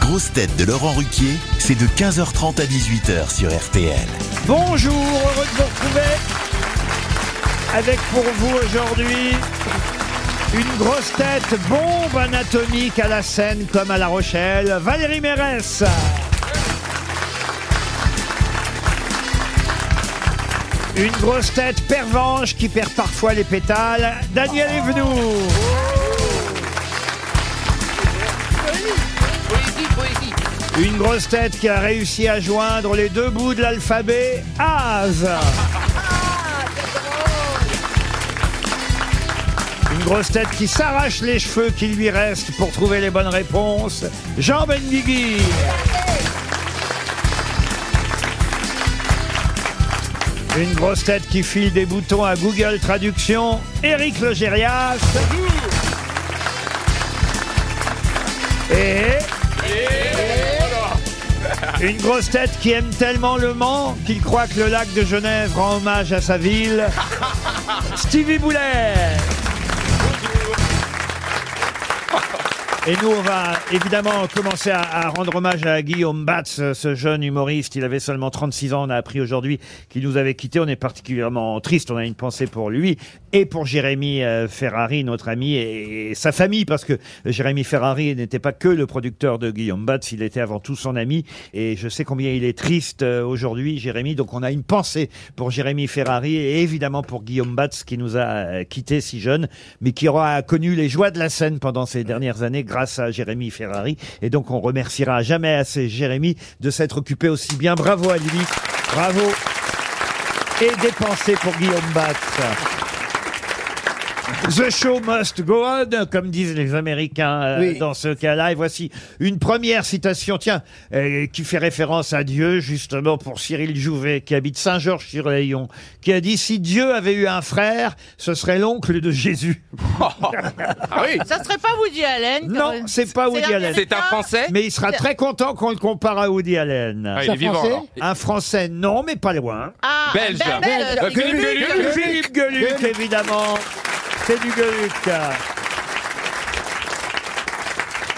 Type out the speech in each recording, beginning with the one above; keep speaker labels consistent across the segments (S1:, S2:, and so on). S1: grosses têtes de Laurent Ruquier, c'est de 15h30 à 18h sur RTL.
S2: Bonjour, heureux de vous retrouver avec pour vous aujourd'hui une grosse tête bombe anatomique à la Seine comme à La Rochelle, Valérie Mérès. Une grosse tête pervenche qui perd parfois les pétales, Daniel Evenou.
S3: Poésie, poésie.
S2: Une grosse tête qui a réussi à joindre les deux bouts de l'alphabet, Az. Une grosse tête qui s'arrache les cheveux qui lui restent pour trouver les bonnes réponses, Jean Benguigui. Une grosse tête qui file des boutons à Google Traduction, Éric Logérias. Et une grosse tête qui aime tellement le Mans qu'il croit que le lac de Genève rend hommage à sa ville. Stevie Boulet. Et nous, on va évidemment commencer à, à rendre hommage à Guillaume Batz, ce jeune humoriste. Il avait seulement 36 ans. On a appris aujourd'hui qu'il nous avait quittés. On est particulièrement triste. On a une pensée pour lui et pour Jérémy euh, Ferrari, notre ami, et, et sa famille, parce que Jérémy Ferrari n'était pas que le producteur de Guillaume Batz. Il était avant tout son ami. Et je sais combien il est triste euh, aujourd'hui, Jérémy. Donc, on a une pensée pour Jérémy Ferrari et évidemment pour Guillaume Batz, qui nous a euh, quittés si jeune, mais qui aura connu les joies de la scène pendant ces dernières années grâce à Jérémy Ferrari. Et donc, on remerciera jamais assez Jérémy de s'être occupé aussi bien. Bravo à lui. Bravo. Et des pensées pour Guillaume Batz. The show must go on, comme disent les Américains euh, dans ce cas-là. Et voici une première citation, tiens, euh, qui fait référence à Dieu, justement, pour Cyril Jouvet, qui habite Saint-Georges-sur-Layon, qui a dit Si Dieu avait eu un frère, ce serait l'oncle de Jésus. Ah
S4: Ah
S5: Ça serait pas Woody Allen quand
S2: non,
S5: même.
S2: c'est pas Woody Allen.
S5: Américain.
S2: Mais il sera très content qu'on le compare à Woody Allen.
S6: Ah, il est C'est un vivant, Français alors.
S2: Un Français, non, mais pas loin.
S5: Ah,
S6: Belge.
S7: ben,
S6: Belge. Euh, Gueluc,
S2: Gueluc,
S6: Gueluc.
S2: Philippe Gueluc, évidemment. C'est du Gueluc.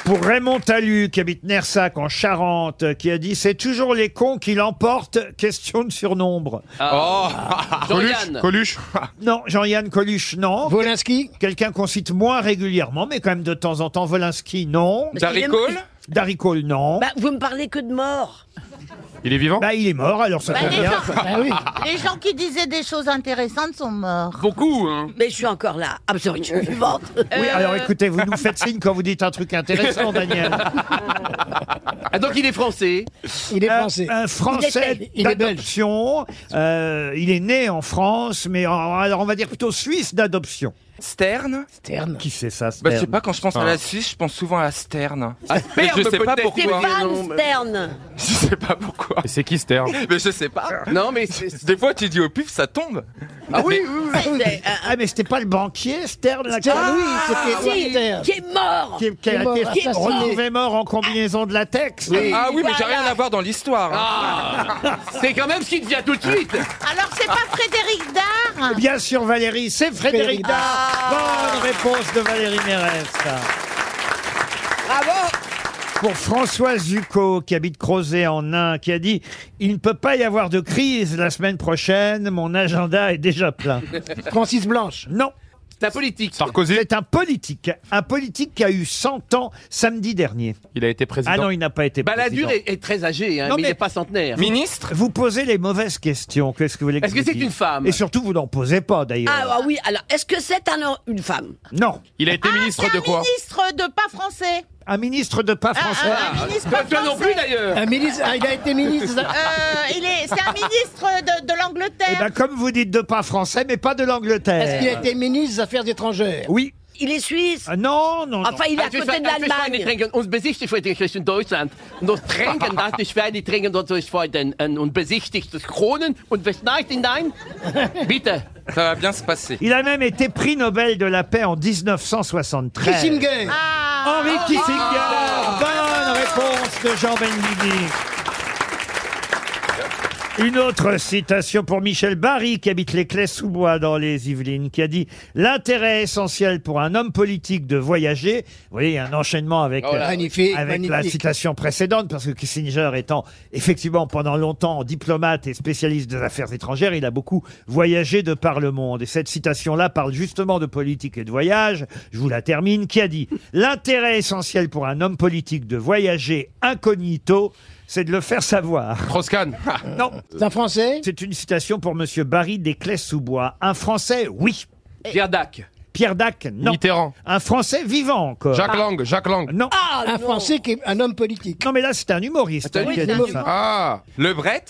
S2: Pour Raymond Talu, qui habite Nersac en Charente, qui a dit C'est toujours les cons qui l'emportent, question de surnombre.
S7: Ah.
S6: Oh Coluche, Coluche.
S2: Non, Jean-Yann Coluche, non. Volinsky Quelqu'un qu'on cite moins régulièrement, mais quand même de temps en temps. Volinsky, non.
S6: Parce qu'il Darry aime- Cole
S2: Darry Cole, non.
S8: Bah, vous me parlez que de mort.
S6: Il est vivant
S2: Bah, il est mort, alors ça
S5: Bah,
S2: tombe
S5: les,
S2: bien.
S5: gens,
S4: Ah.
S5: les gens qui disaient des choses intéressantes sont morts.
S6: Beaucoup, hein
S8: Mais je suis encore là. Ah, mais c'est vrai que je suis vivante.
S2: Oui,
S5: Euh,
S2: alors écoutez, vous nous faites signe quand vous dites un truc intéressant, Daniel.
S4: Ah, donc il est français.
S9: Il est
S2: Un-
S9: français.
S2: Un Français
S9: Il est belge.
S2: d'adoption. Euh, il est né en France, mais en- alors on va dire plutôt Suisse d'adoption.
S4: Stern
S9: Stern.
S2: Qui c'est ça,
S4: Bah, je sais
S2: Stern
S4: pas, quand je pense à la Suisse, je pense souvent à Stern. À
S6: je sais
S4: Ah,
S6: pas
S8: C'est
S6: pourquoi.
S8: pas une sterne.
S4: Je sais pas pourquoi.
S6: Et c'est qui Stern
S4: Mais je sais pas. Non, mais des fois tu dis au pif, ça tombe. Ah oui, oui, oui.
S8: C'est un-
S2: Ah, mais c'était pas le banquier, Stern, là,
S9: euh, Stern, oui,
S8: un-
S9: c'était
S8: si,
S9: Stern.
S8: qui est mort.
S2: qui, qui a
S9: Il est
S2: été
S9: mort, assassiné.
S2: retrouvé mort en combinaison de latex.
S4: Ah oui, mais j'ai
S5: Voilà.
S4: rien à voir dans l'histoire. hein.
S2: Ah.
S3: Ah, C'est quand même ce qui te vient tout de suite.
S5: Alors c'est pas Frédéric Dard
S2: Eh Bien sûr, Valérie, c'est
S9: Frédéric
S2: Frédéric
S9: Ah.
S2: Dard. Bonne réponse de Valérie Mérès.
S8: Bravo.
S2: Pour Françoise Ducot, qui habite Crozet en Ain, qui a dit « Il ne peut pas y avoir de crise la semaine prochaine, mon agenda est déjà plein.
S9: Francis » Blanche.
S2: Non,
S3: La politique.
S6: Sarkozy
S2: c'est un politique. Un politique qui a eu 100 ans samedi dernier.
S6: Il a été président.
S2: Ah non, il n'a pas été
S3: Bah, la
S2: président.
S3: dure est, est très âgée, hein,
S2: Non,
S3: mais, il
S2: mais-
S3: n'est pas centenaire.
S4: Ministre
S2: Vous posez les mauvaises questions. Qu'est-ce que vous voulez
S3: Est-ce que
S2: je
S3: c'est
S2: dise
S3: une femme
S2: Et surtout, vous n'en posez pas, d'ailleurs.
S8: Ah, ah oui, alors, est-ce que c'est un homme- une femme
S2: Non,
S6: Il a été
S5: Ah,
S6: ministre
S5: c'est
S6: de
S5: un
S6: quoi
S5: ministre de pas français.
S2: un ministre de pas
S5: Ah,
S2: français.
S5: un- un ministre
S3: Toi,
S5: pas
S3: toi non plus
S5: français.
S3: d'ailleurs.
S9: Un ministre. ah, il a été ministre.
S5: Euh, il est, c'est un ministre de, de
S2: Eh
S5: l'Angleterre.
S2: ben, comme vous dites de pas français, mais pas de
S9: Est-ce qu'il
S2: l'Angleterre.
S9: a été ministre des Affaires étrangères
S2: Oui.
S8: Il est suisse.
S2: Ah, non, non, non.
S8: Enfin, il est à
S3: Also ich
S8: côté de
S3: war- also ich war eine
S8: l'Allemagne.
S3: Trinken- uns besichtigt wurde ich in Deutschland. Und uns trinken das, ich war die trinken und ich war den, ein- und besichtigt das Kronen und was neigt hinein? Bitte.
S4: Ça va bien se passer.
S2: Il a même été prix Nobel de la paix en 1973.
S9: Kissinger.
S5: Ah,
S2: Henri Kissinger Bonne réponse de Jean Benguigui. Une autre citation pour Michel Barry, qui habite les Clés-sous-Bois dans les Yvelines, qui a dit « L'intérêt essentiel pour un homme politique de voyager », vous voyez, il y a un enchaînement avec, euh,
S3: Oh là,
S9: Magnifique,
S2: avec la
S9: magnifique.
S2: citation précédente, parce que Kissinger étant effectivement pendant longtemps diplomate et spécialiste des affaires étrangères, il a beaucoup voyagé de par le monde. Et cette citation-là parle justement de politique et de voyage. Je vous la termine, qui a dit « L'intérêt essentiel pour un homme politique de voyager incognito, c'est de le faire savoir. »
S6: Troscan.
S2: Non,
S9: C'est un Français
S2: c'est une citation pour Monsieur Barry Desclés-sous-Bois. Un Français, oui.
S3: Pierre Dac.
S2: Pierre Dac, non.
S6: Mitterrand.
S2: Un Français vivant encore.
S6: Jacques Lang. Jacques Lang.
S2: Non.
S8: Ah,
S9: Un
S8: non.
S9: Français qui est un homme politique.
S2: Non, mais là, c'est un humoriste. hein,
S4: Attends,
S2: qui a
S5: oui, c'est
S2: dit
S5: un
S2: ça.
S6: Ah.
S4: Le Bret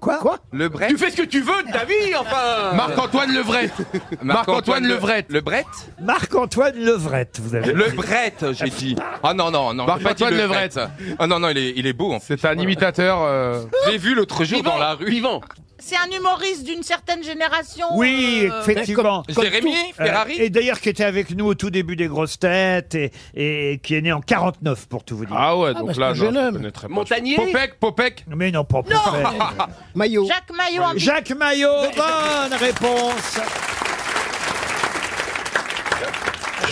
S2: Quoi
S9: Quoi
S4: Le Bret
S3: Tu fais ce que tu veux de ta vie, enfin
S6: Marc-Antoine Levret. Marc-Antoine Levret.
S4: Le Bret
S2: Marc-Antoine Levrette, vous avez.
S4: Le Bret, j'ai dit. Ah non, non, non. j'ai pas dit
S6: Marc-Antoine
S4: le
S6: Levret.
S4: Bret. Ah non, non, il est, il est beau en fait.
S6: C'est un imitateur. euh,
S4: J'ai vu l'autre jour dans la rue.
S3: Vivant.
S5: C'est un humoriste d'une certaine génération.
S2: Oui,
S5: euh,
S2: effectivement.
S4: Jérémy
S2: Euh,
S4: Ferrari
S2: et d'ailleurs, qui était avec nous au tout début des grosses têtes et, et qui est né en 49, pour tout vous dire.
S6: Ah ouais,
S9: Ah,
S6: donc
S9: bah, c'est
S6: là,
S9: un
S6: non,
S9: jeune
S6: je
S9: homme.
S6: connais très pas.
S3: Montagnier.
S6: Popek, Popek.
S2: Mais non, pas non
S9: Maillot.
S5: Jacques Maillot en
S2: Jacques Maillot, bonne réponse.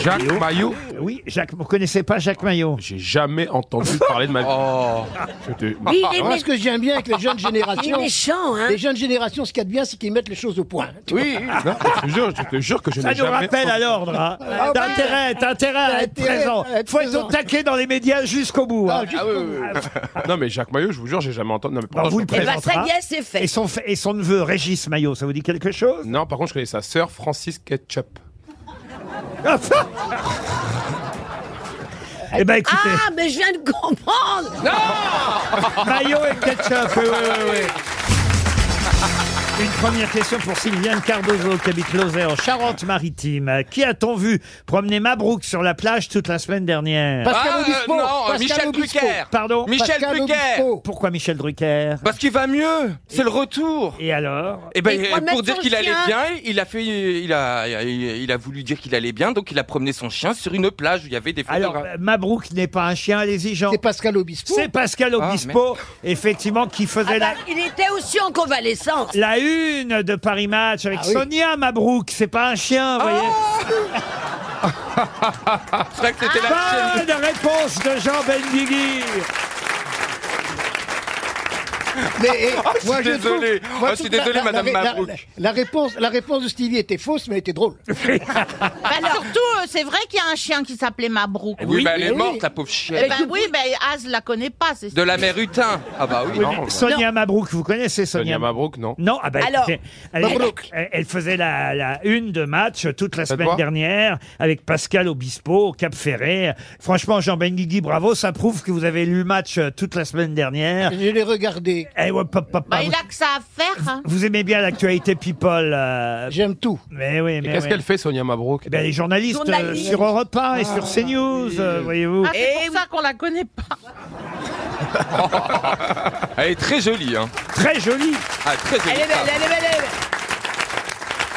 S6: Jacques Maillot.
S2: Oui, Jacques, vous connaissez pas Jacques Maillot
S6: J'ai jamais entendu parler de ma vie. Ah,
S4: Oh.
S6: C'était-
S8: Lui, il est,
S9: Moi,
S8: mé-
S9: ce Ah, que j'aime bien avec les jeunes
S8: il est
S9: générations,
S8: méchant, hein.
S9: les jeunes générations, ce qu'il y a de bien, c'est qu'ils mettent les choses au point.
S6: Oui, non, je, te jure, je te jure que je
S2: Ça
S6: n'ai
S2: nous
S6: jamais.
S2: rappelle à l'ordre. Hein.
S9: Ah ouais.
S2: T'as intérêt, t'as intérêt à être
S9: intérêt
S2: présent.
S9: à être
S2: Faut être au
S9: présent.
S2: taquet dans les médias jusqu'au bout. hein.
S9: Ah, juste
S3: Ah oui, oui, oui.
S6: Non, mais Jacques Maillot, je vous jure, j'ai jamais entendu. Non, mais
S2: Alors,
S6: pourtant,
S2: vous
S6: je
S2: le
S6: connais-
S8: Eh ben, ça y est, c'est
S2: Et
S8: fait.
S2: son, f- et son neveu, Régis Maillot, ça vous dit quelque chose
S6: Non, par contre, je connais sa sœur, Francis Ketchup.
S2: Eh ben écoutez,
S8: Ah, mais je viens de comprendre. Ah,
S2: Maillot et ketchup. oui, oui, oui, oui. Une première question pour Sylviane Cardozo qui habite Lozère en Charente-Maritime. Qui a-t-on vu promener Mabrouk sur la plage toute la semaine dernière
S9: Pascal
S4: Ah, euh,
S9: Obispo.
S4: non,
S9: Pascal
S4: Michel
S9: Obispo.
S4: Drucker.
S2: Pardon
S4: Michel
S9: Pascal
S4: Drucker.
S9: Obispo.
S2: Pourquoi Michel Drucker
S4: Parce qu'il va mieux. C'est le retour.
S2: Et alors
S4: Eh ben,
S8: Et quoi,
S4: pour
S8: mettre
S4: dire
S8: son
S4: qu'il allait
S8: chien
S4: bien, il a fait, il a, il a voulu dire qu'il allait bien, donc il a promené son chien sur une plage où il y avait des
S2: Alors,
S4: photographes.
S2: Mabrouk n'est pas un chien, allez-y Jean.
S9: C'est Pascal Obispo.
S2: C'est Pascal
S4: Ah,
S2: Obispo, effectivement, qui faisait
S8: Ah
S2: la,
S8: bah, il était aussi en convalescence.
S2: la une de Paris Match avec
S9: Ah oui.
S2: Sonia Mabrouk. C'est pas un chien,
S4: Ah,
S2: vous voyez.
S4: C'est vrai que c'était la chaîne.
S2: Bonne réponse de Jean Benguigui.
S9: Mais, eh,
S4: Ah, je suis désolé.
S9: moi,
S4: Ah, je suis
S9: trouve
S4: désolé, madame
S9: la- la-
S4: Mabrouk.
S9: la- la réponse, la réponse de Stevie était fausse, mais elle était drôle.
S5: Bah, surtout, euh, c'est vrai qu'il y a un chien qui s'appelait Mabrouk.
S4: Oui, bah, elle
S9: eh
S4: est
S9: oui.
S4: morte, la pauvre chienne.
S5: Eh ben oui, ben Az la connaît pas, c'est
S4: De la mère Hutin. Ah bah oui.
S6: Non,
S2: Sonia Mabrouk, vous connaissez Sonia
S6: Sonia Mabrouk, non.
S2: Non, ah bah,
S8: Alors,
S2: écoutez, elle,
S9: Mabrouk.
S2: elle- elle faisait la, la une de match toute la
S6: Ça te
S2: semaine
S6: voit
S2: dernière avec Pascal Obispo au Cap Ferré. Franchement, Jean Benguigui, bravo, ça prouve que vous avez lu match euh, toute la semaine dernière.
S9: Je l'ai regardé.
S2: Eh, hop, hop, hop,
S5: Bah,
S2: vous,
S5: il a que ça à faire. hein.
S2: vous aimez bien l'actualité people. euh,
S9: J'aime tout.
S2: mais oui,
S6: Et
S2: mais
S6: qu'est-ce
S2: oui.
S6: qu'elle fait, Sonia Mabrouk
S2: Eh ben, les journalistes, euh,
S8: Journalistes.
S2: sur Europe 1 et sur CNews, euh, voyez-vous.
S5: Ah, c'est
S8: Eh
S5: pour
S8: oui.
S5: ça qu'on la connaît pas.
S4: Elle est très jolie, hein.
S2: Très joli.
S4: Ah, très jolie.
S8: Elle est belle,
S4: femme.
S8: elle est belle, elle est belle.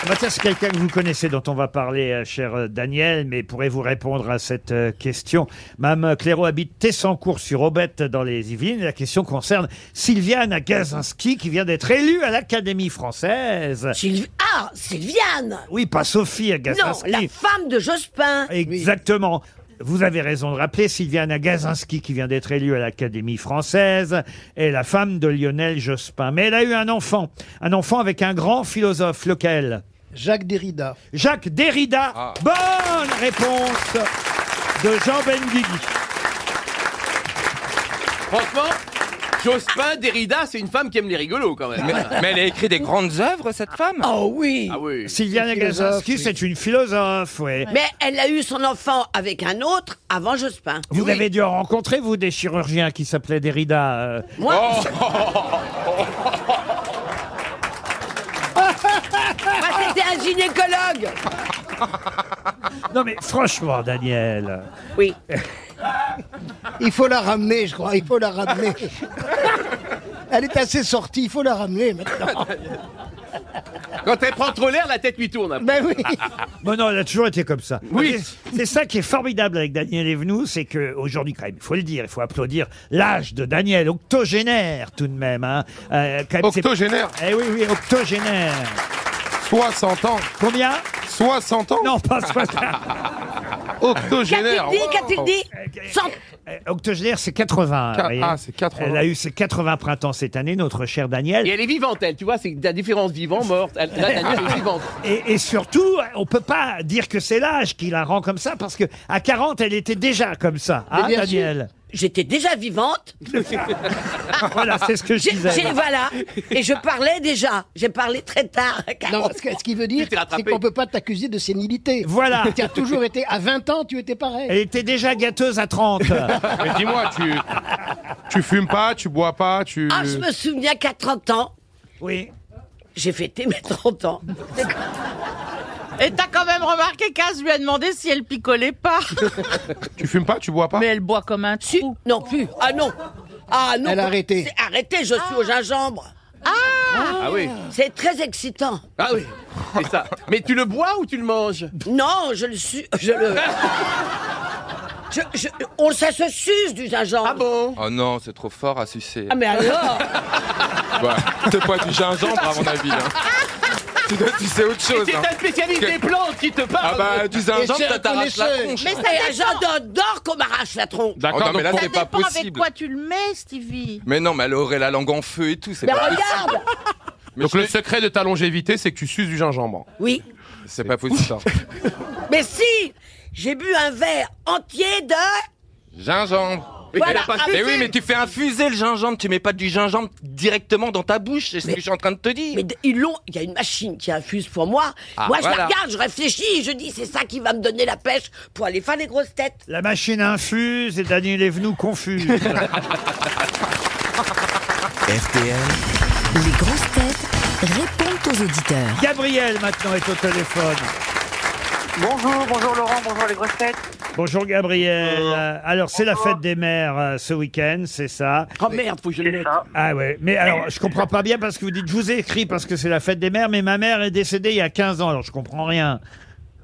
S2: Ah bah tiens, c'est quelqu'un que vous connaissez dont on va parler, euh, cher euh, Daniel, mais pourrez-vous répondre à cette euh, question Mme Clairaut habite Tessancourt sur Aubette dans les Yvelines. La question concerne Sylviane Gazinski qui vient d'être élue à l'Académie française.
S8: Sylvi- Ah, Sylviane
S2: Oui, pas Sophie
S8: Non,
S2: Gazinski.
S8: la femme de Jospin.
S2: Exactement. Vous avez raison de rappeler Sylviane Gazinski qui vient d'être élue à l'Académie française est la femme de Lionel Jospin. Mais elle a eu un enfant, un enfant avec un grand philosophe, lequel
S9: Jacques Derrida.
S2: Jacques Derrida.
S4: Ah.
S2: Bonne réponse de Jean Benguigui.
S3: Franchement, Jospin, Derrida, c'est une femme qui aime les rigolos quand même.
S4: Mais, mais elle a écrit des grandes œuvres, cette femme
S8: Oh oui.
S3: Ah oui.
S2: Sylviane
S9: Une philosophe,
S2: Gazinski,
S9: oui.
S2: c'est une philosophe, ouais.
S8: Mais elle a eu son enfant avec un autre avant Jospin.
S2: Vous
S8: Oui.
S2: avez dû en rencontrer, vous, des chirurgiens qui s'appelaient Derrida. euh.
S8: Moi, moi, Ah, c'était un gynécologue.
S2: Non, mais franchement, Daniel.
S8: Oui.
S9: Il faut la ramener, je crois. Il faut la ramener. Elle est assez sortie. Il faut la ramener maintenant.
S3: Quand elle prend trop l'air, la tête lui tourne. après.
S9: Ben oui.
S2: Bon, non, elle a toujours été comme ça.
S3: Oui.
S2: C'est- C'est ça qui est formidable avec Daniel Evenou, c'est que aujourd'hui quand même, il faut le dire, il faut applaudir l'âge de Daniel, octogénaire tout de même. Hein. Euh, quand même, c'est-
S6: Octogénaire,
S2: Eh oui, oui, octogénaire.
S6: 60 ans.
S2: Combien
S6: 60 ans
S2: Non, pas 60.
S6: Octogénaire.
S8: Qu'a-t-il
S6: wow.
S8: dit Qu'a-t-il dit Cent-
S2: Euh, Octogénaire, c'est 80.
S6: Qua-
S2: voyez.
S6: ah, c'est 80.
S2: Elle a eu ses 80 printemps cette année, notre chère
S3: Et
S2: Daniel.
S3: elle est vivante, elle, tu vois, c'est la différence vivant, morte. Elle, là, Daniel est vivante.
S2: Et, et surtout, on peut pas dire que c'est l'âge qui la rend comme ça, parce que à 40, elle était déjà comme ça. Hein,
S9: bien
S2: Daniel
S8: J'étais déjà vivante.
S2: Voilà, c'est ce que je
S8: J'ai-
S2: disais.
S8: j'ai- voilà. Et je parlais déjà. J'ai parlé très tard.
S4: hein,
S8: car-
S9: Non, ce que- ce qui veut dire,
S3: Tu t'es rattrapé.
S9: c'est qu'on peut pas t'accuser de sénilité.
S2: Voilà.
S9: Tu as toujours été, à 20 ans, tu étais pareil.
S2: Elle était déjà gâteuse à 30.
S6: Mais dis-moi, tu, tu fumes pas, tu bois pas, tu.
S8: Ah, je me souviens qu'à 30 ans,
S2: Oui.
S8: j'ai fêté mes 30 ans.
S5: Et t'as quand même remarqué qu'As lui a demandé si elle picolait pas.
S6: Tu fumes pas, tu bois pas.
S5: Mais elle boit comme un
S8: Si-
S5: trou.
S8: non plus. Ah non. Ah non.
S9: Elle a arrêté.
S8: C'est arrêté, je suis au gingembre.
S3: Ah oui.
S8: C'est très excitant.
S3: Ah oui. C'est ça. Mais tu le bois ou tu le manges
S8: Non, je le suis. Je le. Je, je- on, ça se suce du gingembre.
S3: Ah bon
S4: Oh non, c'est trop fort à sucer.
S8: Ah, mais alors
S4: Bah, c'est pas du gingembre, à mon avis. hein. Tu dois sucer autre chose.
S3: C'est
S4: hein.
S3: un spécialiste des plantes qui te
S4: Ah
S3: parle.
S4: bah, du gingembre,
S9: c'est un
S4: ça t'arrache la
S9: connaisseur.
S4: tronche. hein.
S5: Mais ça
S8: Et
S5: dépend,
S8: J'adore qu'on m'arrache la tronche.
S4: Oh
S6: D'accord,
S4: non, mais là,
S6: donc
S5: ça
S4: c'est pas
S5: dépend avec
S4: possible.
S5: quoi tu le mets, Stevie.
S4: Mais non, mais elle aurait la langue en feu et tout. C'est
S8: Mais
S4: pas,
S8: regarde
S6: on- donc le secret de ta longévité, c'est que tu suces du gingembre.
S8: Oui.
S4: c'est pas possible.
S8: Mais si J'ai bu un verre entier de.
S4: gingembre.
S3: Mais
S8: Voilà,
S3: elle a pas
S4: Mais
S3: fait.
S4: oui, mais tu fais infuser le gingembre. Tu mets pas du gingembre directement dans ta bouche. C'est ce que je suis en train de te dire.
S8: Mais de- ils l'ont. Il y a une machine qui infuse pour moi.
S4: Ah,
S8: moi, je la
S4: voilà.
S8: regarde, je réfléchis, je dis c'est ça qui va me donner la pêche pour aller faire les grosses têtes.
S2: La machine infuse et Daniel Evenou confuse.
S1: RTL,
S10: Les grosses têtes répondent aux auditeurs.
S2: Gabriel maintenant est au téléphone.
S11: Bonjour, bonjour Laurent, bonjour les grosses têtes.
S2: Bonjour Gabriel. Euh, Alors c'est la fête des mères euh, ce week-end, c'est ça
S8: Oh merde, faut que je le mette.
S2: Ah ouais. Mais alors je comprends pas bien parce que vous dites je vous ai écrit parce que c'est la fête des mères, mais ma mère est décédée il y a 15 ans, alors je comprends rien.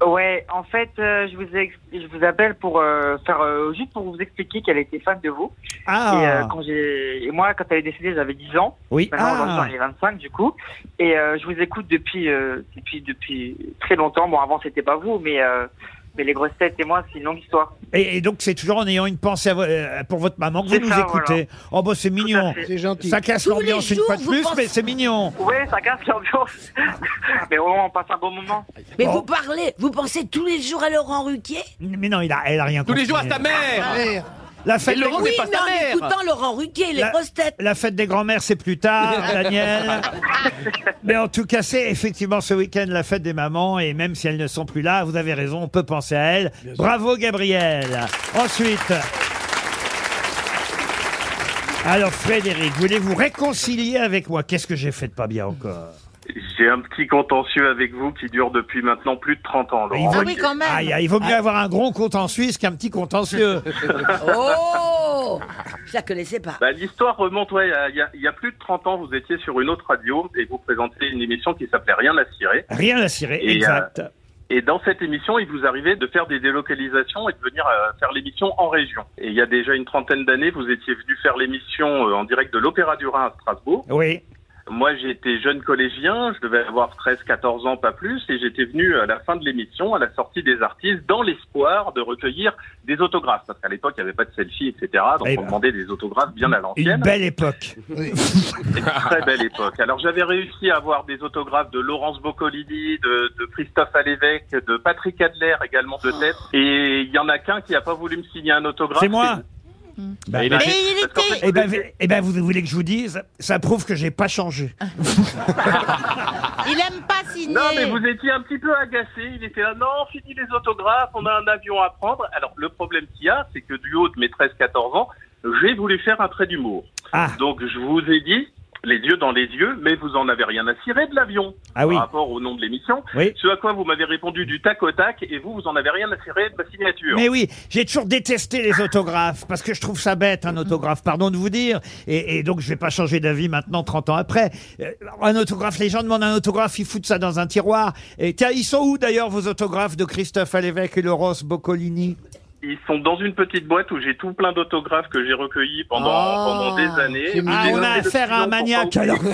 S11: Ouais, en fait, euh, je, vous ai ex- je vous appelle pour euh, faire euh, juste pour vous expliquer qu'elle était fan de vous. Et, euh,
S2: Ah
S11: quand j'ai, et moi, quand elle est décédée, j'avais 10 ans.
S2: oui.
S11: Maintenant,
S2: Ah.
S11: aujourd'hui, j'en ai 25 du coup. Et euh, je vous écoute depuis, euh, depuis, depuis très longtemps. Bon, avant, c'était pas vous, mais euh, mais les grosses têtes et moi, c'est une longue histoire.
S2: Et, et donc c'est toujours en ayant une pensée à vo- euh, pour votre maman que vous
S11: C'est
S2: nous
S11: ça,
S2: écoutez. Oh bah c'est mignon.
S11: fait.
S9: C'est gentil.
S2: Ça casse
S8: Tous les
S2: l'ambiance une
S8: jours,
S2: fois de
S8: vous
S2: plus,
S8: pensez-
S2: mais c'est mignon.
S11: Ouais, ça casse l'ambiance, mais au moins, on passe un bon moment.
S8: Mais
S2: Bon.
S8: vous parlez, vous pensez tous les jours à Laurent Ruquier
S2: Mais non, il a, elle a rien
S3: Tous les
S2: compris. Ah,
S3: jours à ta mère.
S9: Merde.
S2: La fête
S3: Et
S2: des
S3: Laurent,
S8: Oui,
S3: c'est pas
S8: mais
S3: sa
S8: en
S3: mère.
S8: écoutant Laurent Ruquier, les
S2: La-
S8: grosses têtes.
S2: La fête des grands-mères, c'est plus tard, Daniel. Mais en tout cas, c'est effectivement ce week-end la fête des mamans. Et même si elles ne sont plus là, vous avez raison, on peut penser à elles. Bravo, Gabriel. Ensuite. Alors, Frédéric, voulez-vous réconcilier avec moi Qu'est-ce que j'ai fait de pas bien encore
S12: J'ai un petit contentieux avec vous qui dure depuis maintenant plus de 30 ans. Laurent.
S2: Il vaut-
S5: Ah oui, quand même.
S2: Aïe, aïe, il vaut mieux avoir un gros compte en Suisse qu'un petit contentieux.
S8: Oh Je la connaissais pas.
S12: Bah, L'histoire remonte, ouais, à- il y, a, il y a plus de 30 ans, vous étiez sur une autre radio et vous présentiez une émission qui s'appelait Rien à cirer.
S2: Rien à cirer,
S12: Et, euh,
S2: exact.
S12: Et dans cette émission, il vous arrivait de faire des délocalisations et de venir euh, faire l'émission en région. Et il y a déjà une trentaine d'années, vous étiez venu faire l'émission euh, en direct de l'Opéra du Rhin à Strasbourg.
S2: Oui.
S12: Moi, j'étais jeune collégien, je devais avoir 13-14 ans, pas plus, et j'étais venu à la fin de l'émission, à la sortie des artistes, dans l'espoir de recueillir des autographes. Parce qu'à l'époque, il n'y avait pas de selfie, etc. Donc,
S2: Eh
S12: on
S2: ben.
S12: demandait des autographes bien à
S2: Une
S12: l'ancienne.
S2: belle époque.
S12: Une très belle époque. Alors j'avais réussi à avoir des autographes de Laurence Boccolini, de, de Christophe Alévêque, de Patrick Adler également de tête. Et il y en a qu'un qui a pas voulu me signer un autographe.
S2: C'est moi. Bah,
S12: il a-
S5: Mais il
S12: parce qu'en fait,
S2: Eh
S5: était-
S2: ben, eh ben, vous voulez que je vous dise, ça prouve que j'ai pas changé.
S5: Il aime pas signer.
S12: Non, mais vous étiez un petit peu agacé. Il était là, non, fini les autographes, on a un avion à prendre. Alors, le problème qu'il y a, c'est que du haut de mes 13-14 ans, j'ai voulu faire un trait d'humour.
S2: Ah.
S12: Donc, je vous ai dit, les yeux dans les yeux, mais vous en avez rien à cirer de l'avion
S2: Ah oui.
S12: par rapport au nom de l'émission.
S2: Oui.
S12: Ce à quoi vous m'avez répondu du tac au tac, et vous, vous en avez rien à cirer de ma signature.
S2: Mais oui, j'ai toujours détesté les autographes parce que je trouve ça bête un autographe, pardon de vous dire. Et, et donc je vais pas changer d'avis maintenant 30 ans après. Euh, Un autographe, les gens demandent un autographe, ils foutent ça dans un tiroir. Et tiens, ils sont où d'ailleurs vos autographes de Christophe Alévèque et Laurence Boccolini
S12: Ils sont dans une petite boîte où j'ai tout plein d'autographes que j'ai recueillis pendant,
S2: Ah,
S12: pendant des années.
S2: Ah,
S12: J'ai
S2: on a
S12: noté
S2: affaire à un maniaque alors.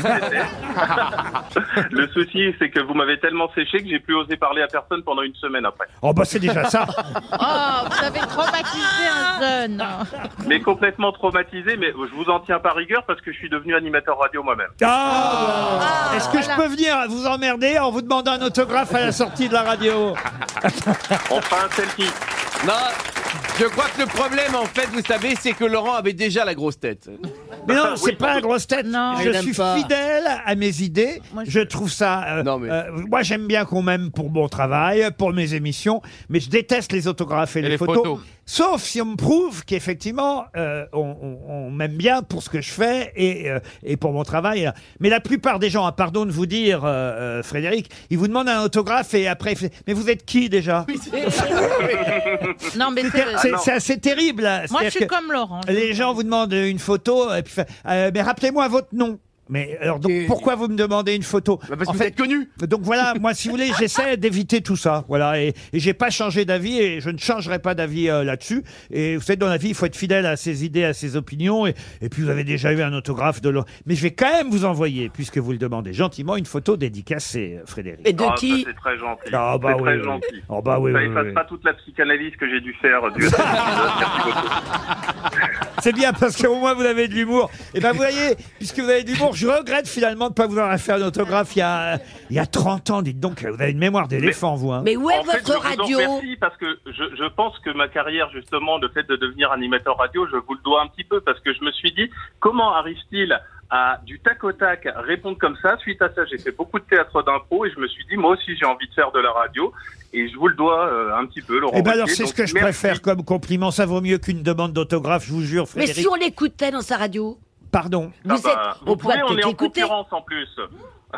S12: Le souci, c'est que vous m'avez tellement séché que j'ai plus osé parler à personne pendant une semaine après.
S2: Oh bah c'est déjà ça.
S5: Oh, vous avez traumatisé un jeune.
S12: Mais complètement traumatisé, mais je vous en tiens par rigueur parce que je suis devenu animateur radio moi-même.
S2: Ah, Est-ce que je peux venir vous emmerder en vous demandant un autographe à la sortie de la radio
S12: On fera un selfie.
S3: Non, je crois que le problème, en fait, vous savez, c'est que Laurent avait déjà la grosse tête.
S2: Mais non, c'est pas la grosse tête. je
S3: il aime
S2: suis
S3: pas.
S2: fidèle à mes idées. je... trouve ça. euh, euh, moi, j'aime bien qu'on m'aime pour mon travail, pour mes émissions, mais je déteste les autographes et, les,
S6: les
S2: photos.
S6: photos.
S2: Sauf si on me prouve qu'effectivement, euh, on, on- on m'aime bien pour ce que je fais et, euh, et pour mon travail. Mais la plupart des gens, ah, pardon de vous dire, euh, euh, Frédéric, ils vous demandent un autographe et après, ils font, mais vous êtes qui déjà
S5: Ah non, mais
S2: C'est- c'est- C'est
S5: c'est.
S2: assez terrible. là.
S5: Moi, je
S2: C'est-à-dire
S5: suis
S2: que
S5: comme Laurent.
S2: Les gens vous demandent une photo, et puis, fa- euh, mais rappelez-moi votre nom. Mais alors, donc, pourquoi vous me demandez une photo Parce que vous êtes
S3: connu.
S2: Donc voilà, moi, si vous voulez, j'essaie d'éviter tout ça. Voilà, et, et j'ai pas changé d'avis, et je ne changerai pas d'avis euh, là-dessus. Et vous savez, dans la vie, il faut être fidèle à ses idées, à ses opinions. Et, et puis, vous avez déjà eu un autographe de l'autre. Mais je vais quand même vous envoyer, puisque vous le demandez gentiment, une photo dédicacée, euh, Frédéric.
S12: Ah, ça, C'est très gentil.
S2: Ah, bah
S12: c'est très
S2: oui, oui.
S12: gentil.
S2: Ah, bah oui,
S12: ça
S2: oui,
S12: efface
S2: oui.
S12: pas toute la psychanalyse que j'ai dû faire. euh, Du...
S2: C'est bien parce qu'au moins vous avez de l'humour. Et ben vous voyez, puisque vous avez de l'humour, je regrette finalement de ne pas vous avoir fait un autographe il y a, il y a 30 ans. Dites donc, vous avez une mémoire d'éléphant, vous. hein.
S12: En fait, je vous en remercie parce que je, je pense que ma carrière, justement, le fait de devenir animateur radio, je vous le dois un petit peu parce que je me suis dit, comment arrive-t-il à du tac au tac répondre comme ça Suite à ça, j'ai fait beaucoup de théâtre d'impro et je me suis dit, moi aussi, j'ai envie de faire de la radio et je vous le dois euh, un petit peu, Laurent.
S2: Eh ben alors,
S12: Wauquiez.
S2: c'est ce
S12: Donc,
S2: que je
S12: merci.
S2: préfère comme compliment. Ça vaut mieux qu'une demande d'autographe, je vous jure,
S8: Mais
S2: Frédéric.
S8: si on l'écoutait dans sa radio
S2: Pardon.
S8: Vous êtes- on
S12: Ah bah, vous
S8: pourrait
S12: pouvez, on est
S8: peut-être
S12: en
S8: l'écouter.
S12: concurrence en plus.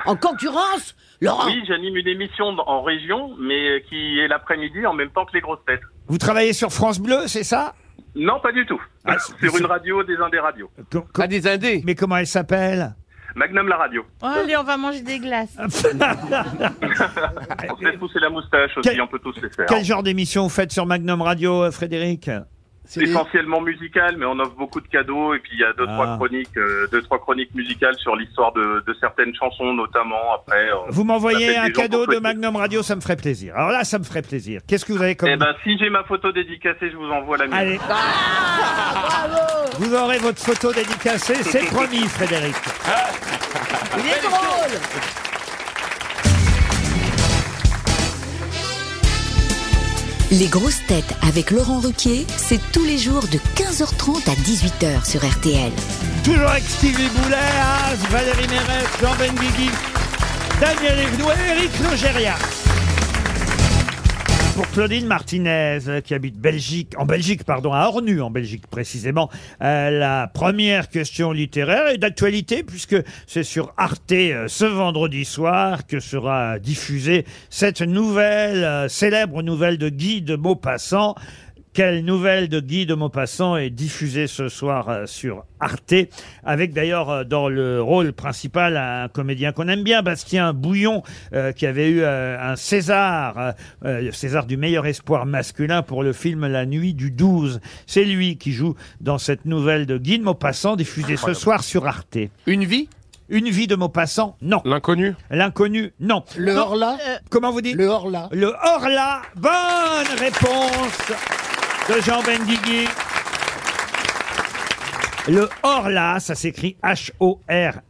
S8: En concurrence Laurent
S12: Oui, j'anime une émission d- en région, mais qui est l'après-midi en même temps que les grosses têtes.
S2: Vous travaillez sur France Bleu, c'est ça
S12: Non, pas du tout.
S2: Ah,
S12: Sur une radio des Indés Radio.
S2: Pas
S3: Ah, des indés.
S2: Mais comment elle s'appelle
S12: Magnum la radio.
S5: Oh, allez, on va manger des glaces.
S12: On se laisse pousser la moustache aussi, on peut tous les faire.
S2: Ah, Quel genre d'émission vous faites sur Magnum Radio, euh, Frédéric
S12: C'est essentiellement musical, mais on offre beaucoup de cadeaux et puis il y a deux
S2: Ah.
S12: trois chroniques, euh, deux trois chroniques musicales sur l'histoire de, de certaines chansons notamment. Après, on-
S2: Vous m'envoyez
S12: on appelle
S2: un
S12: des gens
S2: cadeau
S12: pour
S2: de
S12: souhaiter.
S2: Magnum Radio, ça me ferait plaisir. Alors là, ça me ferait plaisir. Qu'est-ce que vous avez comme...
S12: Eh ben, si j'ai ma photo dédicacée, je vous envoie la mienne.
S2: Allez. Vous aurez votre photo dédicacée, c'est promis, Frédéric.
S8: Il est drôle
S10: Les grosses têtes avec Laurent Ruquier, c'est tous les jours de 15h30 à 18h sur RTL.
S2: Toujours avec Stevie Boulet, As, Valérie Mérès, Jean Benguigui, Daniel Evenou et Eric Logérias. Pour Claudine Martinez, euh, qui habite Belgique, en Belgique, pardon, à Ornu, en Belgique précisément, euh, la première question littéraire est d'actualité, puisque c'est sur Arte euh, ce vendredi soir que sera diffusée cette nouvelle, euh, célèbre nouvelle de Guy de Maupassant. Quelle nouvelle de Guy de Maupassant est diffusée ce soir euh, sur Arte, avec d'ailleurs euh, dans le rôle principal un comédien qu'on aime bien, Bastien Bouillon, euh, qui avait eu euh, un César, euh, euh, le César du meilleur espoir masculin pour le film La Nuit du 12. C'est lui qui joue dans cette nouvelle de Guy de Maupassant, diffusée ce
S6: Incroyable.
S2: soir sur Arte.
S3: Une vie
S2: Une vie de Maupassant, non.
S6: L'inconnu
S2: L'inconnu, non.
S9: Le
S2: Non.
S9: hors-là
S4: Euh,
S2: Comment vous dites Le
S9: hors-là.
S2: Le hors-là, bonne réponse de Jean Benguigui. Le hors-là, ça s'écrit H-O-R-L-A,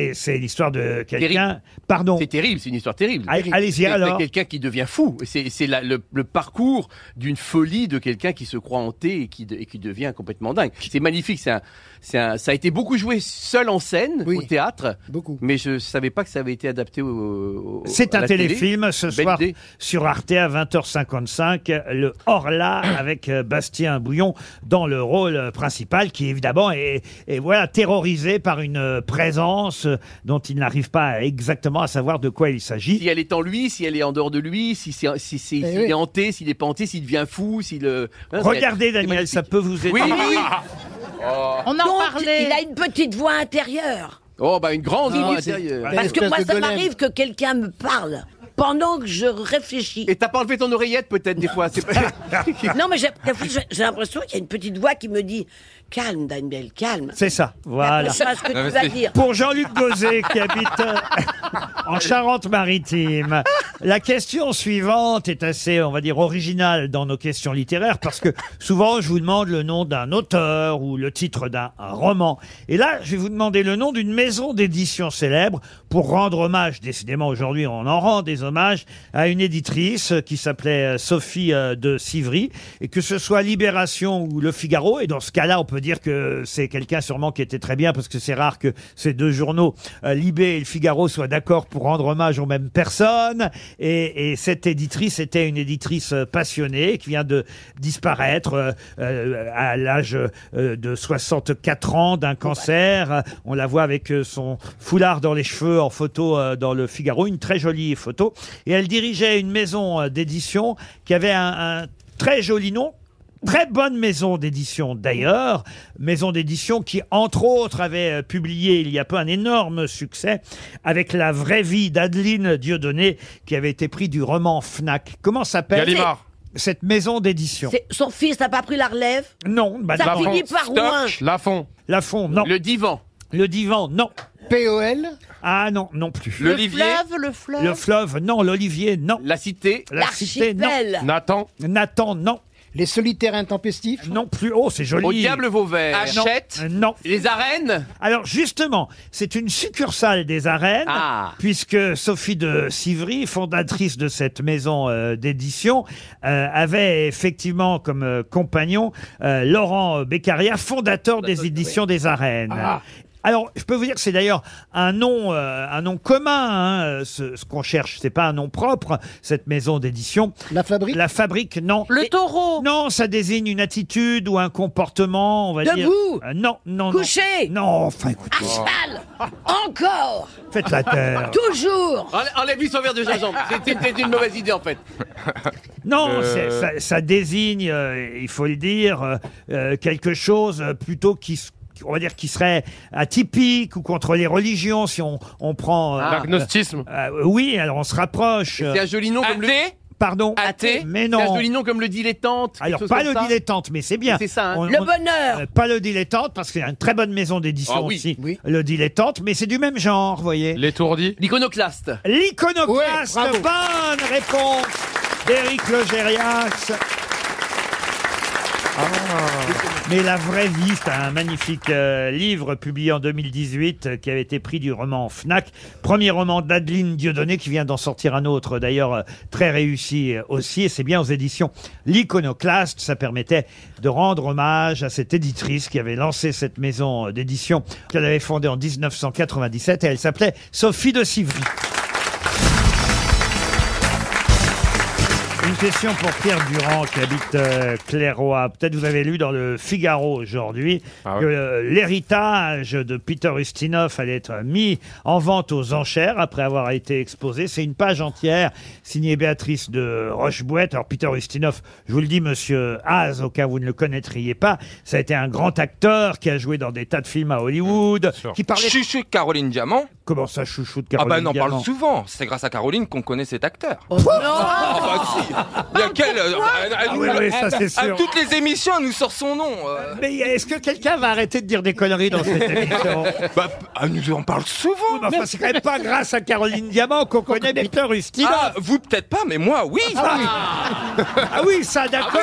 S2: et c'est l'histoire de quelqu'un. Pardon.
S3: C'est terrible, c'est une histoire terrible.
S2: Allez- allez-y,
S3: C'est-
S2: alors.
S3: C'est quelqu'un qui devient fou. C'est c'est la- le, le parcours d'une folie de quelqu'un qui se croit hanté et qui, de- et qui devient complètement dingue. C'est magnifique. c'est un- c'est un- ça a été beaucoup joué seul en scène, au théâtre.
S9: Beaucoup.
S3: Mais je savais pas que ça avait été adapté au. au-
S2: C'est
S3: Oh, à
S2: un
S3: la télé.
S2: téléfilm ce
S3: Belle
S2: soir
S3: idée.
S2: sur Arte à 20h55, le Orla avec euh, Bastien Bouillon dans le rôle euh, principal, qui qui évidemment est, est, voilà, terrorisé par une euh, présence euh, dont il n'arrive pas exactement à savoir de quoi il s'agit.
S3: Si elle est en lui, si elle est en dehors de lui, si c'est si, c'est- s'il
S2: Eh oui.
S3: est hanté, s'il est pas hanté, s'il devient fou, s'il. euh, hein,
S2: Regardez
S3: c'est- c'est
S2: Daniel, ça peut vous aider.
S3: Oui, oui, oui.
S5: On en parlait.
S8: Il a une petite voix intérieure.
S3: Oh, bah une grande euh,
S8: Oui,
S3: voix
S8: oui, Ah, c'est-
S3: intérieure.
S8: Parce que moi, ça m'arrive que quelqu'un me parle pendant que je réfléchis.
S3: Et t'as pas enlevé ton oreillette peut-être des fois c'est pas-
S8: non, mais j'ai des fois, j'ai- j'ai l'impression qu'il y a une petite voix qui me dit Calme, Daniel, calme.
S2: C'est ça, voilà.
S8: Je sais pas ce que tu vas dire.
S2: Pour Jean-Luc Gauzet qui habite euh, en Charente-Maritime, la question suivante est assez, on va dire, originale dans nos questions littéraires parce que souvent je vous demande le nom d'un auteur ou le titre d'un roman. Et là, je vais vous demander le nom d'une maison d'édition célèbre pour rendre hommage, décidément aujourd'hui on en rend des hommages, à une éditrice qui s'appelait euh, Sophie euh, de Sivry. Et que ce soit Libération ou Le Figaro, et dans ce cas-là on peut dire que c'est quelqu'un sûrement qui était très bien parce que c'est rare que ces deux journaux, euh, Libé et Le Figaro, soient d'accord pour rendre hommage aux mêmes personnes. Et, et cette éditrice était une éditrice euh, passionnée qui vient de disparaître euh, euh, à l'âge euh, de 64 ans d'un cancer. Euh, On la voit avec euh, son foulard dans les cheveux en photo euh, dans Le Figaro, une très jolie photo. Et elle dirigeait une maison euh, d'édition qui avait un- un très joli nom Très bonne maison d'édition d'ailleurs, maison d'édition qui entre autres avait euh, publié il y a peu un énorme succès avec La vraie vie d'Adeline Dieudonné qui avait été pris du roman Fnac. Comment s'appelle
S8: Gallimard.
S2: cette maison d'édition
S8: C'est- Son fils n'a pas pris la relève
S2: Non, bah
S8: Ça
S2: non.
S8: finit par loin.
S2: Lafon. Lafon, non. Le
S3: divan.
S2: Le divan, non. POL Ah non, non plus.
S5: fleuve, le fleuve.
S2: Le fleuve, non. L'olivier, non.
S3: La cité.
S2: La cité, non.
S5: L'archipel.
S2: Nathan. Nathan, non. Les solitaires intempestifs Non plus. Oh, c'est joli.
S3: Au diable vos verres.
S2: Non.
S3: Hachette.
S2: Non.
S3: Les arènes
S2: Alors justement, c'est une succursale des arènes,
S3: Ah.
S2: puisque Sophie de Sivry, fondatrice de cette maison euh, d'édition, euh, avait effectivement comme euh, compagnon euh, Laurent Beccaria, fondateur des éditions des arènes. Alors, je peux vous dire que c'est d'ailleurs un nom, euh, un nom commun. hein, euh, ce ce qu'on cherche, c'est pas un nom propre. Cette maison d'édition. La fabrique. La fabrique, non. Le
S5: taureau.
S2: Non, ça désigne une attitude ou un comportement. On va dire.
S8: Debout.
S2: Euh, non, non,
S8: Couché.
S2: Non, Non, enfin, écoutez.
S8: Sale Encore
S2: Faites la terre.
S8: Toujours
S3: Enlève- Enlève-lui son verre de gingembre. C'est- C'était une mauvaise idée en fait.
S2: Non,
S3: Euh.
S2: c'est- ça, ça désigne, euh, il faut le dire, euh, euh, quelque chose euh, plutôt qui s- on va dire qui serait atypique ou contre les religions si on, on prend euh,
S6: Ah. L'agnosticisme.
S2: euh, euh, oui, alors on se rapproche.
S3: C'est un joli nom comme le.
S2: Pardon.
S3: Athée.
S2: Mais non.
S3: C'est un joli nom comme le dilettante. quelque
S2: Alors
S3: chose
S2: pas
S3: comme
S2: le
S3: ça.
S2: dilettante, mais c'est bien.
S3: C'est ça, hein.
S2: On-
S3: Le
S2: on-
S3: bonheur.
S2: euh, pas le dilettante parce qu'il y a une très bonne maison d'édition
S3: Ah oui,
S2: aussi. Le dilettante, mais c'est du même genre, vous voyez.
S6: L'étourdi.
S3: L'iconoclaste.
S2: L'iconoclaste,
S3: Ouais, bravo.
S2: bonne réponse d'Éric Logérias. Ah. Mais la vraie vie, c'est un magnifique euh, livre publié en 2018 euh, qui avait été pris du roman Fnac, premier roman d'Adeline Dieudonné qui vient d'en sortir un autre d'ailleurs euh, très réussi euh, aussi et c'est bien aux éditions L'Iconoclaste, ça permettait de rendre hommage à cette éditrice qui avait lancé cette maison euh, d'édition qu'elle avait fondée en 1997 et elle s'appelait Sophie de Sivry. Une question pour Pierre Durand qui habite euh, Clairoy. Peut-être vous avez lu dans le Figaro aujourd'hui que euh, l'héritage de Peter Ustinov allait être mis en vente aux enchères après avoir été exposé. C'est une page entière signée Béatrice de Rochebouette. Alors Peter Ustinov, je vous le dis, monsieur Haas, au cas où vous ne le connaîtriez pas, ça a été un grand acteur qui a joué dans des tas de films à Hollywood, qui parlait...
S4: Chuchu de Caroline Diamant.
S2: Comment ça, chouchou de
S4: Ah
S2: Caroline
S4: bah non, on
S2: Diamant
S4: parle souvent. C'est grâce à Caroline qu'on connaît cet acteur.
S2: Oh
S4: Ah, bah, Laquelle euh, elle- elle
S2: Ah
S4: nous-
S2: oui, oui, ça,
S4: elle-
S2: c'est sûr.
S4: À toutes les émissions, elle nous sort son nom. euh.
S2: Mais est-ce que quelqu'un va arrêter de dire des conneries dans cette émission
S4: Bah, elle nous en parle souvent.
S2: Mais enfin, c'est quand même pas grâce à Caroline Diamant qu'on connaît Peter Ustinov.
S4: Ah, vous peut-être pas, mais moi, oui. Ah
S2: Ah oui, Ah oui, ça, d'accord.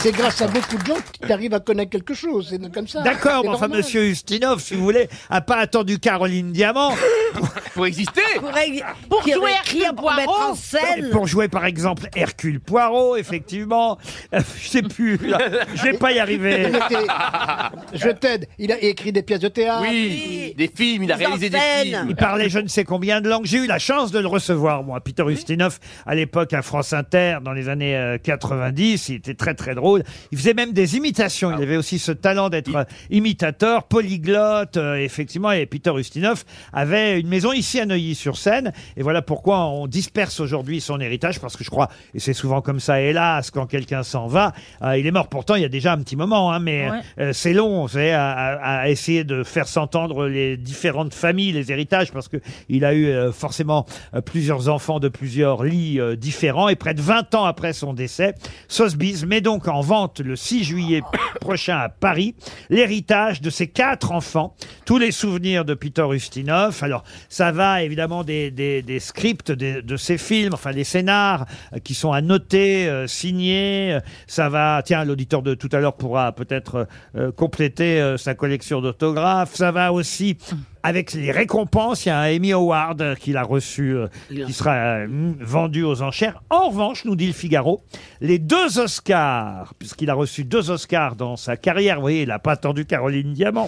S9: C'est grâce à beaucoup de gens que tu arrives à connaître quelque chose. C'est comme ça.
S2: D'accord,
S9: C'est
S2: mais enfin,
S9: normal.
S2: monsieur Ustinov, si vous voulez, a pas attendu Caroline Diamant
S3: pour exister.
S8: Pour, ex-
S5: Pour
S8: qui
S5: jouer
S8: aurait
S5: Hercule
S8: écrit, pour mettre
S5: Poirot.
S8: en scène.
S2: pour jouer, par exemple, Hercule Poirot, effectivement. Euh, Je sais plus, là. je vais pas y arriver.
S9: Il était- Je t'aide. Il a écrit des pièces de théâtre.
S3: Oui, des films, il a réalisé des films.
S2: Il parlait je ne sais combien de langues. J'ai eu la chance de le recevoir, moi, Peter Ustinov, à l'époque à France Inter, dans les années euh, 90. Il était très, très très drôle. Il faisait même des imitations.
S3: Ah.
S2: Il avait aussi ce talent d'être imitateur, polyglotte, euh, effectivement. Et Peter Ustinov avait une maison ici à Neuilly-sur-Seine. Et voilà pourquoi on disperse aujourd'hui son héritage, parce que je crois, et c'est souvent comme ça, hélas, quand quelqu'un s'en va, euh, il est mort pourtant il y a déjà un petit moment, hein, mais
S13: Ouais.
S2: euh, c'est long, vous savez, à, à- à essayer de faire s'entendre les différentes familles, les héritages, parce que il a eu euh, forcément euh, plusieurs enfants de plusieurs lits euh, différents, et près de 20 ans après son décès, Sotheby's met donc en vente le 6 juillet prochain à Paris l'héritage de ses quatre enfants, tous les souvenirs de Peter Ustinov. Alors, ça va évidemment des, des- des scripts des- de ses films, enfin des scénars euh, qui sont annotés, euh, signés. Euh, Ça va, tiens, l'auditeur de tout à l'heure pourra peut-être euh, euh, compléter euh, sa collection d'autographes. Ça va aussi avec les récompenses. Il y a un Emmy Award euh, qu'il a reçu, euh, qui sera euh, mm, vendu aux enchères. En revanche, nous dit le Figaro, les deux Oscars, puisqu'il a reçu deux Oscars dans sa carrière. Vous voyez, il n'a pas attendu Caroline Diamant.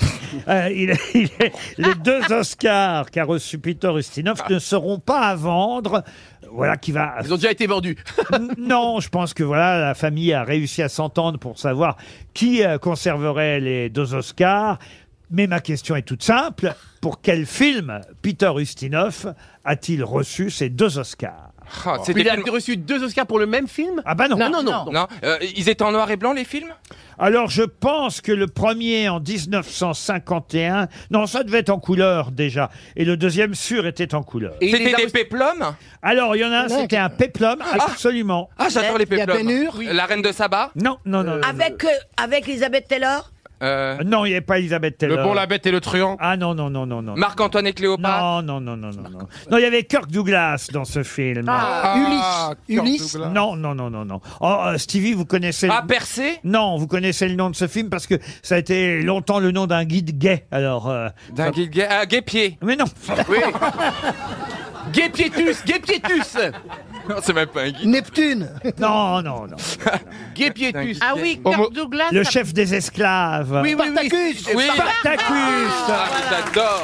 S2: Euh, il- il- les deux Oscars qu'a reçu Peter Ustinov ne seront pas à vendre. Voilà qui va.
S3: Ils ont déjà été vendus.
S2: N- non, je pense que voilà, la famille a réussi à s'entendre pour savoir qui euh, conserverait les deux Oscars. Mais ma question est toute simple. Pour quel film Peter Ustinov a-t-il reçu ses deux Oscars
S4: c'était
S3: il a
S4: tellement-
S3: reçu deux Oscars pour le même film
S2: Ah bah non.
S4: non, non. euh, ils étaient en noir et blanc, les films
S2: Alors, je pense que le premier en 1951, non, ça devait être en couleur déjà, et le deuxième sûr était en couleur.
S4: C'était des péplums
S2: Alors, il y en a un, c'était un péplum, absolument.
S4: Ah, j'adore les
S2: Il y a
S4: péplums.
S2: Ben Hur.
S4: La reine de Saba
S2: Non, non, non.
S8: Avec, euh, avec Elisabeth Taylor
S2: Non, il n'y avait pas Elisabeth Taylor.
S4: Euh, Le Bon, la
S2: bête et le truand. Ah non, non, non, non, non.
S4: Marc-Antoine et Cléopâtre
S2: Non, non, non, non, non. Non, il y avait Kirk Douglas dans ce film.
S4: Ah, Ah, Ulysse. Kirk Ulysse. Douglas.
S2: Non, non, non, non, non. Oh, euh, Stevie, vous connaissez. Ah,
S4: Percé
S2: Non, vous connaissez le nom de ce film parce que ça a été longtemps le nom d'un guide gay. Alors. euh,
S4: D'un
S2: ça-
S4: guide gay- ah, guépier.
S2: Mais non
S4: Oui
S3: Guépiétus, Guépiétus
S2: Oh
S4: Non, c'est même pas un guide.
S2: Neptune Non, non, non.
S3: Guépiétus.
S5: Ah oui, Kirk
S2: Homo-
S5: Douglas.
S2: Le
S5: ça-
S2: chef des esclaves.
S5: Oui, oui, oui. Spartacus.
S4: Oui.
S2: Spartacus.
S4: Ah, j'adore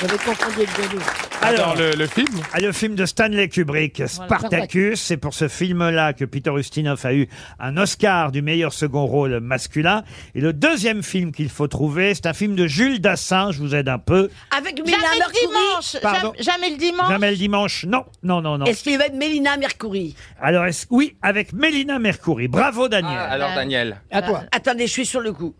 S9: J'avais confondu avec Gadou.
S2: Alors, le, film Le film de Stanley Kubrick, Spartacus. C'est pour ce film-là que Peter Ustinov a eu un Oscar du meilleur second rôle masculin. Et le deuxième film qu'il faut trouver, c'est un film de Jules Dassin. Je vous aide un peu.
S8: Avec
S5: Jamais
S8: Mélina
S5: le dimanche.
S8: Mercouri
S2: Pardon
S5: Jamais, jamais le dimanche.
S2: Jamais le dimanche. Non, non, non, non.
S8: Est-ce qu'il y avait Mélina Mercouri
S2: Alors, est-ce- oui, avec Mélina Mercouri. Bravo, Ah, Daniel.
S8: Ah, alors,
S4: Daniel.
S8: À toi. Attendez, je suis sur le coup.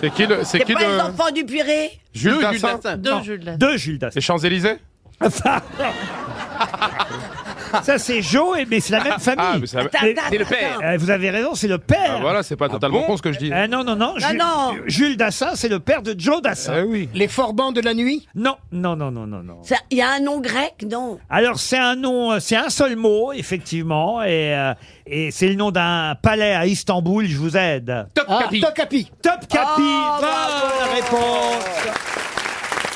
S6: C'est qui le. C'est qui
S8: pas les
S6: le.
S8: enfants du Piré
S6: Jules
S8: Deux
S6: Dassin
S8: Jules Dassin. Deux
S6: Non.
S8: Jules Dassin.
S2: Deux Jules Dassin.
S6: Les Champs-Élysées
S2: Ça, c'est Joe, et- mais c'est la même famille.
S6: Ah, mais c'est la- Attends,
S2: Mais-
S6: attends, C'est le père.
S2: Euh, vous avez raison, c'est le père.
S6: Ah, voilà, c'est pas totalement con ce que je dis.
S2: Euh, non, non, non.
S9: Ah,
S2: Ju-
S9: non.
S2: Jules Dassin, c'est le père de Joe Dassin.
S6: Eh
S9: Les forbans de la nuit
S2: Non, non, non, non, non, non.
S8: Ça- Il y a un nom grec, non
S2: Alors c'est un nom, euh, c'est un seul mot effectivement, et, euh, et c'est le nom d'un palais à Istanbul. Je vous aide. Top Capi. Top Capi. Top Capi. bonne réponse.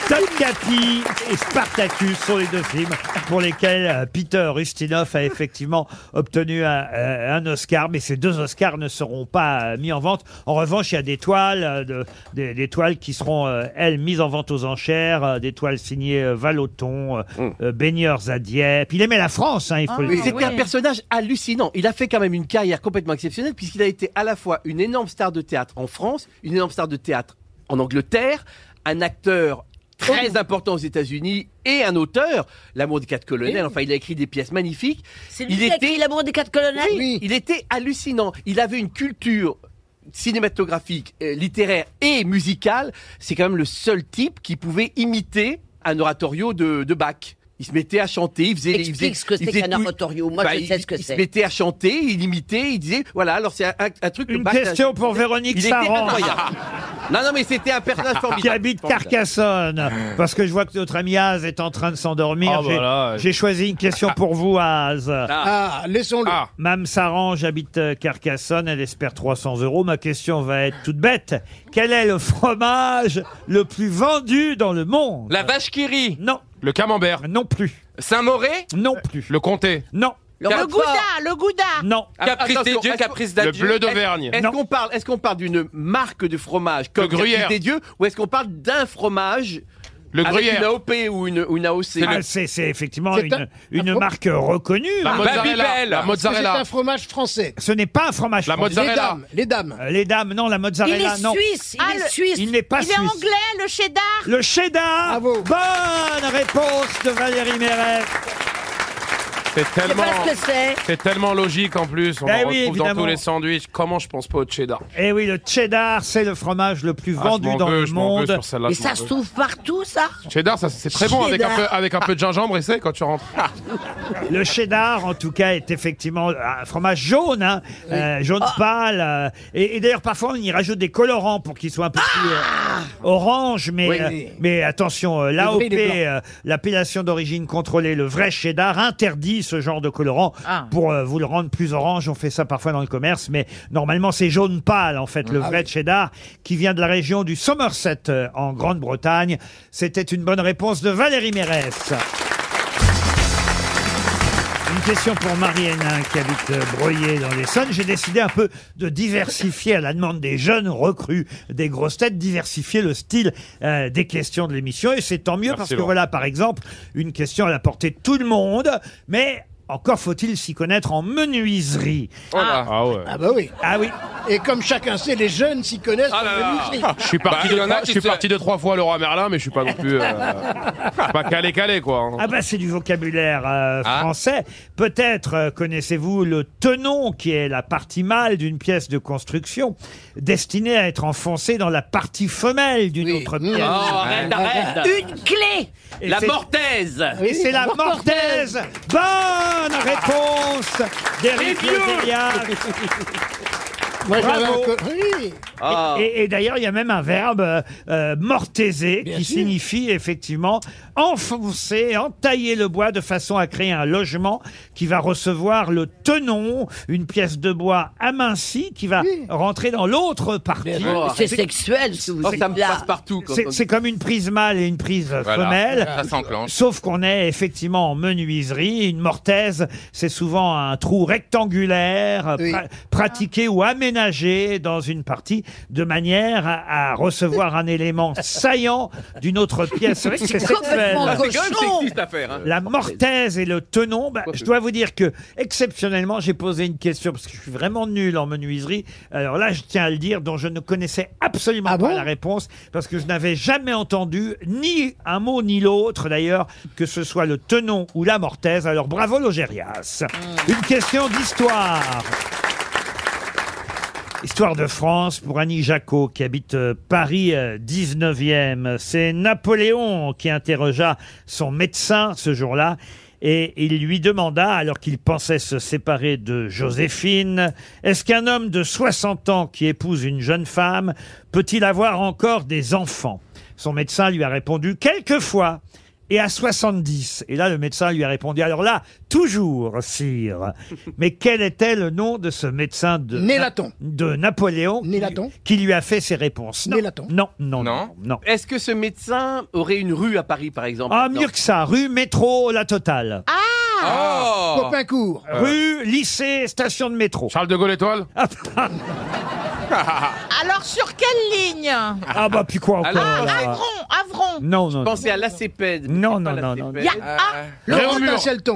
S2: Top Capi et Spartacus sont les deux films pour lesquels euh, Peter Ustinov a effectivement obtenu un, euh, un Oscar, mais ces deux Oscars ne seront pas euh, mis en vente. En revanche, il y a des toiles, euh, de- des, des toiles qui seront, euh, elles, mises en vente aux enchères, euh, des toiles signées euh, Vallotton, euh, euh, Baigneurs à Dieppe. Il aimait la France, hein, il faut le
S3: Mais
S2: dire.
S3: c'était Ah un personnage hallucinant. Il a fait quand même une carrière complètement exceptionnelle puisqu'il a été à la fois une énorme star de théâtre en France, une énorme star de théâtre en Angleterre, un acteur très important aux États-Unis et un auteur, L'amour des quatre colonels. Enfin, il a écrit des pièces magnifiques.
S8: lui qui a écrit L'amour des quatre colonels
S3: Oui, Il était hallucinant. Il avait une culture cinématographique, euh, littéraire et musicale. C'est quand même le seul type qui pouvait imiter un oratorio de, de Bach. Il se mettait à chanter, il faisait... il faisait-
S8: Explique ce que
S3: il
S8: c'est
S3: faisait
S8: qu'un
S3: tout-
S8: oratorio. Moi, je
S3: il-
S8: sais ce que
S3: il se
S8: c'est.
S3: mettait à chanter, il imitait, il disait, voilà, alors c'est un, un truc... que
S2: Une
S3: Bach-
S2: question pour Véronique
S3: Il était
S2: Saran.
S3: incroyable. non, non, mais c'était un personnage formidable.
S2: qui habite
S3: Formidable.
S2: Carcassonne. Parce que je vois que notre ami Az est en train de s'endormir.
S6: Ah, bah
S2: J'ai-
S6: là, ouais.
S2: J'ai choisi une question pour vous, Az.
S9: Ah, laissons-le.
S2: Mme Sarange habite euh, Carcassonne, elle espère 300 euros. Ma question va être toute bête. Quel est le fromage le plus vendu dans le monde
S4: La vache qui rit
S2: Non.
S6: Le camembert
S2: Non plus.
S4: Saint-Mauré
S2: Non plus.
S6: Le comté
S2: Non.
S5: Le Gouda, le Gouda.
S2: Non.
S4: Caprice des
S3: Attention,
S4: dieux,
S3: est-ce qu'on-
S4: caprice d'adieu.
S3: Est-ce est-ce qu'on parle, est-ce qu'on parle d'une marque de fromage comme
S4: gruyère.
S3: Caprice des dieux ou est-ce qu'on parle d'un fromage
S6: Le
S3: Avec
S6: gruyère.
S3: une AOP ou une, ou une AOC.
S2: C'est le- Ah, c'est- c'est effectivement C'est un- une- une un fro- marque reconnue. La
S6: Bah,
S3: Ah,
S2: mozzarella,
S3: Babybel.
S2: la mozzarella.
S9: C'est un fromage français.
S2: Ce n'est pas un fromage.
S9: La
S2: français.
S9: mozzarella. Les dames,
S2: Euh, Les dames, non, la mozzarella, non.
S5: Ah, le-
S2: Il n'est pas
S5: il
S2: suisse.
S5: est anglais, le cheddar.
S2: Le cheddar. Bonne réponse de Valérie Mérez.
S6: C'est tellement.
S2: pas ce que c'est.
S6: tellement logique en plus. On
S2: Eh
S6: en retrouve
S2: oui,
S6: dans
S2: évidemment.
S6: tous les sandwichs. Comment je pense pas au cheddar
S2: Et Eh oui, le cheddar, c'est le fromage le plus
S6: Ah, je
S2: vendu
S6: m'en
S2: dans
S6: veux,
S2: le
S6: je m'en veux
S2: monde.
S6: sur celle-là, je m'en veux.
S8: partout, ça
S6: Cheddar, ça, c'est très bon avec un, peu,
S2: Cheddar.
S6: avec un peu de gingembre et c'est quand tu rentres.
S13: Ah.
S2: Le cheddar, en tout cas, est effectivement un fromage jaune, hein, euh, jaune
S13: Ah.
S2: pâle. euh, et et d'ailleurs, parfois, on y rajoute des colorants pour qu'il soit un peu plus euh, orange. Mais,
S13: Ah. Oui.
S2: euh, mais attention, euh, l'AOP,
S13: vrai, il est blanc.
S2: euh, l'appellation d'origine contrôlée, le vrai cheddar, interdit ce genre de colorant.
S13: Ah.
S2: Pour euh, vous le rendre plus orange, on fait ça parfois dans le commerce. Mais normalement, c'est jaune pâle, en fait, le
S13: Ah
S2: vrai cheddar, qui vient de la région du Somerset, euh, en Grande-Bretagne. C'était une bonne réponse de Valérie Mérès. Une question pour Marie Hénin qui habite euh, Breuillé dans l'Essonne. J'ai décidé un peu de diversifier à la demande des jeunes recrues des grosses têtes, diversifier le style euh, des questions de l'émission. Et c'est tant mieux
S13: Merci,
S2: parce que
S13: Laurent.
S2: voilà, par exemple, une question à la portée de tout le monde, mais encore faut-il s'y connaître en menuiserie.
S6: Oh là. Ah ouais.
S9: Ah bah oui.
S2: Ah oui.
S9: Et comme chacun sait, les jeunes s'y connaissent.
S6: Ah là là.
S9: en menuiserie.
S6: Je suis
S4: Bah,
S6: parti,
S4: il
S6: de,
S4: y en a
S6: trois,
S4: qui
S6: je suis
S4: se-
S6: parti de trois fois Laura Merlin, mais je suis pas non plus. euh, je suis pas calé calé quoi. hein.
S2: Ah bah c'est du vocabulaire euh,
S6: Ah.
S2: français. Peut-être euh, connaissez-vous le tenon qui est la partie mâle d'une pièce de construction destinée à être enfoncée dans la partie femelle d'une autre
S3: Oh,
S2: pièce. Ah,
S8: Une clé
S2: Et c'est- Et Ah c'est la mortaise. Bonne réponse d'Éric
S8: Les vieux.
S2: Lézéliard.
S9: Moi, j'avais
S2: Bravo.
S9: un co- Oui.
S8: Ah.
S2: Et, et- et d'ailleurs, il y a même un verbe euh, euh, mortaiser qui signifie effectivement enfoncer, entailler le bois de façon à créer un logement qui va recevoir le tenon, une pièce de bois amincie qui va rentrer dans l'autre partie.
S8: Mais c'est sexuel, ce que vous Oh, dites ça me là. passe partout, quand
S2: C'est
S8: on-
S2: c'est comme une prise mâle et une prise
S4: Voilà.
S2: femelle.
S4: Ça s'enclenche.
S2: Sauf qu'on est effectivement en menuiserie. Une mortaise, c'est souvent un trou rectangulaire euh, pra- pratiqué ou aménagé dans une partie de manière à, à recevoir un élément saillant d'une autre pièce. C'est vrai que c'est sexuel.
S3: Ah,
S8: complètement cochon.
S3: hein.
S2: La mortaise et le tenon, bah, je dois vous dire que, exceptionnellement, j'ai posé une question parce que je suis vraiment nul en menuiserie. Alors là, je tiens à le dire, dont je ne connaissais absolument pas la réponse parce que je n'avais jamais entendu ni un mot ni l'autre d'ailleurs, que ce soit le tenon ou la mortaise. Alors bravo Logérias. Une question d'histoire. Histoire de France pour Annie Jacot qui habite euh, Paris euh, 19e. C'est Napoléon qui interrogea son médecin ce jour-là et il lui demanda, alors qu'il pensait se séparer de Joséphine, est-ce qu'un homme de 60 ans qui épouse une jeune femme peut-il avoir encore des enfants Son médecin lui a répondu, quelquefois et à 70. Et là, le médecin lui a répondu, alors là, toujours, sire. Mais quel était le nom de ce médecin de...
S9: Nélaton.
S2: De Napoléon. qui- Qui lui a fait ses réponses. Non, non, non, non, non.
S3: Est-ce que ce médecin aurait une rue à Paris, par exemple
S2: Ah,
S3: Non.
S2: mieux que ça. Rue, métro, la totale.
S3: Ah
S9: Popincourt.
S2: Rue, lycée, station de métro.
S6: Euh.
S2: Ah,
S6: Charles de Gaulle étoile
S5: Alors, sur quelle ligne
S2: Ah bah, puis quoi encore
S5: Ah,
S2: là
S5: Avron, Avron.
S2: Non, non.
S5: pensais
S2: à l'ACPED. Non, non, non, non.
S5: Il y a- ah,
S3: Euh,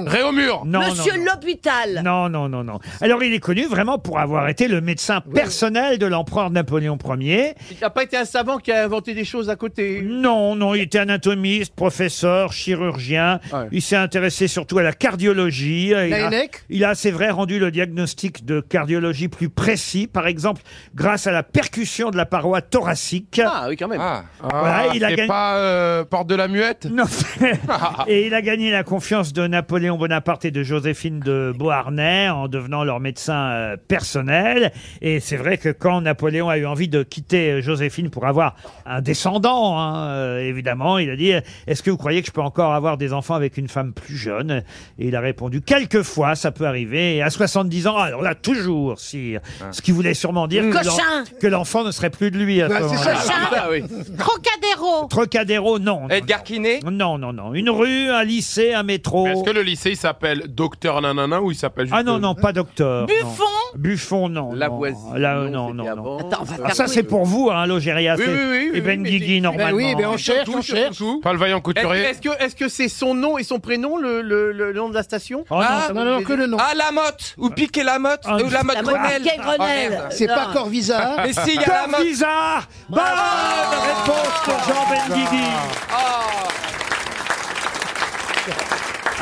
S6: Réaumur.
S2: Non,
S8: Monsieur
S2: non, non.
S8: l'hôpital
S2: Non, non, non, non. Alors, il est connu vraiment pour avoir été le médecin personnel de l'empereur Napoléon Ier.
S3: Il n'a pas été un savant qui a inventé des choses à côté
S2: Non, non, il était anatomiste, professeur, chirurgien. Il s'est intéressé surtout à la cardiologie. Il a,
S9: Laennec
S2: il a, c'est vrai, rendu le diagnostic de cardiologie plus précis, par exemple, grâce à la percussion de la paroi thoracique.
S3: Ah oui, quand même.
S2: Voilà, il a
S6: Ah, c'est
S2: gagné-
S6: pas euh, Porte de la Muette
S2: Non. et il a gagné la confiance de Napoléon Bonaparte et de Joséphine de Beauharnais en devenant leur médecin euh, personnel. Et c'est vrai que quand Napoléon a eu envie de quitter euh, Joséphine pour avoir un descendant, hein, euh, évidemment, il a dit euh, Est-ce que vous croyez que je peux encore avoir des enfants avec une femme plus jeune Et il a répondu Quelquefois, ça peut arriver. Et à 70 ans, alors là, toujours, sire.
S6: Ah.
S2: Ce qui voulait sûrement dire que
S5: Cochin.
S2: l'en- que l'enfant ne serait plus de lui à
S6: Bah,
S2: ce moment-là.
S5: Trocadéro.
S2: Trocadéro, non.
S6: Edgar Quinet
S2: Non, non, non. Une rue, un lycée, un métro.
S6: Est-ce que le lycée il s'appelle Docteur Nanana ou il s'appelle juste
S2: Ah non, non, pas docteur. non.
S5: Buffon.
S2: Buffon, non.
S3: La
S2: non.
S3: Voisie,
S2: Là,
S3: non,
S2: non, non.
S3: c'était
S2: non.
S3: avant. Attends, on va
S2: Ah, ça,
S3: taper,
S2: c'est
S3: euh.
S2: pour vous, hein, Logéria.
S3: Oui,
S2: c'est-
S3: oui, oui,
S2: Et
S3: oui,
S2: Ben
S3: mais
S2: Guigui,
S3: c'est-
S2: normalement.
S6: Pas le vaillant
S3: Est-ce
S6: couturier.
S3: est-ce que est-ce que c'est son nom et son prénom le, le, le nom de la station
S2: Oh, non,
S4: Ah,
S2: ça- non, non, que le nom.
S4: Ah, la motte Ou piquer la motte Ou la motte
S8: la motte
S4: Grenelle
S8: piquet
S4: Ah,
S8: Grenelle.
S4: merde.
S9: C'est pas Corvisa.
S4: Mais si, il y a la motte
S2: Corvisa Bonne réponse pour Jean Ben Benguigui
S5: Ah,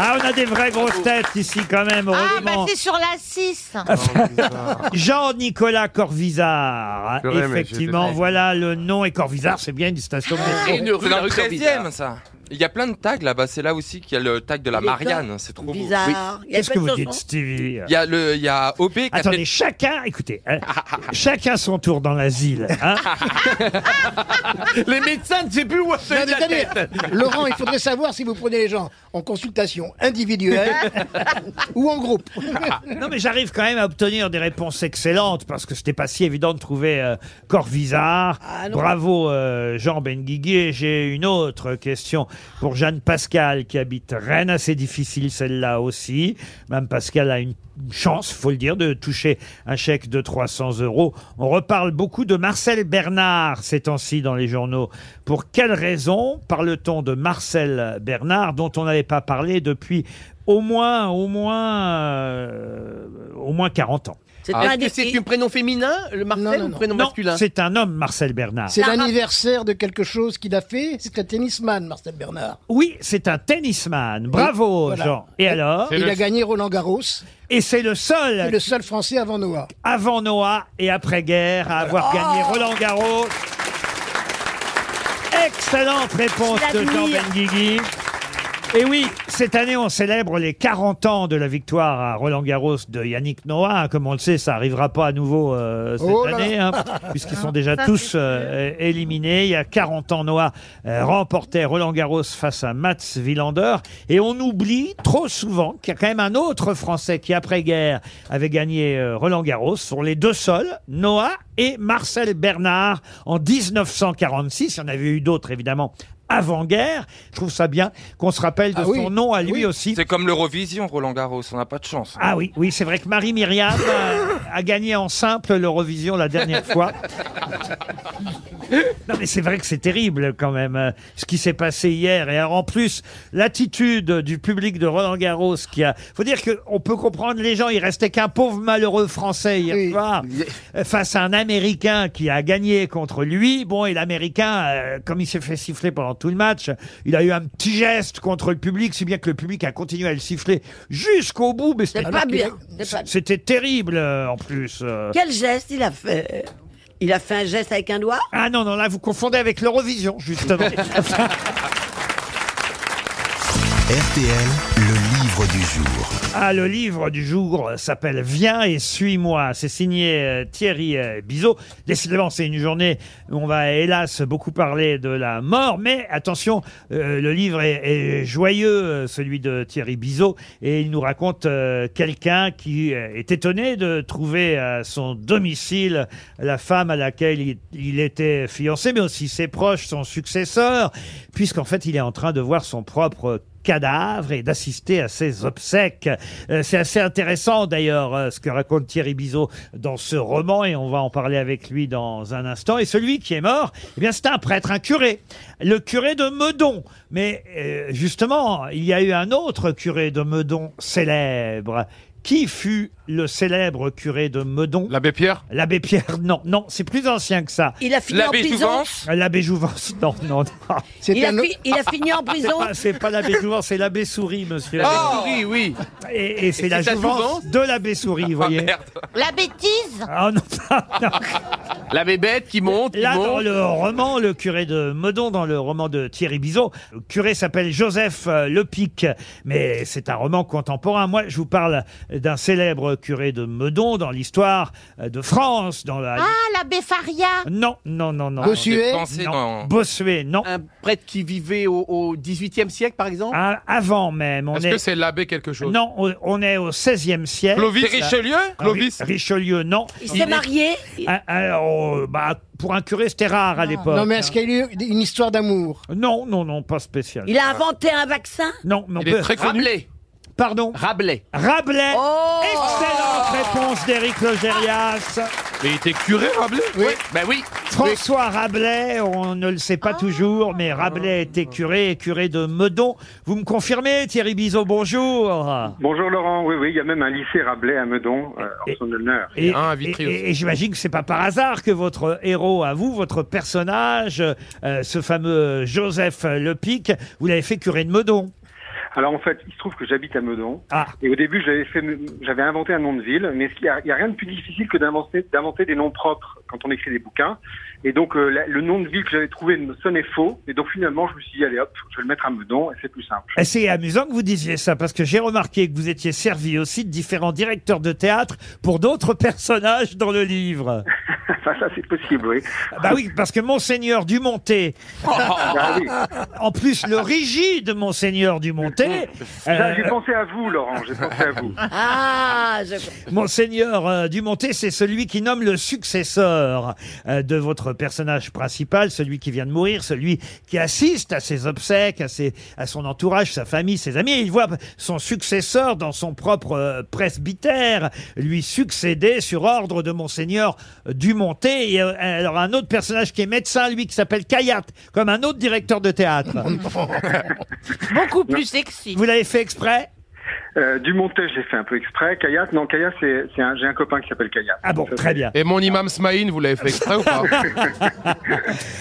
S2: Ah, on a des vraies grosses têtes ici, quand même,
S5: Ah, bah
S2: heureusement.
S5: c'est sur la 6.
S2: Ah, Jean-Nicolas Corvisart,
S6: Purée, mais
S2: effectivement,
S6: j'étais-
S2: voilà le nom. Et Corvisart, c'est bien une station de métro.
S3: Ah, une
S4: C'est
S3: rue,
S4: dans
S3: la rue
S4: le 13 e ça Il y a plein de tags là-bas, c'est là aussi qu'il y a le tag de la
S8: Il est
S4: Marianne, c'est trop beau.
S8: Bizarre. Il y a
S2: Qu'est-ce
S8: pas
S2: que
S8: de hein.
S2: vous
S8: chanson.
S2: dites, Stevie
S4: Il y a le, il y a OB qui a
S2: Attendez,
S4: fait-
S2: chacun, écoutez,
S3: Ah,
S2: hein, chacun son tour dans l'asile. Hein
S3: Les médecins ne savent plus où
S9: Non,
S3: c'est
S9: mais
S3: la
S9: c'est-à-dire,
S3: tête.
S9: Laurent, il faudrait savoir si vous prenez les gens en consultation individuelle ou en groupe.
S2: non, mais j'arrive quand même à obtenir des réponses excellentes parce que c'était pas si évident de trouver euh, Corvisart.
S9: Ah, non.
S2: Bravo euh, Jean Benguigui. J'ai une autre question pour Jeanne Pascal qui habite Rennes. Assez difficile celle-là aussi. Mme Pascal a une chance, faut le dire, de toucher un chèque de 300 euros. On reparle beaucoup de Marcel Bernard ces temps-ci dans les journaux. Pour quelle raison parle-t-on de Marcel Bernard dont on n'avait pas parlé depuis au moins, au moins, euh, au moins 40 ans.
S8: C'est
S4: Ah.
S8: un
S3: Est-ce que c'est un prénom féminin, le Marcel,
S9: Non, non,
S3: ou
S9: non.
S3: prénom
S2: Non,
S3: masculin
S2: c'est un homme, Marcel Bernard.
S9: C'est
S8: Sarah-
S9: l'anniversaire de quelque chose qu'il a fait. C'est un tennisman, Marcel Bernard.
S2: Oui, c'est un tennisman. Bravo,
S9: voilà.
S2: Jean. Et alors
S6: C'est
S9: Il
S6: le-
S9: a gagné Roland Garros.
S2: Et c'est le
S9: C'est
S2: seul
S9: le seul Français avant Noah.
S2: avant Noah et après-guerre à avoir gagné Roland Garros. Excellente réponse
S8: Je
S2: de Jean
S8: l'admire.
S2: Benguigui. Et oui, cette année, on célèbre les 40 ans de la victoire à Roland Garros de Yannick Noah. Comme on le sait, ça arrivera pas à nouveau euh, cette
S9: Oh là
S2: année, hein, puisqu'ils sont déjà tous euh, éliminés. Il y a 40 ans, Noah euh, remportait Roland Garros face à Mats Wilander. Et on oublie trop souvent qu'il y a quand même un autre Français qui, après-guerre, avait gagné euh, Roland Garros. Ce sont les deux seuls, Noah et Marcel Bernard, en 1946. Il y en avait eu d'autres, évidemment, avant-guerre. Je trouve ça bien qu'on se rappelle de
S9: Ah oui.
S2: son nom à lui
S9: Oui.
S2: aussi.
S4: C'est comme l'Eurovision, Roland Garros, on n'a pas de chance.
S2: Ah oui, oui, c'est vrai que Marie Myriam euh, a gagné en simple l'Eurovision la dernière fois. Non mais c'est vrai que c'est terrible quand même euh, ce qui s'est passé hier et alors, en plus l'attitude du public de Roland Garros qui a faut dire que on peut comprendre les gens il restait qu'un pauvre malheureux français hier
S9: Oui.
S2: soir euh, face à un américain qui a gagné contre lui bon et l'américain euh, comme il s'est fait siffler pendant tout le match il a eu un petit geste contre le public si bien que le public a continué à le siffler jusqu'au bout mais
S8: C'est
S2: c'était
S8: pas
S9: qu'il
S8: bien. C'est pas-
S2: c'était terrible euh, en plus euh.
S8: Quel geste il a fait euh, Il a fait un geste avec un doigt
S2: Ah non, non, là, vous confondez avec l'Eurovision, justement.
S1: RTL, le livre du jour.
S2: Ah, le livre du jour s'appelle Viens et suis-moi. C'est signé euh, Thierry euh, Bizot. Décidément, c'est une journée où on va hélas beaucoup parler de la mort. Mais attention, euh, le livre est, est joyeux, euh, celui de Thierry Bizot. Et il nous raconte euh, quelqu'un qui euh, est étonné de trouver à son domicile la femme à laquelle il, il était fiancé, mais aussi ses proches, son successeur, puisqu'en fait, il est en train de voir son propre cadavre et d'assister à ses obsèques. Euh, c'est assez intéressant d'ailleurs euh, ce que raconte Thierry Bizot dans ce roman et on va en parler avec lui dans un instant. Et celui qui est mort, eh bien c'est un prêtre, un curé, le curé de Meudon. Mais euh, justement, il y a eu un autre curé de Meudon célèbre. Qui fut le célèbre curé de Meudon
S6: L'abbé Pierre
S2: L'abbé Pierre, non, non, c'est plus ancien que ça.
S8: Il a fini en
S4: L'abbé
S8: prison
S4: Jouvence
S2: L'abbé Jouvence, non, non, non.
S9: C'est
S8: il a,
S9: un,
S8: fi- il a fini en
S2: Ah, C'est
S8: prison Oh.
S2: pas, c'est pas l'abbé Jouvence, c'est l'abbé Souris, monsieur.
S4: Ah
S3: Oui, oui.
S2: Et, et c'est la
S3: c'est la
S2: jouvence
S3: jouvence
S2: de l'abbé Souris, vous
S4: Ah,
S2: voyez.
S4: merde
S5: La bêtise
S2: Ah non, non.
S3: La bébête qui monte, qui
S2: Là, dans
S3: monte.
S2: le roman, le curé de Meudon, dans le roman de Thierry Bizot, le curé s'appelle Joseph euh, Lepic, mais c'est un roman contemporain. Moi, je vous parle d'un célèbre curé de Meudon dans l'histoire euh, de France, dans la...
S5: Ah, la Béfaria
S2: Non, non, non, non.
S9: Bossuet,
S4: J'ai pensé
S2: non.
S4: dans-
S2: Bossuet, non.
S3: Un prêtre qui vivait au, au 18e siècle, par exemple
S2: Ah, Avant même, on
S6: Est-ce
S2: est...
S6: que c'est l'abbé quelque chose
S2: Non, on- on est au 16e siècle.
S6: Clovis
S4: C'est Richelieu
S6: Clovis
S2: Ri- Richelieu, non.
S8: Il s'est marié
S2: Ah, Alors, euh, bah, pour un curé, c'était rare à l'époque. hein.
S9: non, mais est-ce qu'il y a eu une histoire d'amour
S2: Non, non, non, pas spécial.
S8: Il a inventé un vaccin
S2: Non, mais on
S6: Il est
S2: peut-
S6: très connu.
S3: Rabelais.
S2: Pardon.
S3: Rabelais.
S2: Rabelais.
S8: Oh
S2: Excellente réponse d'Éric Logérias.
S6: Mais il était curé, Rabelais
S2: Oui.
S4: Ben oui.
S2: François Rabelais, on ne le sait pas toujours, mais Rabelais était curé, curé de Meudon. Vous me confirmez, Thierry Bizot, bonjour.
S13: Bonjour Laurent, oui, oui, il y a même un lycée Rabelais à Meudon, euh, en son honneur.
S2: Et, et- et- et j'imagine que c'est pas par hasard que votre héros à vous, votre personnage, euh, ce fameux Joseph Lepic, vous l'avez fait curé de Meudon.
S13: Alors en fait, il se trouve que j'habite à Meudon.
S2: Ah.
S13: Et au début, j'avais fait, j'avais inventé un nom de ville, mais il n'y a, il y a rien de plus difficile que d'inventer, d'inventer des noms propres quand on écrit des bouquins. Et donc euh, la- le nom de ville que j'avais trouvé me sonnait faux. Et donc finalement, je me suis dit allez hop, je vais le mettre à Meudon et c'est plus simple.
S2: Et Eh, C'est amusant que vous disiez ça parce que j'ai remarqué que vous étiez servi aussi de différents directeurs de théâtre pour d'autres personnages dans le livre.
S13: ça, ça c'est possible, oui.
S2: Bah oui, parce que Monseigneur Dumonté,
S13: Ah oui.
S2: en plus le rigide Monseigneur Dumonté,
S13: Ça, J'ai
S2: euh,
S13: pensé à vous, Laurent. J'ai pensé à vous.
S8: Ah, je...
S2: Monseigneur euh, Dumonté, c'est celui qui nomme le successeur euh, de votre personnage principal, celui qui vient de mourir, celui qui assiste à ses obsèques, à, ses, à son entourage, sa famille, ses amis. Et il voit son successeur dans son propre euh, presbytère lui succéder sur ordre de Monseigneur Dumonté. Et, euh, alors un autre personnage qui est médecin, lui, qui s'appelle Kayat, comme un autre directeur de théâtre.
S5: Beaucoup plus sexy.
S2: Vous l'avez fait exprès
S13: Euh, du montage, j'ai fait un peu exprès. Kayat, non, Kayat, c'est, c'est un- j'ai un copain qui s'appelle Kayat.
S2: Ah bon, très bien.
S6: Et mon imam Smaïn, vous l'avez fait exprès ou pas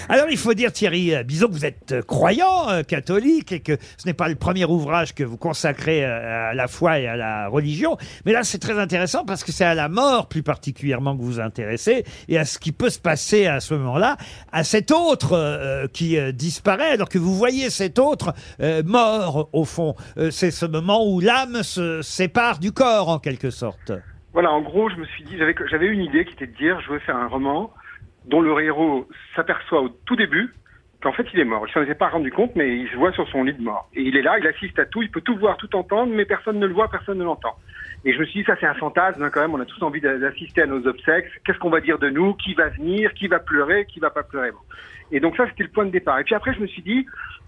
S2: Alors, il faut dire, Thierry euh, Bizot, que vous êtes euh, croyant, euh, catholique, et que ce n'est pas le premier ouvrage que vous consacrez euh, à la foi et à la religion. Mais là, c'est très intéressant parce que c'est à la mort, plus particulièrement, que vous vous intéressez, et à ce qui peut se passer à ce moment-là, à cet autre euh, qui euh, disparaît, alors que vous voyez cet autre euh, mort, au fond. Euh, c'est ce moment où l'âme se sépare du corps, en quelque sorte.
S13: Voilà, en gros, je me suis dit, j'avais, j'avais une idée qui était de dire, je veux faire un roman dont le héros s'aperçoit au tout début qu'en fait il est mort. Il s'en était pas rendu compte, mais il se voit sur son lit de mort. Et il est là, il assiste à tout, il peut tout voir, tout entendre, mais personne ne le voit, personne ne l'entend. Et je me suis dit, ça c'est un fantasme hein, quand même, on a tous envie d'a- d'assister à nos obsèques. Qu'est-ce qu'on va dire de nous Qui va venir Qui va pleurer Qui va pas pleurer Bon. Et donc ça, c'était le point de départ. Et puis après, je me suis dit,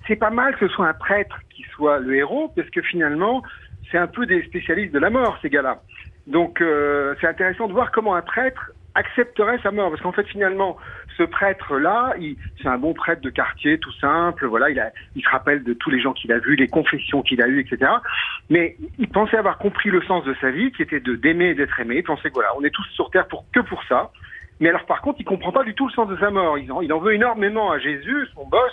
S13: c'est pas mal que ce soit un prêtre qui soit le héros, parce que finalement, c'est un peu des spécialistes de la mort, ces gars-là. Donc euh, c'est intéressant de voir comment un prêtre accepterait sa mort, parce qu'en fait finalement, ce prêtre-là, il- c'est un bon prêtre de quartier, tout simple, voilà, il, a, il se rappelle de tous les gens qu'il a vus, les confessions qu'il a eues, etc. Mais il pensait avoir compris le sens de sa vie, qui était de d'aimer et d'être aimé, il pensait que voilà, on est tous sur Terre pour que pour ça. Mais alors par contre, il comprend pas du tout le sens de sa mort, il en, il en veut énormément à Jésus, son boss,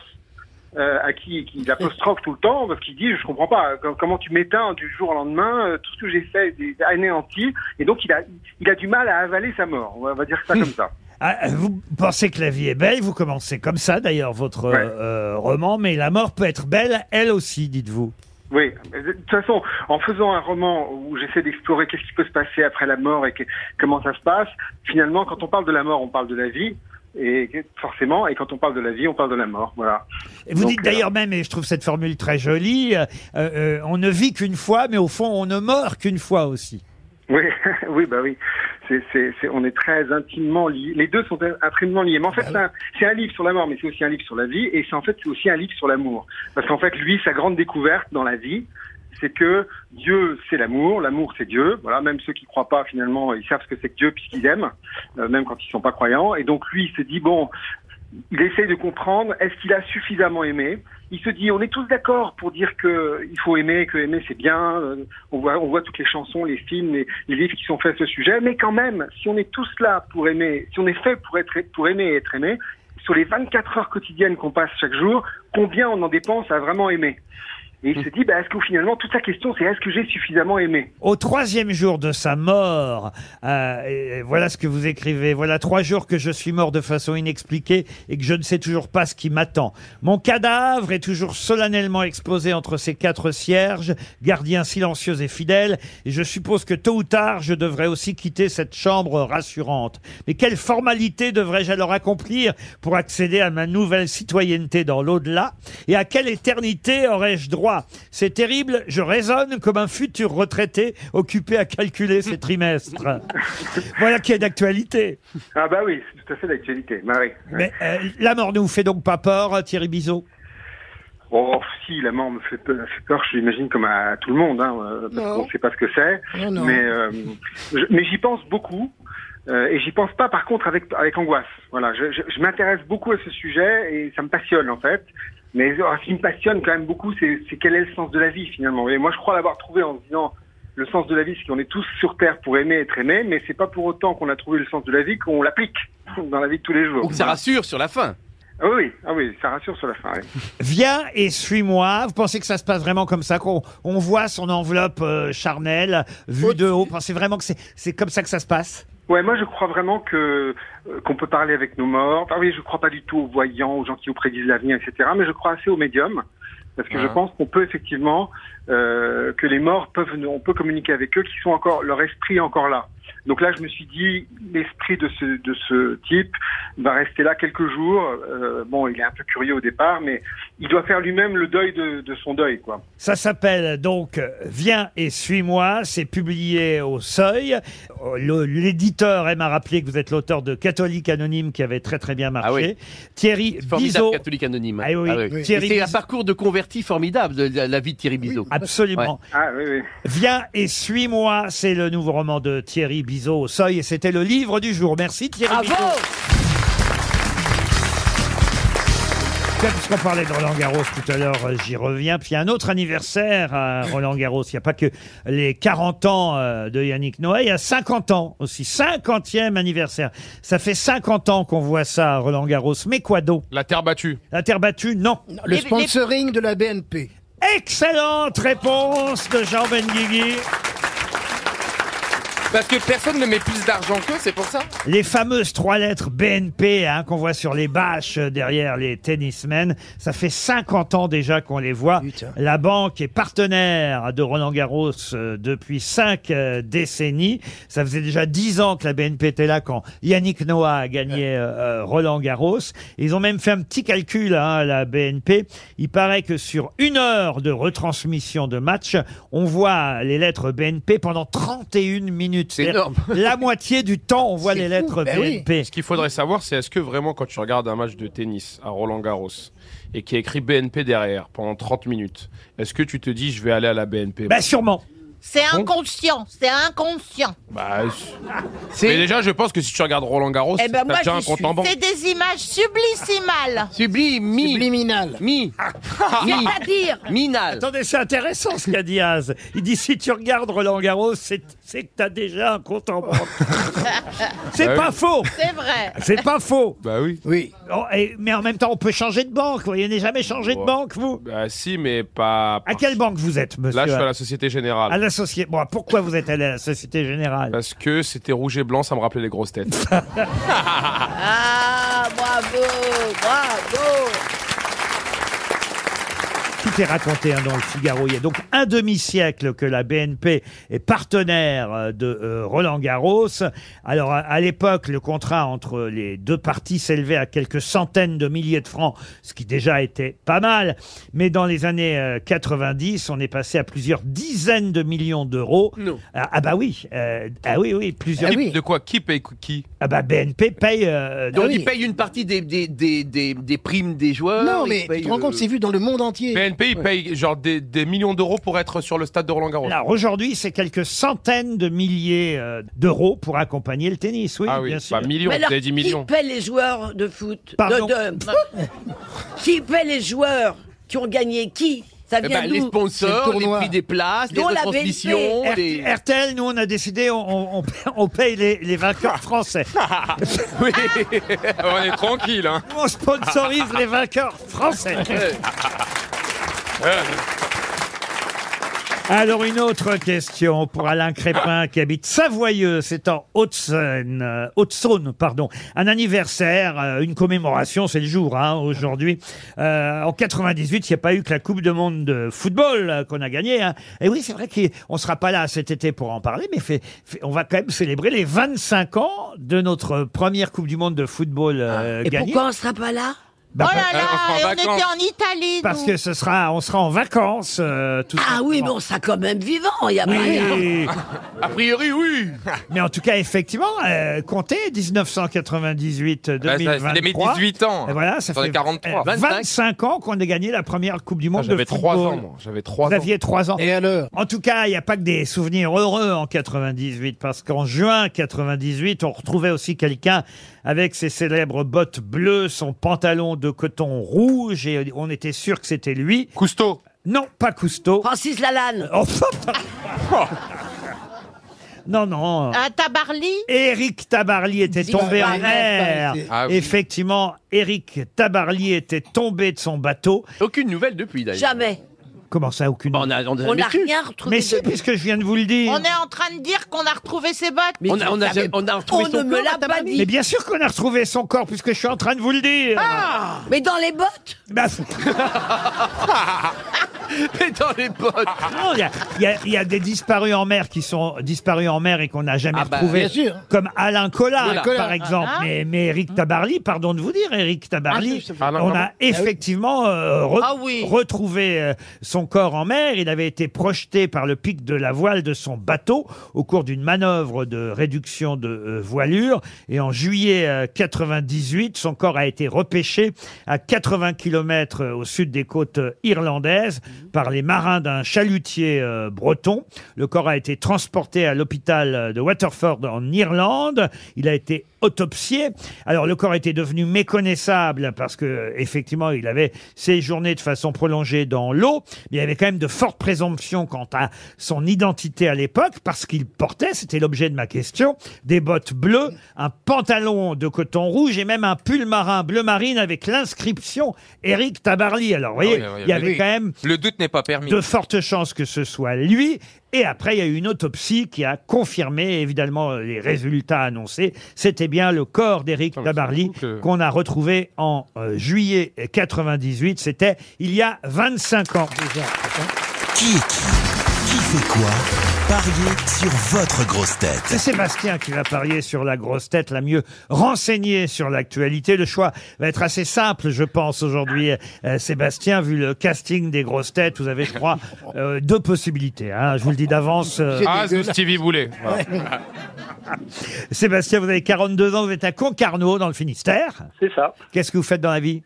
S13: euh, à qui, qui l'apostrophe tout le temps, parce qu'il dit, je comprends pas, com- comment tu m'éteins du jour au lendemain, euh, tout ce que j'ai fait est anéanti, et donc il a, il a du mal à avaler sa mort, on va, on va dire ça comme ça.
S2: Ah, vous pensez que la vie est belle, vous commencez comme ça d'ailleurs votre euh, euh, roman, mais la mort peut être belle elle aussi, dites-vous.
S13: Oui, mais de toute façon, en faisant un roman où j'essaie d'explorer qu'est-ce qui peut se passer après la mort et que- comment ça se passe, finalement, quand on parle de la mort, on parle de la vie, et que- forcément, et quand on parle de la vie, on parle de la mort, voilà.
S2: Et vous
S13: Donc,
S2: dites d'ailleurs même, et je trouve cette formule très jolie, euh, euh, on ne vit qu'une fois, mais au fond on ne meurt qu'une fois aussi.
S13: Oui, oui, bah oui. C'est, c'est, c'est- on est très intimement liés. Les deux sont intimement liés. Mais en fait, c'est un, c'est un livre sur la mort, mais c'est aussi un livre sur la vie, et c'est en fait c'est aussi un livre sur l'amour. Parce qu'en fait, lui, sa grande découverte dans la vie, c'est que Dieu, c'est l'amour, l'amour, c'est Dieu. Voilà, même ceux qui croient pas, finalement, ils savent ce que c'est que Dieu puisqu'ils aiment, euh, même quand ils sont pas croyants. Et donc lui, il se dit bon, il essaye de comprendre est-ce qu'il a suffisamment aimé. Il se dit, on est tous d'accord pour dire que il faut aimer, que aimer c'est bien. Euh, On voit, on voit toutes les chansons, les films, les, les livres qui sont faits à ce sujet. Mais quand même, si on est tous là pour aimer, si on est fait pour être, pour aimer et être aimé, sur les 24 heures quotidiennes qu'on passe chaque jour, combien on en dépense à vraiment aimer Et il se dit, bah, est-ce que finalement toute la question c'est est-ce que j'ai suffisamment aimé
S2: Au troisième jour de sa mort, euh, et- et voilà ce que vous écrivez. Voilà trois jours que je suis mort de façon inexpliquée et que je ne sais toujours pas ce qui m'attend. Mon cadavre est toujours solennellement exposé entre ces quatre cierges, gardiens silencieux et fidèles, et je suppose que tôt ou tard, je devrais aussi quitter cette chambre rassurante. Mais quelle formalité devrais-je alors accomplir pour accéder à ma nouvelle citoyenneté dans l'au-delà Et à quelle éternité aurais-je droit C'est terrible, je raisonne comme un futur retraité occupé à calculer ses trimestres. voilà qui est d'actualité.
S13: Ah bah oui, c'est tout à fait d'actualité, Marie.
S2: Mais euh, la mort ne vous fait donc pas peur, Thierry Bizot
S13: Oh, si, la mort me fait peur, fait peur, j'imagine comme à tout le monde, hein, euh, parce
S9: Non. Oh,
S13: qu'on ne sait pas ce que c'est.
S9: Non, non.
S13: Mais, euh, je- mais j'y pense beaucoup, euh, et j'y pense pas par contre avec, avec angoisse. Voilà, je, je- je m'intéresse beaucoup à ce sujet, et ça me passionne en fait. Mais euh, ce qui me passionne quand même beaucoup, c'est c'est quel est le sens de la vie finalement. Et moi, je crois l'avoir trouvé en se disant le sens de la vie, c'est qu'on est tous sur Terre pour aimer, être aimé, mais c'est pas pour autant qu'on a trouvé le sens de la vie qu'on l'applique dans la vie de tous les jours.
S3: Ou que ça rassure sur la fin.
S13: Ah oui, ah oui, ça rassure sur la fin. oui.
S2: Viens et suis-moi. Vous pensez que ça se passe vraiment comme ça, qu'on on voit son enveloppe euh, charnelle vue de haut. Vous pensez vraiment que c'est- c'est comme ça que ça se passe
S13: Ouais, moi je crois vraiment que euh, qu'on peut parler avec nos morts. Enfin, oui, je crois pas du tout aux voyants, aux gens qui vous prédisent l'avenir, etc. Mais je crois assez aux médiums parce que
S12: Ouais.
S13: je pense qu'on peut effectivement euh, que les morts peuvent, on peut communiquer avec eux, qui sont encore leur esprit est encore là. Donc là, je me suis dit, l'esprit de ce de ce type va rester là quelques jours. Euh, bon, il est un peu curieux au départ, mais il doit faire lui-même le deuil de, de son deuil, quoi.
S2: Ça s'appelle donc euh, Viens et suis-moi. C'est publié au Seuil. Euh, le- L'éditeur aime à rappeler que vous êtes l'auteur de Catholique Anonyme qui avait très très bien marché. Thierry
S3: Ah Formidable
S2: Bizot.
S3: catholique anonyme.
S2: Ah oui,
S3: Et
S2: Thierry
S3: C'est un
S2: Bizot.
S3: parcours de converti formidable, de la, la vie de Thierry Bizot.
S2: absolument.
S13: Ah oui, oui.
S2: Viens et suis-moi. C'est le nouveau roman de Thierry Bizot au Seuil et c'était le livre du jour. Merci Thierry Bizot. Tiens, Puisqu'on parlait de Roland Garros tout à l'heure, euh, j'y reviens. Puis il y a un autre anniversaire à Roland Garros. Il n'y a pas que les 40 ans euh, de Yannick Noah, il y a 50 ans aussi. 50e anniversaire. Ça fait 50 ans qu'on voit ça à Roland Garros. Mais quoi donc
S6: La terre battue.
S2: La terre battue, non.
S9: Le sponsoring de la BNP.
S2: Excellente réponse de Jean Benguigui.
S4: Parce que personne ne met plus d'argent qu'eux, c'est pour ça
S2: Les fameuses trois lettres BNP hein, qu'on voit sur les bâches euh, derrière les tennismen, ça fait 50 ans déjà qu'on les voit. La banque est partenaire de Roland Garros euh, depuis cinq euh, décennies. Ça faisait déjà 10 ans que la BNP était là quand Yannick Noah a gagné euh, euh, Roland Garros. Ils ont même fait un petit calcul hein, à la BNP. Il paraît que sur une heure de retransmission de match, on voit les lettres BNP pendant 31 minutes.
S6: C'est énorme.
S2: La moitié du temps, on voit les lettres
S6: Ben
S2: BNP.
S6: Ce qu'il faudrait savoir, c'est est-ce que vraiment, quand tu regardes un match de tennis à Roland Garros et qui est écrit BNP derrière pendant 30 minutes, est-ce que tu te dis je vais aller à la BNP
S2: Bah sûrement.
S5: C'est inconscient, c'est inconscient.
S6: Bah, c'est... Mais déjà, je pense que si tu regardes Roland Garros,
S5: Eh ben,
S6: Oh, t'as
S5: moi,
S6: déjà
S5: j'y
S6: un compte en banque.
S5: C'est des images sublissimales.
S3: Sublimi.
S9: Subliminal.
S3: Mi.
S5: C'est-à-dire
S3: Minal.
S2: Attendez, c'est intéressant ce qu'a dit Az. Il dit si tu regardes Roland Garros, c'est c'est que t'as déjà un compte en banque. C'est
S6: Bah
S2: pas
S6: oui.
S2: faux.
S5: C'est vrai.
S2: C'est pas faux.
S6: Bah oui.
S9: Oui.
S2: Oh, et- mais en même temps, on peut changer de banque. Vous n'avez jamais changé de
S6: Ouais.
S2: banque, vous
S6: Bah si, mais pas.
S2: À quelle banque vous êtes, monsieur
S6: Là, je suis à la Société Générale.
S2: À l'associé. Bon, pourquoi vous êtes allé à la Société Générale
S6: Parce que c'était rouge et blanc, ça me rappelait les grosses têtes.
S5: Ah, bravo, bravo.
S2: Tout est raconté hein, dans le Figaro. Il y a donc un demi-siècle que la BNP est partenaire euh, de euh, Roland Garros. Alors à, à l'époque, le contrat entre les deux parties s'élevait à quelques centaines de milliers de francs, ce qui déjà était pas mal. Mais dans les années euh, 90, on est passé à plusieurs dizaines de millions d'euros.
S3: Non.
S2: Ah, ah bah oui, euh, ah oui, oui, plusieurs.
S9: oui.
S6: De quoi Qui paye qui
S2: Ah bah BNP paye. euh,
S3: Donc
S9: Ah oui.
S3: il paye une partie des, des, des, des, des primes des joueurs.
S9: Non,
S3: il
S9: mais tu
S3: paye,
S9: te rends
S3: euh,
S9: compte, c'est vu dans le monde entier.
S6: BNP, il paye genre des, des millions d'euros pour être sur le stade de Roland Garros.
S2: Alors aujourd'hui, c'est quelques centaines de milliers euh, d'euros pour accompagner le tennis, oui,
S6: ah oui,
S2: bien sûr.
S6: pas millions,
S8: Mais
S6: vous
S8: alors,
S6: avez dit millions.
S8: qui paie les joueurs de foot
S2: Pardon.
S8: De- de- Qui paie les joueurs qui ont gagné Qui Ça
S3: eh
S8: vient
S3: ben, les
S8: d'où
S9: C'est
S3: sponsors,
S9: le
S3: les
S9: tournoi.
S3: prix des places, les
S8: Dont la
S3: retransmissions,
S2: R-
S3: les...
S2: RTL, nous, on a décidé, on, on- on paye les, les vainqueurs français.
S6: Oui, on est tranquille. Hein.
S2: Nous, on sponsorise les vainqueurs français.
S6: Ah,
S2: Alors, une autre question pour Alain Crépin qui habite Savoyeux, c'est en Haute-Saône, euh, Haute-Saône, pardon. Un anniversaire, euh, une commémoration, c'est le jour, hein, aujourd'hui. Euh, en 98, il n'y a pas eu que la Coupe du Monde de football euh, qu'on a gagnée. hein. Et oui, c'est vrai qu'on ne sera pas là cet été pour en parler, mais fait- fait- on va quand même célébrer les 25 ans de notre première Coupe du Monde de football euh,
S8: Ah. Et
S2: gagnée.
S8: pourquoi on sera pas là
S2: Bah,
S5: oh là
S2: bah,
S5: là, et on
S2: on sera en
S5: était en
S2: vacances.
S5: Italie.
S2: Parce
S5: nous.
S2: que ce sera, on sera en vacances. euh, tout
S8: Ah oui, mais on sera quand même vivant, il y a
S2: Oui.
S8: pas
S2: A priori, oui. Mais en tout cas, effectivement, euh, comptez 1998
S4: Ah ben, ça-
S2: 2023.
S4: c'est les 18 ans.
S2: Et voilà, ça
S4: J'en ai
S2: fait
S4: 43.
S2: euh, 25 ans qu'on a gagné la première Coupe du Monde
S4: Ah, j'avais
S2: de
S4: trois
S2: football.
S4: ans, moi. J'avais trois
S2: Vous
S4: ans.
S2: aviez 3 ans. Et alors En tout cas, il n'y a pas que des souvenirs heureux en 98 parce qu'en juin 98, on retrouvait aussi quelqu'un avec ses célèbres bottes bleues, son pantalon de coton rouge et on était sûr que c'était lui. Cousteau Non, pas Cousteau. Oh,
S8: Francis Lalanne.
S2: Non, non.
S5: À Tabarly
S2: Éric Tabarly était tombé en
S5: Disparaît,
S2: mer.
S5: paraît-il.
S4: Ah oui.
S2: Effectivement, Éric Tabarly était tombé de son bateau.
S3: Aucune nouvelle depuis d'ailleurs.
S8: Jamais.
S2: Comment ça, aucune On n'a
S5: On n'a rien retrouvé
S2: Mais si,
S5: de-
S2: puisque je viens de vous le dire.
S5: On est en train de dire qu'on a retrouvé ses bottes.
S2: Mais bien sûr qu'on a retrouvé son corps, puisque je suis en train de vous le dire.
S8: Ah Mais dans les bottes
S2: Bah,
S3: Mais dans les bottes
S2: non, il y a- il y, a- il y a des disparus en mer qui sont disparus en mer et qu'on n'a jamais
S3: Ah bah,
S2: retrouvés.
S3: bien sûr.
S2: Comme Alain Collat,
S3: Voilà.
S2: par
S3: Collat.
S2: exemple.
S3: Ah.
S2: mais, mais Eric Tabarly, pardon de vous dire, Eric Tabarly,
S3: Ah, je sais pas.
S2: on
S3: Alain,
S2: a
S3: comment
S2: effectivement euh, re-
S3: Ah oui.
S2: retrouvé euh, son corps en mer. Il avait été projeté par le pic de la voile de son bateau au cours d'une manœuvre de réduction de euh, voilure. Et en juillet euh, 98, son corps a été repêché à 80 km au sud des côtes euh, irlandaises par les marins d'un chalutier euh, breton. Le corps a été transporté à l'hôpital euh, de Waterford en Irlande. Il a été autopsié. Alors le corps était devenu méconnaissable parce que euh, effectivement il avait séjourné de façon prolongée dans l'eau, mais il y avait quand même de fortes présomptions quant à son identité à l'époque parce qu'il portait, c'était l'objet de ma question, des bottes bleues, un pantalon de coton rouge et même un pull marin bleu marine avec l'inscription Éric Tabarly. Alors vous voyez,
S4: Ah oui,
S2: il y avait quand même
S4: Le doute n'est pas permis.
S2: de fortes chances que ce soit lui. Et après, il y a eu une autopsie qui a confirmé, évidemment, les résultats annoncés. C'était bien le corps d'Éric Tabarly qu'on a retrouvé en euh, juillet 98. C'était il y a 25 ans.
S1: Qui est qui Qui fait quoi Pariez sur votre grosse tête.
S2: C'est Sébastien qui va parier sur la grosse tête, la mieux renseignée sur l'actualité. Le choix va être assez simple, je pense, aujourd'hui. Euh, Sébastien, vu le casting des grosses têtes, vous avez, je crois, euh, deux possibilités. hein. Je vous le dis d'avance. euh,
S6: Ah, c'est Stevie Boulet. Voilà.
S2: Sébastien, vous avez 42 ans, vous êtes à Concarneau, dans le Finistère.
S14: C'est ça.
S2: Qu'est-ce que vous faites dans la vie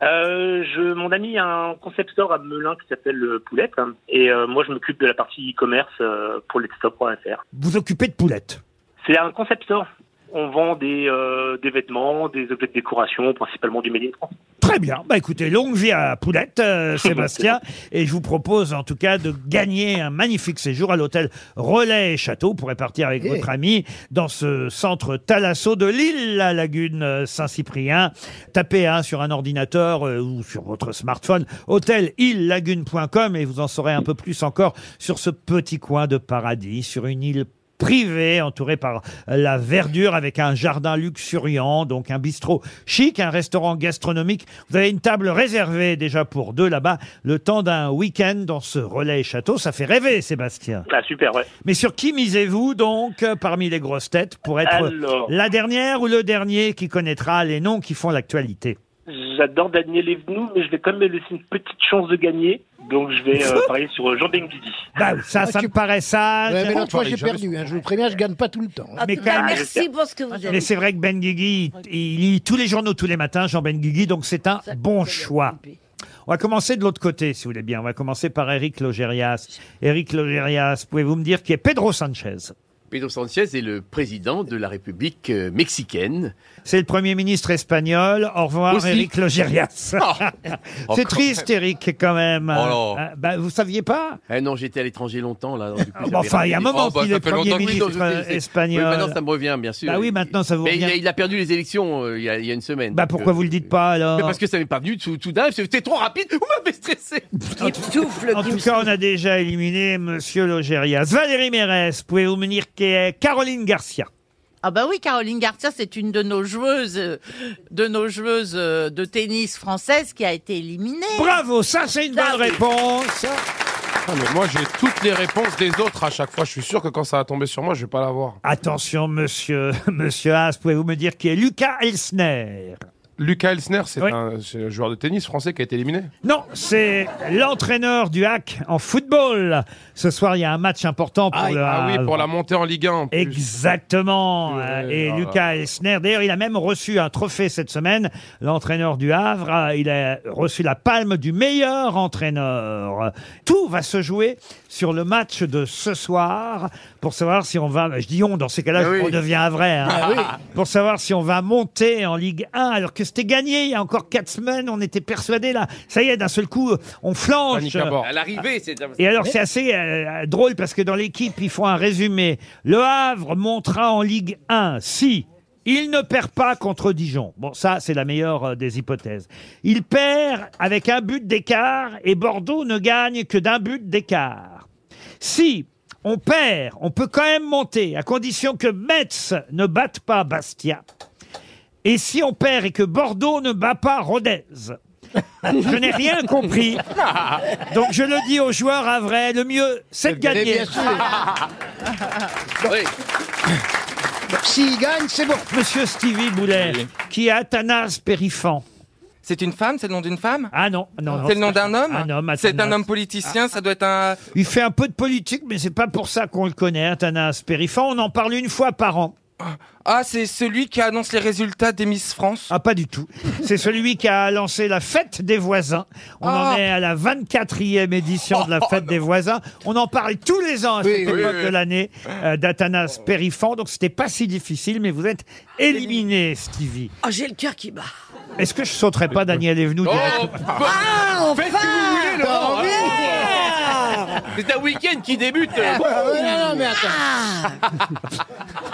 S14: Euh, je, mon ami a un concept store à Melun qui s'appelle euh, Poulette. hein, et euh, moi, je m'occupe de la partie e-commerce euh, pour letstop.fr.
S2: Vous occupez de poulettes.
S14: C'est un concept store. On vend des, euh, des vêtements, des objets de décoration, principalement du Made in France.
S2: Très bien. Bah écoutez, longue vie à Poulette, euh, Sébastien. Et je vous propose en tout cas de gagner un magnifique séjour à l'hôtel Relais et Château. Vous pourrez partir avec
S15: Eh.
S2: votre ami dans ce centre Thalasso de l'île, la lagune euh, Saint-Cyprien. Tapez hein, sur un ordinateur euh, ou sur votre smartphone hôtelillelagune.com et vous en saurez un peu plus encore sur ce petit coin de paradis, sur une île privé, entouré par la verdure avec un jardin luxuriant, donc un bistrot chic, un restaurant gastronomique. Vous avez une table réservée déjà pour deux là-bas, le temps d'un week-end dans ce relais château. Ça fait rêver, Sébastien.
S14: Ah, super, ouais.
S2: Mais sur qui misez-vous donc euh, parmi les grosses têtes pour être
S14: Alors.
S2: la dernière ou le dernier qui connaîtra les noms qui font l'actualité
S14: J'adore Daniel Evenou, mais je vais quand même me laisser une petite chance de gagner. Donc, je vais euh, parier sur euh, Jean Benguidi.
S2: Bah oui, ça, ça me paraît sage.
S9: Ouais, mais l'autre fois, j'ai perdu. hein, je vous préviens, je gagne pas tout le temps. hein.
S2: Mais tout cas, quand même- merci
S8: Bah, pour ce que vous
S2: Mais c'est vrai que Ben Guigui, il lit tous les journaux tous les matins, Jean Ben Guigui, donc c'est un bon choix. On va commencer de l'autre côté, si vous voulez bien. On va commencer par Eric Logérias. Eric Logérias, pouvez-vous me dire qui est Pedro Sanchez
S3: Pedro Sanchez est le président de la République euh, mexicaine.
S2: C'est le Premier ministre espagnol. Au revoir,
S3: Aussi.
S2: Eric Logérias.
S3: Oh,
S2: c'est
S3: quand
S2: triste, Eric, quand même.
S3: Oh non.
S2: Ah, bah, vous saviez pas
S3: Eh non, j'étais à l'étranger longtemps là. donc, du coup,
S2: Ah, bah,
S3: j'avais Oh,
S2: enfin, il y a un
S3: raté.
S2: moment qu'il est Premier
S3: Oui,
S2: ministre euh,
S3: non, je sais, je sais.
S2: espagnol.
S3: Oui, maintenant, ça me revient, bien sûr.
S2: Bah oui, maintenant, ça vous
S3: Mais
S2: revient.
S3: il a, il a perdu les élections euh, il, y a, il y a une semaine.
S2: Bah, pourquoi vous le dites pas, alors
S3: euh, Mais parce que ça m'est pas venu tout, tout d'un. coup, C'était trop rapide. Vous m'avez stressé.
S2: En tout cas, on a déjà éliminé Monsieur Logérias. Valérie Mérès, pouvez-vous me dire qui est Caroline Garcia
S5: Ah bah oui, Caroline Garcia, c'est une de nos joueuses, euh, de nos joueuses euh, de tennis françaises qui a été éliminée.
S2: Bravo, ça c'est une bonne réponse.
S6: Ah, mais moi, j'ai toutes les réponses des autres à chaque fois. Je suis sûr que quand ça va tomber sur moi, je vais pas l'avoir.
S2: Attention, monsieur, monsieur Haas, pouvez-vous me dire qui est Lucas Elsner
S6: Lucas Elsner, c'est un, euh, c'est un joueur de tennis français qui a été éliminé.
S2: Non, c'est l'entraîneur du hack en football. Ce soir, il y a un match important pour le
S6: Ah oui, pour la montée en Ligue 1. en plus.
S2: Exactement. euh, et
S6: ah.
S2: Lucas Elsner, d'ailleurs, il a même reçu un trophée cette semaine. L'entraîneur du Havre, euh, il a reçu la palme du meilleur entraîneur. Tout va se jouer sur le match de ce soir pour savoir si on va. Je dis on, dans ces cas-là,
S15: Ah oui.
S2: on devient vrai. hein.
S15: Ah oui.
S2: Pour savoir si on va monter en Ligue 1, alors que c'était gagné il y a encore quatre semaines. On était persuadés là. Ça y est, d'un seul coup, on flanche.
S4: À l'arrivée, c'est
S2: Et alors, c'est assez euh, drôle parce que dans l'équipe, ils font un résumé. Le Havre montera en Ligue 1 si il ne perd pas contre Dijon. Bon, ça, c'est la meilleure euh, des hypothèses. Il perd avec un but d'écart et Bordeaux ne gagne que d'un but d'écart. Si on perd, on peut quand même monter à condition que Metz ne batte pas Bastia. Et si on perd et que Bordeaux ne bat pas Rodez Je n'ai rien compris. Donc je le dis aux joueurs à vrai, le mieux, c'est de gagner.
S9: bien sûr. S'il gagne, c'est bon.
S2: Monsieur Stevie Boulet, qui est Athanas Périfant.
S4: C'est une femme, c'est le nom d'une femme
S2: Ah non, non, non.
S4: C'est le nom d'un homme
S2: Un homme, Ah.
S4: C'est un
S2: Athanas.
S4: homme politicien, ça doit être un...
S2: Il fait un peu de politique, mais c'est pas pour ça qu'on le connaît, Athanas Périfant. On en parle une fois par an.
S4: Ah, c'est celui qui annonce les résultats des Miss France
S2: Ah, pas du tout. C'est celui qui a lancé la fête des voisins. On
S4: Ah.
S2: en est à la 24e édition
S4: Oh,
S2: de la fête des voisins. On en parle tous les ans à
S15: Oui,
S2: cette
S15: oui,
S2: époque
S15: oui.
S2: de l'année euh, d'Athanas Périfant. Donc c'était pas si difficile, mais vous êtes éliminé, Stevie.
S8: Oh, j'ai le cœur qui bat.
S2: Est-ce que je sauterai pas Daniel Evenou
S3: Oh,
S4: Oh, bah,
S2: direct
S8: Ah, enfin Faites
S4: voulez, Laurent. C'est un week-end qui débute
S8: non, non, mais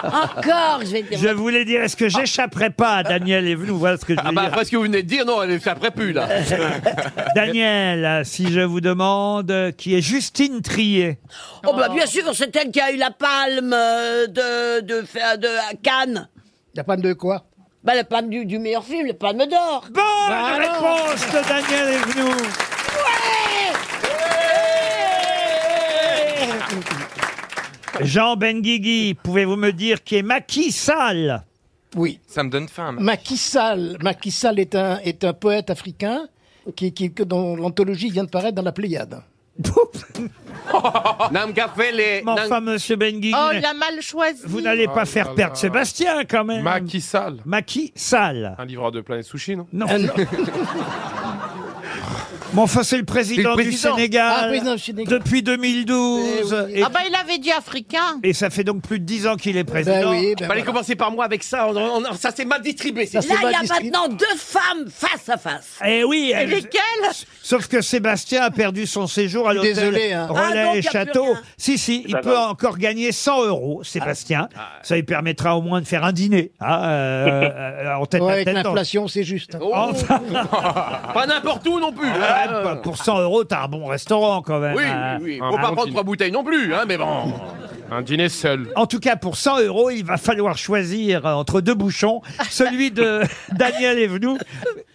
S8: Encore, je vais te
S2: Je voulais dire, est-ce que j'échapperai pas à Daniel Evenou Voilà ce que je voulais dire.
S3: Ah bah, Parce que vous venez de dire, non, elle ne s'apprête plus, là.
S2: Daniel, si je vous demande euh, qui est Justine Trier.
S8: Oh, bah bien sûr, c'est elle qui a eu la palme euh, de, de, de, de Cannes.
S9: La panne de quoi
S8: Bah la palme du, du meilleur film, la palme d'or.
S2: Bonne
S9: Bah,
S2: réponse de Daniel Evenou. Jean Benguigui, pouvez-vous me dire qui est Macky Sall
S9: Oui.
S4: Ça me donne faim.
S9: Macky Sall. Macky Sall est un, est un poète africain qui, qui, que- dont l'anthologie vient de paraître dans la Pléiade.
S2: Mais Enfin, monsieur Ben Benguigui,
S5: Oh, il a mal choisi.
S2: vous n'allez
S6: Oh
S2: pas faire perdre Sébastien quand même.
S6: Ah, Macky Sall.
S2: Macky Sall.
S6: Un livreur de Planète Sushi, non
S2: Non. Mais enfin, c'est le président,
S6: C'est le président.
S2: du Sénégal,
S9: Ah, le président du Sénégal.
S2: depuis 2012. Et,
S5: Ah bah il avait dit africain.
S2: et ça fait donc plus de 10 ans qu'il est président.
S9: ben
S3: Fallait commencer par moi avec ça. on- on- on- ça, c'est mal distribué. c'est-
S8: Là, il y a maintenant deux femmes face à face.
S2: Eh oui,
S8: Et
S2: elle-
S8: lesquelles
S2: sauf que Sébastien a perdu son séjour à
S9: Je suis désolé,
S2: l'hôtel
S9: hein.
S2: Relais
S8: Ah, donc,
S2: et
S8: y a plus
S2: Château.
S8: rien.
S2: Si, si, il
S9: Ça
S2: peut
S9: va.
S2: encore gagner 100 euros, Sébastien.
S3: Ah.
S2: Ça lui permettra au moins de faire un dîner, hein, euh, euh, en tête
S9: Ouais,
S2: à
S9: avec
S2: tête. hein. dans-
S9: l'inflation, c'est juste.
S2: Enfin,
S3: Pas n'importe où non plus. euh.
S2: ah, bah, pour 100 euros, t'as un bon restaurant quand même.
S3: Oui,
S2: hein.
S3: oui, oui.
S6: Un
S3: Faut pas
S6: bon
S3: prendre
S6: dîner.
S3: trois bouteilles non plus, hein, mais bon.
S6: Un dîner seul.
S2: En tout cas, pour 100 euros, il va falloir choisir euh, entre deux bouchons, celui de Daniel Evenou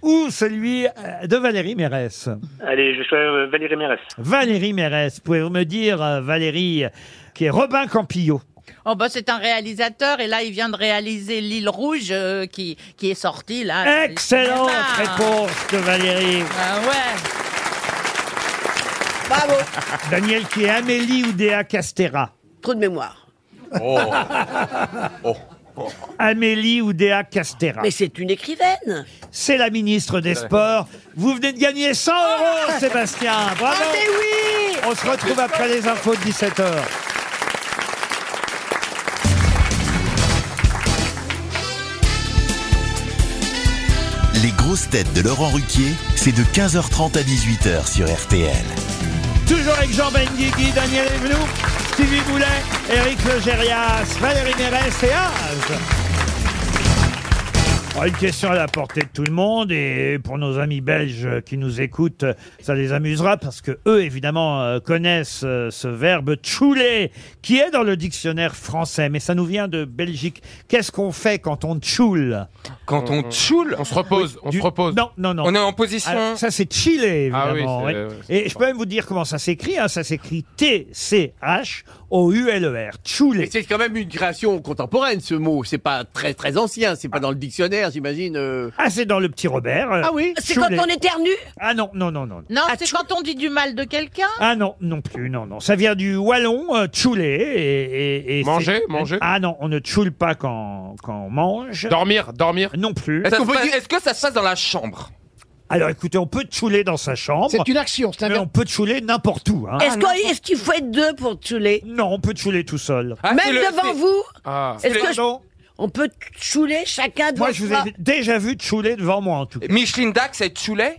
S2: ou celui euh, de Valérie Mérès.
S14: Allez, je choisis euh, Valérie Mérès.
S2: Valérie Mérès, pouvez-vous me dire, euh, Valérie, qui est Robin Campillo
S5: Oh bah c'est un réalisateur et là il vient de réaliser L'île rouge euh, qui qui est sorti là.
S2: Excellente
S5: Ah.
S2: réponse de Valérie.
S5: Ah ouais.
S8: Bravo.
S2: Daniel, qui est Amélie Oudéa Castera.
S8: Trop de mémoire.
S2: Amélie Oudéa Castera.
S8: Mais c'est une écrivaine.
S2: C'est la ministre des Sports. Vous venez de gagner 100 euros, Sébastien. Bravo.
S8: Ah, mais oui
S2: On se retrouve après les infos de 17h.
S1: Les grosses têtes de Laurent Ruquier, c'est de 15h30 à 18h sur RTL.
S2: Toujours avec Jean Benguigui, Daniel Evenou, Stevie Boulet, Eric Legérias, Valérie Mérès et Az. Alors, Une question à la portée de tout le monde et pour nos amis belges qui nous écoutent, ça les amusera parce que eux évidemment euh, connaissent euh, ce verbe tchouler qui est dans le dictionnaire français mais ça nous vient de Belgique. Qu'est-ce qu'on fait quand on tchoule
S4: Quand on tchoule
S6: Euh, On se repose, on se repose.
S2: Non, non, non.
S4: On est en position.
S2: Alors, ça c'est chiller
S6: Ah oui,
S2: évidemment.
S6: c'est-
S2: ouais.
S6: ouais,
S2: Et je peux même vous dire comment ça s'écrit. hein. Ça s'écrit T-C-H-O-U-L-E-R. Tchoulé. E
S3: Mais c'est quand même une création contemporaine, ce mot. C'est pas très, très ancien. C'est pas dans le Molière, j'imagine. euh.
S2: Ah, c'est dans Le Petit Robert. euh,
S3: Ah oui
S8: C'est
S2: sous
S8: quand
S2: les-
S8: on éternue
S2: Ah non, non, non, non.
S5: Non, c'est quand on dit du mal de quelqu'un.
S2: Ah non, non plus, non, non. Ça vient du wallon, euh, tchouler. Et, et- et
S6: Manger,
S2: c'est-
S6: manger.
S2: Ah non, on ne tchoule pas quand, quand on mange.
S6: Dormir, dormir.
S2: Non plus.
S4: Est-ce qu'on peut dire- est-ce que ça se passe dans la chambre
S2: Alors écoutez, on peut tchouler dans sa chambre.
S4: C'est
S2: une action, c'est un Mais on peut tchouler n'importe où. hein.
S8: Est-ce qu'on- est-ce qu'il faut être deux pour chouler
S2: Non, on peut chouler tout seul.
S8: Même devant vous
S2: Ah.
S8: Est-ce que je-
S2: Pardon
S8: On peut chouler chacun devant
S2: Moi, je vous
S8: soi
S2: ai déjà vu tchouler devant moi, en tout cas.
S4: Micheline Dac, c'est Tchoulet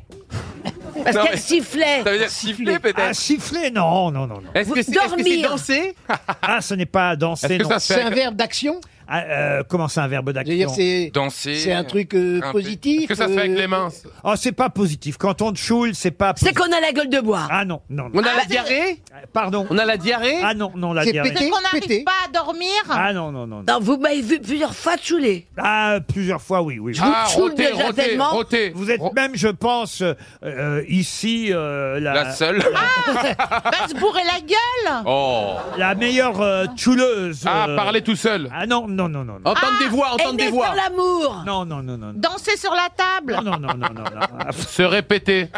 S8: Parce
S4: Non,
S8: qu'elle
S4: mais-
S8: sifflait.
S4: Ça veut dire siffler peut-être
S2: Ah, siffler, non, non, non. non.
S4: Est-ce que c'est- est-ce que c'est Dormir. danser
S2: Ah, ce n'est pas danser,
S4: Est-ce que
S2: non.
S4: ça se fait C'est un
S9: verbe d'action
S2: Ah, euh, Comment c'est un verbe d'action
S9: dire, c'est-
S4: Danser,
S9: c'est un truc, euh, grimper. positif, Est-ce que ça se fait avec euh, les mains
S2: Ah, c'est pas positif. Quand on tchoule, c'est pas
S8: C'est qu'on a la gueule de bois.
S2: Ah non, non. non.
S8: On a Ah, la c'est- diarrhée
S2: Euh, Pardon.
S3: On a la diarrhée
S2: Ah non, non, la
S8: C'est
S2: diarrhée.
S8: pété.
S5: C'est qu'on n'arrive
S8: Péter.
S5: pas à dormir.
S2: Ah non, non, non. non.
S8: Non, vous m'avez vu plusieurs fois chouler.
S2: Ah, plusieurs fois, oui, oui.
S8: Je vous Ah, tchoule roté, déjà roté, tellement.
S2: Vous êtes même, je pense, euh, euh, ici, euh, la,
S4: La seule
S5: Va se bourrer la
S2: Ah,
S5: gueule.
S4: Oh
S2: la meilleure euh, tchouleuse.
S6: Ah,
S2: euh,
S6: parler tout seul.
S2: Ah non, non, non, non. non.
S3: Entendre des
S5: Ah,
S3: voix, entendre des voix.
S8: l'amour.
S2: Non, non, non, non. non.
S5: Danser sur la table.
S2: Non, non, non, non, non.
S6: Ah, Se répéter.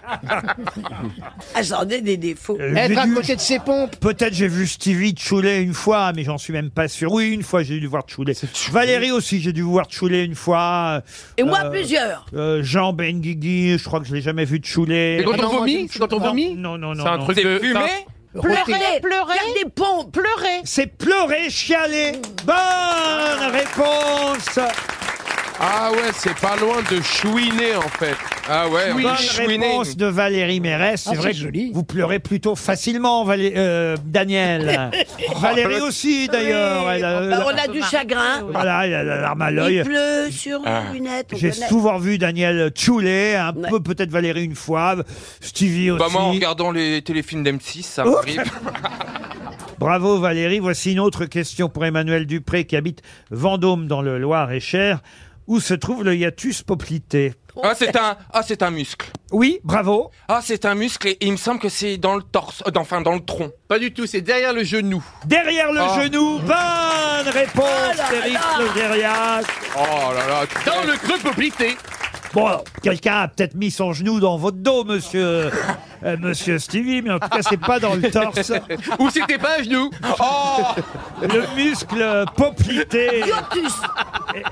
S8: Ah, j'en ai des défauts.
S2: Euh, j'ai
S9: Être à
S2: dû-
S9: côté de ses pompes.
S2: Peut-être j'ai vu Stevie chouler une fois, mais j'en suis même pas sûr. Oui, une fois j'ai dû voir chouler. Valérie aussi, j'ai dû voir chouler une fois.
S8: Et moi,
S2: Euh,
S8: plusieurs.
S2: euh, Jean Benguigui, je crois que je l'ai jamais vu chouler.
S7: Ah,
S3: C'est quand
S2: Non,
S3: on vomit
S2: moi,
S3: C'est quand on
S2: non,
S3: vomit
S2: Non, non, non.
S6: C'est un
S2: non.
S6: truc de.
S4: Fumer
S6: c'est
S5: Pleurer, pleurer,
S8: Faire des pompes.
S5: pleurer.
S2: C'est pleurer, chialer. Bonne réponse.
S6: un- Ah ouais, c'est pas loin de chouiner en fait.
S4: Ah
S6: Eh,
S4: ouais,
S2: Bonne
S4: chouiner.
S2: réponse de Valérie Mérès. C'est
S9: Ah,
S2: vrai
S9: c'est
S2: que
S9: joli.
S2: vous pleurez plutôt facilement, Valé- euh, Daniel. Valérie
S8: Ah,
S2: aussi, d'ailleurs. elle a- euh,
S8: Bah, on a du chagrin.
S2: Voilà, elle a la larme à l'œil.
S8: Il pleut sur
S3: Ah.
S8: les lunettes. on
S2: J'ai
S8: connaît.
S2: souvent vu Daniel Tchoulet, un
S8: Ouais.
S2: peu peut-être Valérie une fois, Stevie aussi.
S4: Bah moi, en regardant les téléfilms d'M6, ça
S2: Oh.
S4: m'arrive.
S2: Bravo Valérie. Voici une autre question pour Emmanuel Dupré qui habite Vendôme dans le Loir-et-Cher. Où se trouve le hiatus poplité
S4: Ah, c'est un, ah, c'est un muscle.
S2: Oui, bravo.
S4: Ah, c'est un muscle et il me semble que c'est dans le torse, euh, enfin dans le tronc.
S3: Pas du tout, c'est derrière le genou.
S2: Derrière le
S4: Ah.
S2: genou,
S3: Ah
S2: bonne réponse, Eric Logérias.
S4: Oh là là.
S3: Dans le creux poplité.
S2: Bon, alors, quelqu'un a peut-être mis son genou dans votre dos, monsieur, euh, monsieur Stevie, mais en tout cas, c'est pas dans le torse.
S3: Ou c'était pas un genou.
S4: Oh
S2: Le muscle poplité.
S8: Hiatus.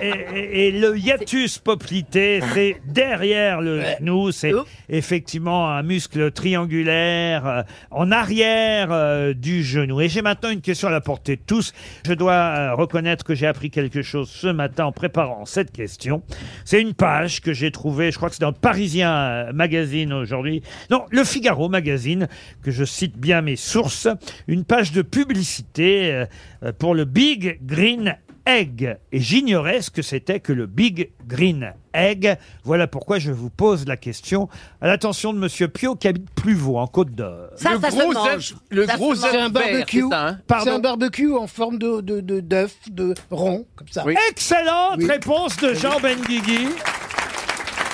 S2: Et, et- et le hiatus poplité, c'est derrière le genou, c'est
S8: Oh.
S2: effectivement un muscle triangulaire euh, en arrière euh, du genou. Et j'ai maintenant une question à la portée de tous. Je dois euh, reconnaître que j'ai appris quelque chose ce matin en préparant cette question. C'est une page que j'ai trouvée, je crois que c'est dans le Parisien euh, Magazine aujourd'hui. Non, le Figaro Magazine, que je cite bien mes sources. Une page de publicité euh, euh, pour le Big Green Egg. Et j'ignorais ce que c'était que le Big Green Egg. Voilà pourquoi je vous pose la question à l'attention de Monsieur Pio qui habite Pluveau, en Côte d'Or.
S8: Ça,
S3: le
S8: ça
S3: gros
S8: se mange.
S3: œuf- le
S8: Ça se
S3: gros
S8: mange.
S3: œuf
S9: C'est un
S3: vert,
S9: barbecue.
S3: c'est ça, hein
S9: C'est un
S2: Pardon
S9: barbecue en forme de de- de- d'œuf, de, rond, comme ça.
S3: Oui.
S2: Excellente
S9: Oui.
S2: réponse de Jean Benguigui.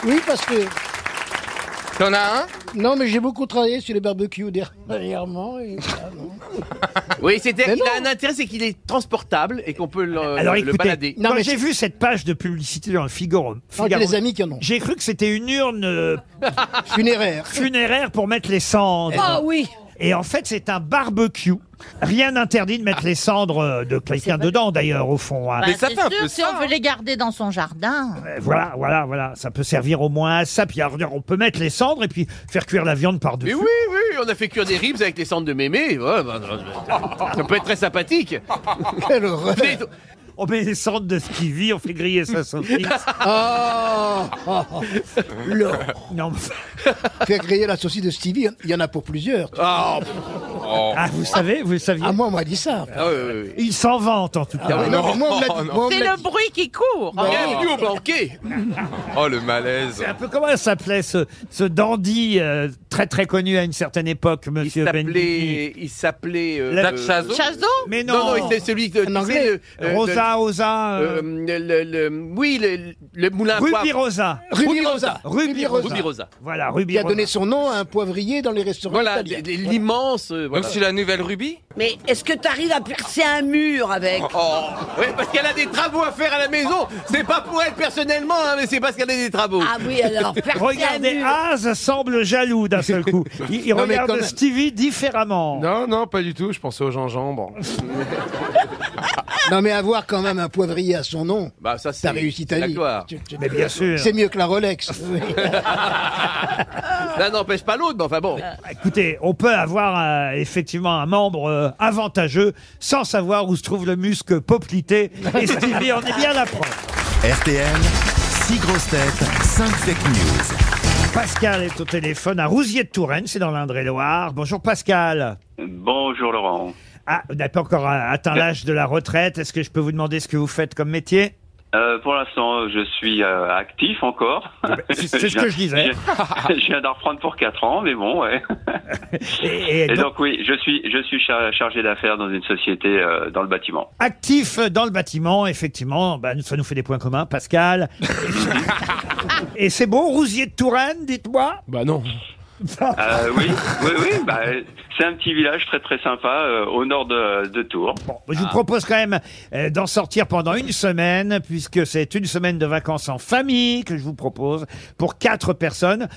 S9: Oui, parce que.
S4: T'en as un
S9: Non, mais j'ai beaucoup travaillé sur les barbecues dernièrement. et- ah, non.
S3: Oui, c'est-à-dire
S9: Mais
S3: qu'il a un
S9: non.
S3: intérêt, c'est qu'il est transportable et qu'on peut le,
S2: Alors
S3: le
S2: écoutez,
S3: balader.
S9: Euh, Non,
S2: quand
S9: mais
S2: j'ai
S9: c'est-
S2: vu cette page de publicité dans le Figaro,
S9: Non, j'ai
S2: Figaro
S9: les amis qui en ont.
S2: j'ai cru que c'était une urne euh,
S9: Funéraire.
S2: funéraire pour mettre les cendres.
S8: Ah oui.
S2: Et en fait, c'est un barbecue. Rien n'interdit de mettre
S8: Ah.
S2: les cendres euh, de quelqu'un dedans, d'ailleurs, au fond. hein.
S5: Bah,
S4: Mais ça
S5: c'est
S4: fait un
S5: sûr,
S4: peu
S5: si
S4: ça,
S5: on veut les garder dans son jardin.
S2: Euh, Voilà, voilà, voilà. Ça peut servir au moins à ça. Puis alors, on peut mettre les cendres et puis faire cuire la viande
S3: Mais
S2: par-dessus.
S3: oui, oui, on a fait cuire des ribs avec les cendres de mémé. Ouais, bah, ça- ça peut être très sympathique.
S9: Quelle horreur.
S3: Mais-
S2: On met les cendres de Stevie, on fait griller sa sauce. fixe.
S9: Ah, ah, ah. Le-
S2: non,
S9: Faire griller la saucisse de Stevie, hein, il y en a pour plusieurs.
S3: Ah, Oh.
S2: ah, vous savez, vous le saviez.
S9: À moi, on m'a dit ça.
S3: ah, oui, oui, oui.
S2: Il s'en vante en tout cas.
S9: Ah ouais, non,
S4: non,
S9: mais moi, on me l'a dit-
S4: non.
S9: moi, on me
S5: C'est
S9: l'a
S5: le
S9: dit.
S5: bruit qui court.
S3: Bienvenue au banquet.
S4: Oh le malaise.
S2: C'est un peu comment s'appelait ce, ce dandy euh, très très connu à une certaine époque,
S3: Il
S2: Monsieur Benguigui
S3: s'appelait, il s'appelait. euh,
S2: La-
S3: euh,
S4: Chazo
S5: Chazot
S2: Mais non,
S3: Non, non, c'est celui de.
S9: Un Anglais.
S3: euh,
S2: Rosa, Rosa, euh,
S3: oui, le, le moulin à
S2: Ruby
S3: poivre.
S2: Rosa.
S9: Ruby Rosa.
S2: Ruby Rosa.
S3: Ruby Rosa.
S2: Voilà, Ruby
S9: Qui a
S2: Rosa.
S9: donné son nom à un poivrier dans les restaurants
S3: Voilà,
S9: italiens.
S3: l'immense. euh,
S4: Donc
S3: voilà.
S4: c'est la nouvelle Ruby
S8: Mais est-ce que t'arrives à percer un mur avec
S3: Oh. Oui, parce qu'elle a des travaux à faire à la maison. C'est pas pour elle personnellement, hein, mais c'est parce qu'elle a des travaux.
S8: Ah oui, alors, percer
S2: Regardez, ah. Az semble jaloux d'un seul coup. Il, il
S6: Non, mais quand
S2: regarde
S6: même.
S2: Stevie différemment.
S6: Non, non, pas du tout, je pensais aux gingembre.
S9: Non, mais avoir quand même un poivrier à son nom,
S3: Bah, ça,
S9: t'as réussi ta
S3: la
S9: vie.
S3: gloire.
S9: Tu- tu-
S2: Mais bien sûr.
S9: C'est mieux que la Rolex. Oui.
S3: Là, n'empêche pas l'autre, mais enfin bon.
S2: Écoutez, on peut avoir euh, effectivement un membre euh, avantageux sans savoir où se trouve le muscle poplité. Et Stevie en est bien la preuve.
S1: RTL, 6 grosses têtes, 5 fake news.
S2: Pascal est au téléphone à Rousier de Touraine, c'est dans l'Indre-et-Loire. Bonjour Pascal.
S15: Bonjour Laurent.
S2: Ah, vous n'avez pas encore euh, atteint l'âge de la retraite. Est-ce que je peux vous demander ce que vous faites comme métier
S15: Euh, pour l'instant, je suis euh, actif encore.
S2: Eh ben, c'est ce que je disais.
S15: je viens- je viens d'en reprendre pour 4 ans, mais bon, ouais.
S2: Et,
S15: donc, oui, je suis, je suis char- chargé d'affaires dans une société euh, dans le bâtiment.
S2: Actif dans le bâtiment, effectivement. Bah, ça nous fait des points communs, Pascal. Et c'est bon, Rousier de Touraine, dites-moi
S6: Bah non.
S15: Euh, oui, oui, oui. bah, c'est un petit village très très sympa euh, au nord de, de Tours.
S2: Je
S6: Ah.
S2: vous propose quand même euh, d'en sortir pendant une semaine, puisque c'est une semaine de vacances en famille que je vous propose pour quatre personnes.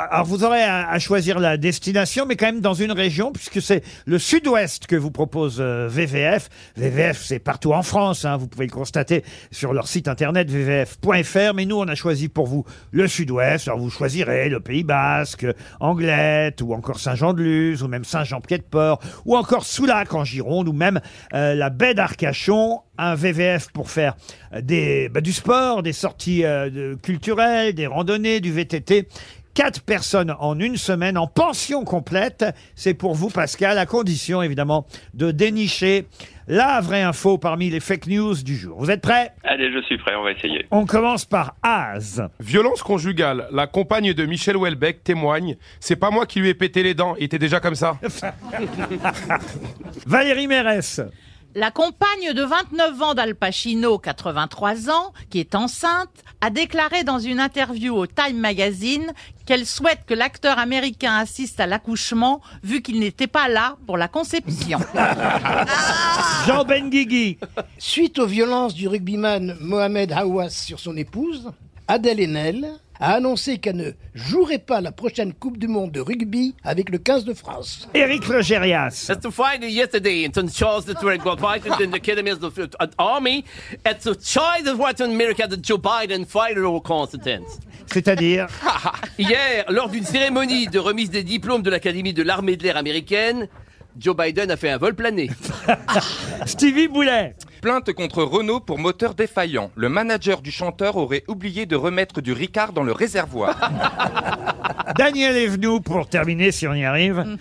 S2: Ah, Alors vous aurez à, à choisir la destination, mais quand même dans une région, puisque c'est le sud-ouest que vous propose euh, VVF. VVF, c'est partout en France, hein, vous pouvez le constater sur leur site internet vvf.fr, mais nous, on a choisi pour vous le sud-ouest. Alors vous choisirez le Pays Basque, Anglette, ou encore Saint-Jean-de-Luz, ou même Saint-Jean-Pied-de-Port, ou encore Soulac en Gironde, ou même euh, la baie d'Arcachon, un VVF pour faire euh, des, bah, du sport, des sorties euh, de- culturelles, des randonnées, du VTT. Quatre personnes en une semaine en pension complète. C'est pour vous, Pascal, à condition, évidemment, de dénicher la vraie info parmi les fake news du jour. Vous êtes prêts
S15: Allez, je suis prêt, on va essayer.
S2: On commence par Az.
S6: Violence conjugale. La compagne de Michel Houellebecq témoigne. C'est pas moi qui lui ai pété les dents, il était déjà comme ça.
S2: Valérie Mérès.
S5: La compagne de 29 ans d'Al Pacino, 83 ans, qui est enceinte, a déclaré dans une interview au Time Magazine qu'elle souhaite que l'acteur américain assiste à l'accouchement vu qu'il n'était pas là pour la conception.
S2: Jean Benguigui.
S9: Suite aux violences du rugbyman Mohamed Hawass sur son épouse, Adèle Haenel a annoncé qu'elle ne jouerait pas la prochaine Coupe du Monde de rugby avec le 15 de France.
S2: Éric Logérias.
S3: As to find yesterday, it ensures that we're invited in the academies of the uh, army. It's a choice of what in America that Joe Biden fired all constant.
S2: C'est-à-dire
S3: Hier, lors d'une cérémonie de remise des diplômes de l'Académie de l'armée de l'air américaine, Joe Biden a fait un vol plané.
S2: Stevie Boulet.
S4: Plainte contre Renault pour moteur défaillant. Le manager du chanteur aurait oublié de remettre du Ricard dans le réservoir.
S2: Daniel Evenou pour terminer si on y arrive.
S4: Mm.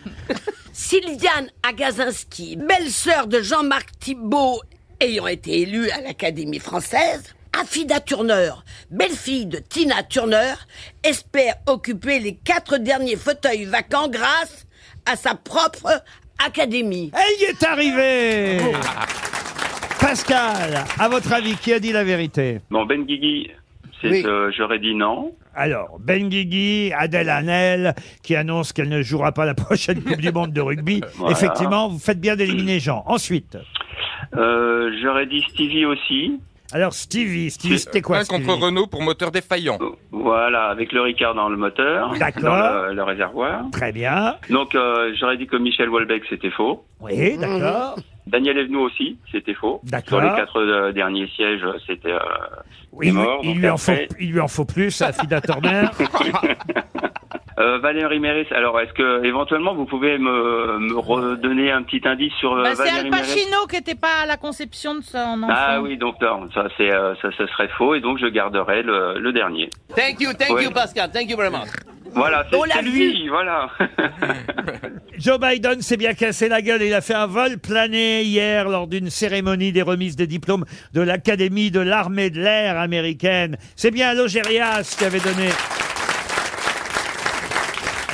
S8: Sylviane Agazinski, belle-sœur de Jean-Marc Thibault, ayant été élue à l'Académie française, Afida Turner, belle-fille de Tina Turner, espère occuper les quatre derniers fauteuils vacants grâce à sa propre académie.
S2: Elle y est arrivée Pascal, à votre avis, qui a dit la vérité
S15: Bon, Ben Guigui, c'est,
S2: Oui.
S15: euh, j'aurais dit non.
S2: Alors, Ben Guigui, Adèle Hanel, qui annonce qu'elle ne jouera pas la prochaine Coupe du Monde de rugby.
S15: Voilà.
S2: Effectivement, vous faites bien d'éliminer Jean. Ensuite,
S15: Euh, j'aurais dit Stevie aussi.
S2: alors Stevie, Stevie, c'était quoi
S4: Plainte contre
S2: Stevie
S4: Renault pour moteur défaillant.
S15: Voilà, avec le Ricard dans le moteur,
S2: D'accord.
S15: dans le, le réservoir.
S2: Très bien.
S15: Donc, euh, j'aurais dit que Michel Houellebecq, c'était faux.
S2: Oui, d'accord.
S15: Daniel Evenou aussi, c'était faux.
S2: D'accord.
S15: Sur les quatre euh, derniers sièges, c'était euh,
S2: Oui,
S15: mort.
S2: il,
S15: donc
S2: lui en faut,
S15: après-
S2: il lui en faut plus, à Fida Turner.
S15: Euh, Valérie Méris, alors est-ce que éventuellement vous pouvez me, me redonner un petit indice sur euh,
S5: Bah, c'est
S15: Valérie
S5: Al
S15: Mérès
S5: Pacino qui n'était pas à la conception de son enfant.
S15: Ah oui, donc non, ça c'est euh, ça, ce serait faux et donc je garderai le, le dernier.
S3: Thank you, thank
S15: Ouais.
S3: you, Pascal. Thank you very much.
S15: Voilà, c'est
S3: On l'a
S15: c'est lui, voilà.
S2: Joe Biden s'est bien cassé la gueule. Il a fait un vol plané hier lors d'une cérémonie des remises des diplômes de l'Académie de l'armée de l'air américaine. C'est bien Logérias qui avait donné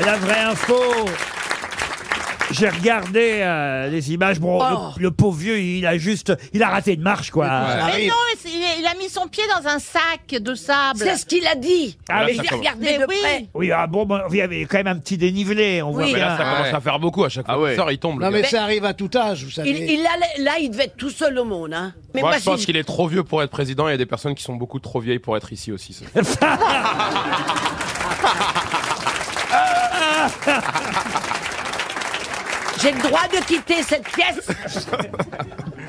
S2: la vraie info. J'ai regardé
S8: Ah,
S15: Ah,
S2: euh, les images. Bon, le, le pauvre vieux, il a juste, il a raté de marche, quoi.
S5: Mais non, il, il- il a mis son pied dans un sac de sable.
S8: C'est ce qu'il a dit.
S2: Ah,
S8: Mais
S2: oui,
S8: je l'ai
S2: ça
S8: regardé
S5: Mais
S8: de
S5: oui.
S8: près.
S2: Oui, ah bon, bah, il y avait quand même un petit dénivelé. On voit
S8: Oui. ah, Mais là,
S2: bien.
S6: Ah, ça commence à faire beaucoup à chaque fois
S2: Ah
S6: qu'il
S2: ouais.
S6: sort, il tombe. le
S9: Non, mais
S6: gars.
S9: ça arrive à tout âge, vous savez.
S8: Il, il allait- là, il devait être tout seul au monde. Hein. Mais
S6: Moi,
S8: moi,
S6: je pense
S8: si-
S6: qu'il est trop vieux pour être président. Il y a des personnes qui sont beaucoup trop vieilles pour être ici aussi.
S2: Ah.
S6: ça.
S8: J'ai le droit de quitter cette pièce.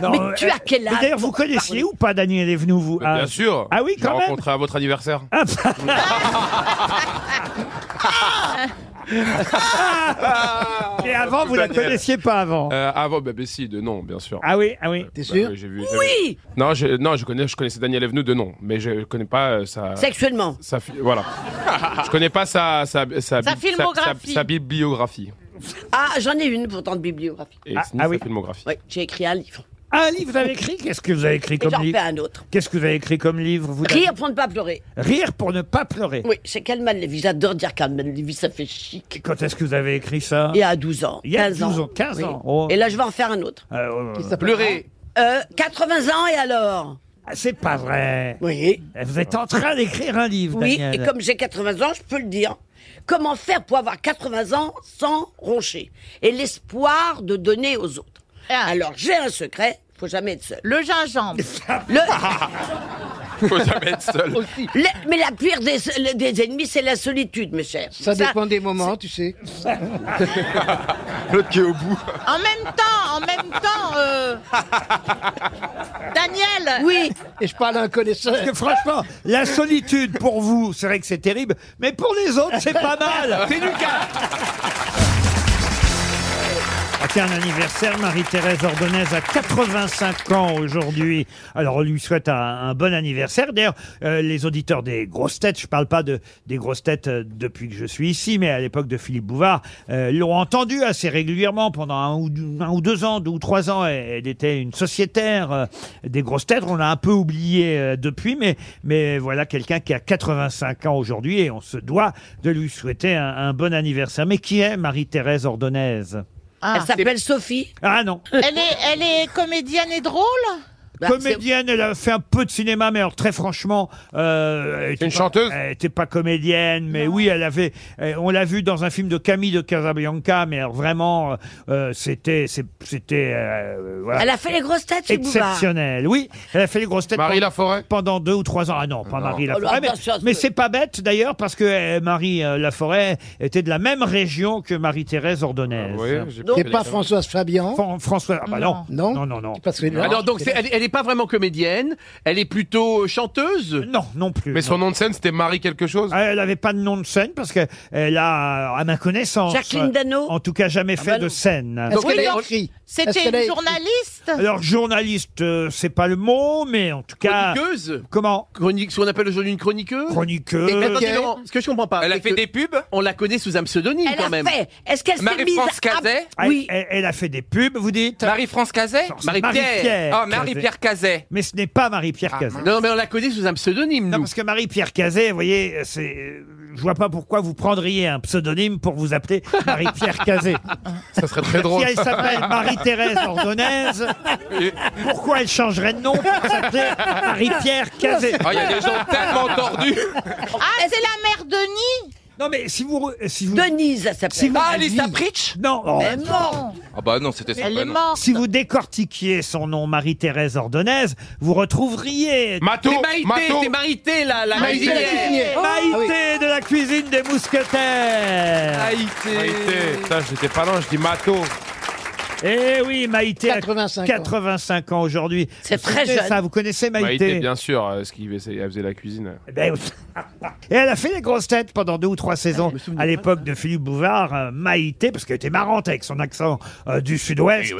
S2: Non,
S8: mais
S2: euh,
S8: tu as quel
S2: mais
S8: âge
S2: D'ailleurs, vous
S8: pour parler
S2: connaissiez ou pas Daniel Evenou, vous
S6: Mais Bien sûr.
S2: Ah oui,
S6: Je l'ai
S2: quand même. Ah,
S6: rencontré à votre anniversaire.
S2: Et avant, vous la
S6: Daniel.
S2: connaissiez pas avant.
S6: Euh, avant, bah, bah, si, de nom, bien sûr.
S2: Ah oui, ah oui.
S9: T'es
S6: sûr Oui Non, je, non je, connais, je connaissais Daniel Evenou de nom, mais je connais pas euh, sa...
S8: Sexuellement.
S6: sa fi- voilà. je connais pas sa... Sa, sa,
S8: Sa
S6: bi-
S8: filmographie.
S6: Sa, sa bibliographie.
S8: Ah, j'en ai une pourtant de bibliographie.
S6: Et
S2: Ah,
S6: ce n'est
S2: ah
S6: sa
S2: oui.
S6: filmographie.
S8: Oui, j'ai écrit un livre.
S2: Un livre, vous avez écrit Qu'est-ce que vous avez écrit
S8: Et
S2: comme
S8: j'en
S2: livre
S8: refais un autre.
S2: Qu'est-ce que vous avez écrit comme livre vous Daniel
S8: Rire pour ne pas pleurer.
S2: Rire pour ne pas pleurer.
S8: Oui, c'est Calman Lévy. J'adore dire Calman Lévy, ça fait chic.
S2: Quand est-ce que vous avez écrit ça
S8: Il y a 12 ans.
S2: Il y a
S8: 15
S2: 12
S8: ans.
S2: ans, 15
S8: Oui.
S2: ans. Oh.
S8: Et là, je vais en faire un autre.
S2: Euh, euh,
S8: Pleurer. Euh, 80 ans et alors
S2: ah, C'est pas vrai. Eh,
S8: Oui.
S2: Vous êtes en train d'écrire un livre,
S8: Oui,
S2: Daniel.
S8: et comme j'ai 80 ans, je peux le dire. hein. Comment faire pour avoir 80 ans sans roncher Et l'espoir de donner aux autres. Alors, j'ai un secret, faut jamais être seul.
S5: Le gingembre.
S6: Faut jamais être seul.
S8: Le- mais la pire des, des ennemis, c'est la solitude, mes chers.
S9: Ça dépend des moments, tu sais.
S6: L'autre qui est au bout.
S5: En même temps, Ah, en même temps, euh, Daniel.
S8: Oui.
S9: Et je parle à un connaisseur.
S2: Parce que franchement, la solitude pour vous, c'est vrai que c'est terrible, mais pour les autres, c'est pas mal. C'est Lucas. Ah, tiens, un anniversaire, Marie-Thérèse Ordonez a 85 ans aujourd'hui. Alors, on lui souhaite un, un bon anniversaire. D'ailleurs, euh, les auditeurs des grosses têtes, je parle pas de, des grosses têtes euh, depuis que je suis ici, mais à l'époque de Philippe Bouvard, euh, l'ont entendu assez régulièrement pendant un ou, deux- un ou deux ans, deux ou trois ans. Elle, elle était une sociétaire euh, des grosses têtes. On l'a un peu oublié euh, depuis, mais, mais voilà quelqu'un qui a 85 ans aujourd'hui et on se doit de lui souhaiter un, un bon anniversaire. Mais qui est Marie-Thérèse Ordonez
S5: Ah.
S8: Elle s'appelle Sophie.
S2: ah non.
S5: Elle est, elle est comédienne et drôle
S8: Bah,
S2: comédienne, elle a fait un peu de cinéma, mais alors très franchement, euh, elle était
S6: Une
S2: pas-
S6: chanteuse
S2: Elle était pas comédienne, mais oui, elle avait. euh, on l'a vu dans un film de Camille de Casablanca, mais alors vraiment, euh, euh, c'était, c'est- c'était. euh, voilà.
S8: Elle a fait les grosses têtes chez Bouvard.
S2: Exceptionnel, oui. Elle a fait les grosses têtes
S6: Marie
S2: pendant,
S6: Laforêt
S2: pendant deux ou trois ans. Ah non, pas Marie
S8: Oh là,
S2: Laforêt. mais
S8: bien sûr,
S2: mais c'est pas bête d'ailleurs parce que euh, Marie euh, Laforêt était de la même région que Marie-Thérèse Ordonez.
S6: Ah
S9: C'est pas Françoise Fabian.
S2: Fran- François. Ah bah non.
S9: Non.
S2: Non, non, non.
S9: Parce que
S3: Alors, Ah donc, c'est- elle, elle est pas vraiment comédienne, elle est plutôt euh, chanteuse.
S2: Non, non plus.
S6: Mais
S2: non.
S6: son nom de scène, c'était Marie quelque chose
S2: Ah, Elle n'avait pas de nom de scène parce qu'elle a, euh, à ma connaissance, euh,
S8: Jacqueline Dano.
S2: en tout cas jamais fait
S8: bah
S2: de
S8: non.
S2: scène.
S9: Est-ce
S5: Oui,
S9: qu'elle a
S5: alors,
S9: écrit Est-ce
S5: C'était
S9: qu'elle a
S5: une
S9: écrit
S5: journaliste.
S2: Alors journaliste, euh, c'est pas le mot, mais en tout cas,
S3: Chroniqueuse
S2: comment
S3: Chronique, ce qu'on appelle aujourd'hui une chroniqueuse
S2: chroniqueuse.
S3: Mais attendez,
S9: Ok.
S3: Laurent, ce que je comprends pas.
S4: Elle a
S3: c'est
S4: fait
S3: que
S4: des pubs
S3: On la connaît sous un pseudonyme
S8: Elle
S3: quand
S8: a
S3: même.
S8: fait. Est-ce qu'elle s'est mise
S4: Marie-France
S8: à...
S4: Cazet
S2: Elle,
S8: Oui.
S2: elle, elle a fait des pubs, vous dites
S4: Marie-France Cazet
S2: Non, c'est
S3: Marie-Pierre.
S2: Marie-Pierre
S4: Ah, Marie-Pierre Cazet.
S2: Mais ce n'est pas Marie-Pierre
S4: Ah,
S2: Cazet.
S3: Non, mais on la connaît sous un pseudonyme,
S2: Non,
S3: nous.
S2: parce que Marie-Pierre Cazet, vous voyez, c'est, je vois pas pourquoi vous prendriez un pseudonyme pour vous appeler Marie-Pierre Cazet.
S6: Ça serait très drôle.
S2: Si elle s'appelle Marie-Thérèse Ordonez, pourquoi elle changerait de nom pour s'appeler Marie-Pierre Cazet
S4: Ah, Il y a des gens tellement tordus.
S5: Ah, c'est la mère Denis.
S2: Non, mais si vous. Si vous
S8: Denise, elle s'appelle.
S2: si vous-
S4: Ah, Alice Pritch
S2: Non, oh.
S8: Elle est morte.
S4: Ah bah non, c'était ça.
S5: Elle
S4: bah
S5: est
S4: non.
S5: morte.
S2: si vous décortiquiez son nom, Marie-Thérèse Ordonez, vous retrouveriez.
S6: Mato,
S3: C'est Maïté,
S6: Mato.
S3: c'est Maïté, la, la
S9: Maïté
S3: cuisinière.
S9: la cuisinière.
S2: Maïté
S9: Ah oui.
S2: de la cuisine des mousquetaires.
S6: Maïté. Putain, j'étais pas loin, je dis Mato.
S2: Eh oui, Maïté a
S9: 85 ans.
S2: 85 ans, aujourd'hui.
S8: C'est
S2: Vous vous
S8: très
S2: souvenez
S8: jeune.
S2: Ça, vous connaissez Maïté,
S6: Maïté, bien sûr, euh, ce qu'il faisait- elle faisait la cuisine.
S2: Eh ben, Et elle a fait les grosses têtes pendant deux ou
S8: Ah,
S2: trois saisons à l'époque de Philippe Bouvard, euh, Maïté, parce qu'elle était marrante avec son accent euh, du sud-ouest.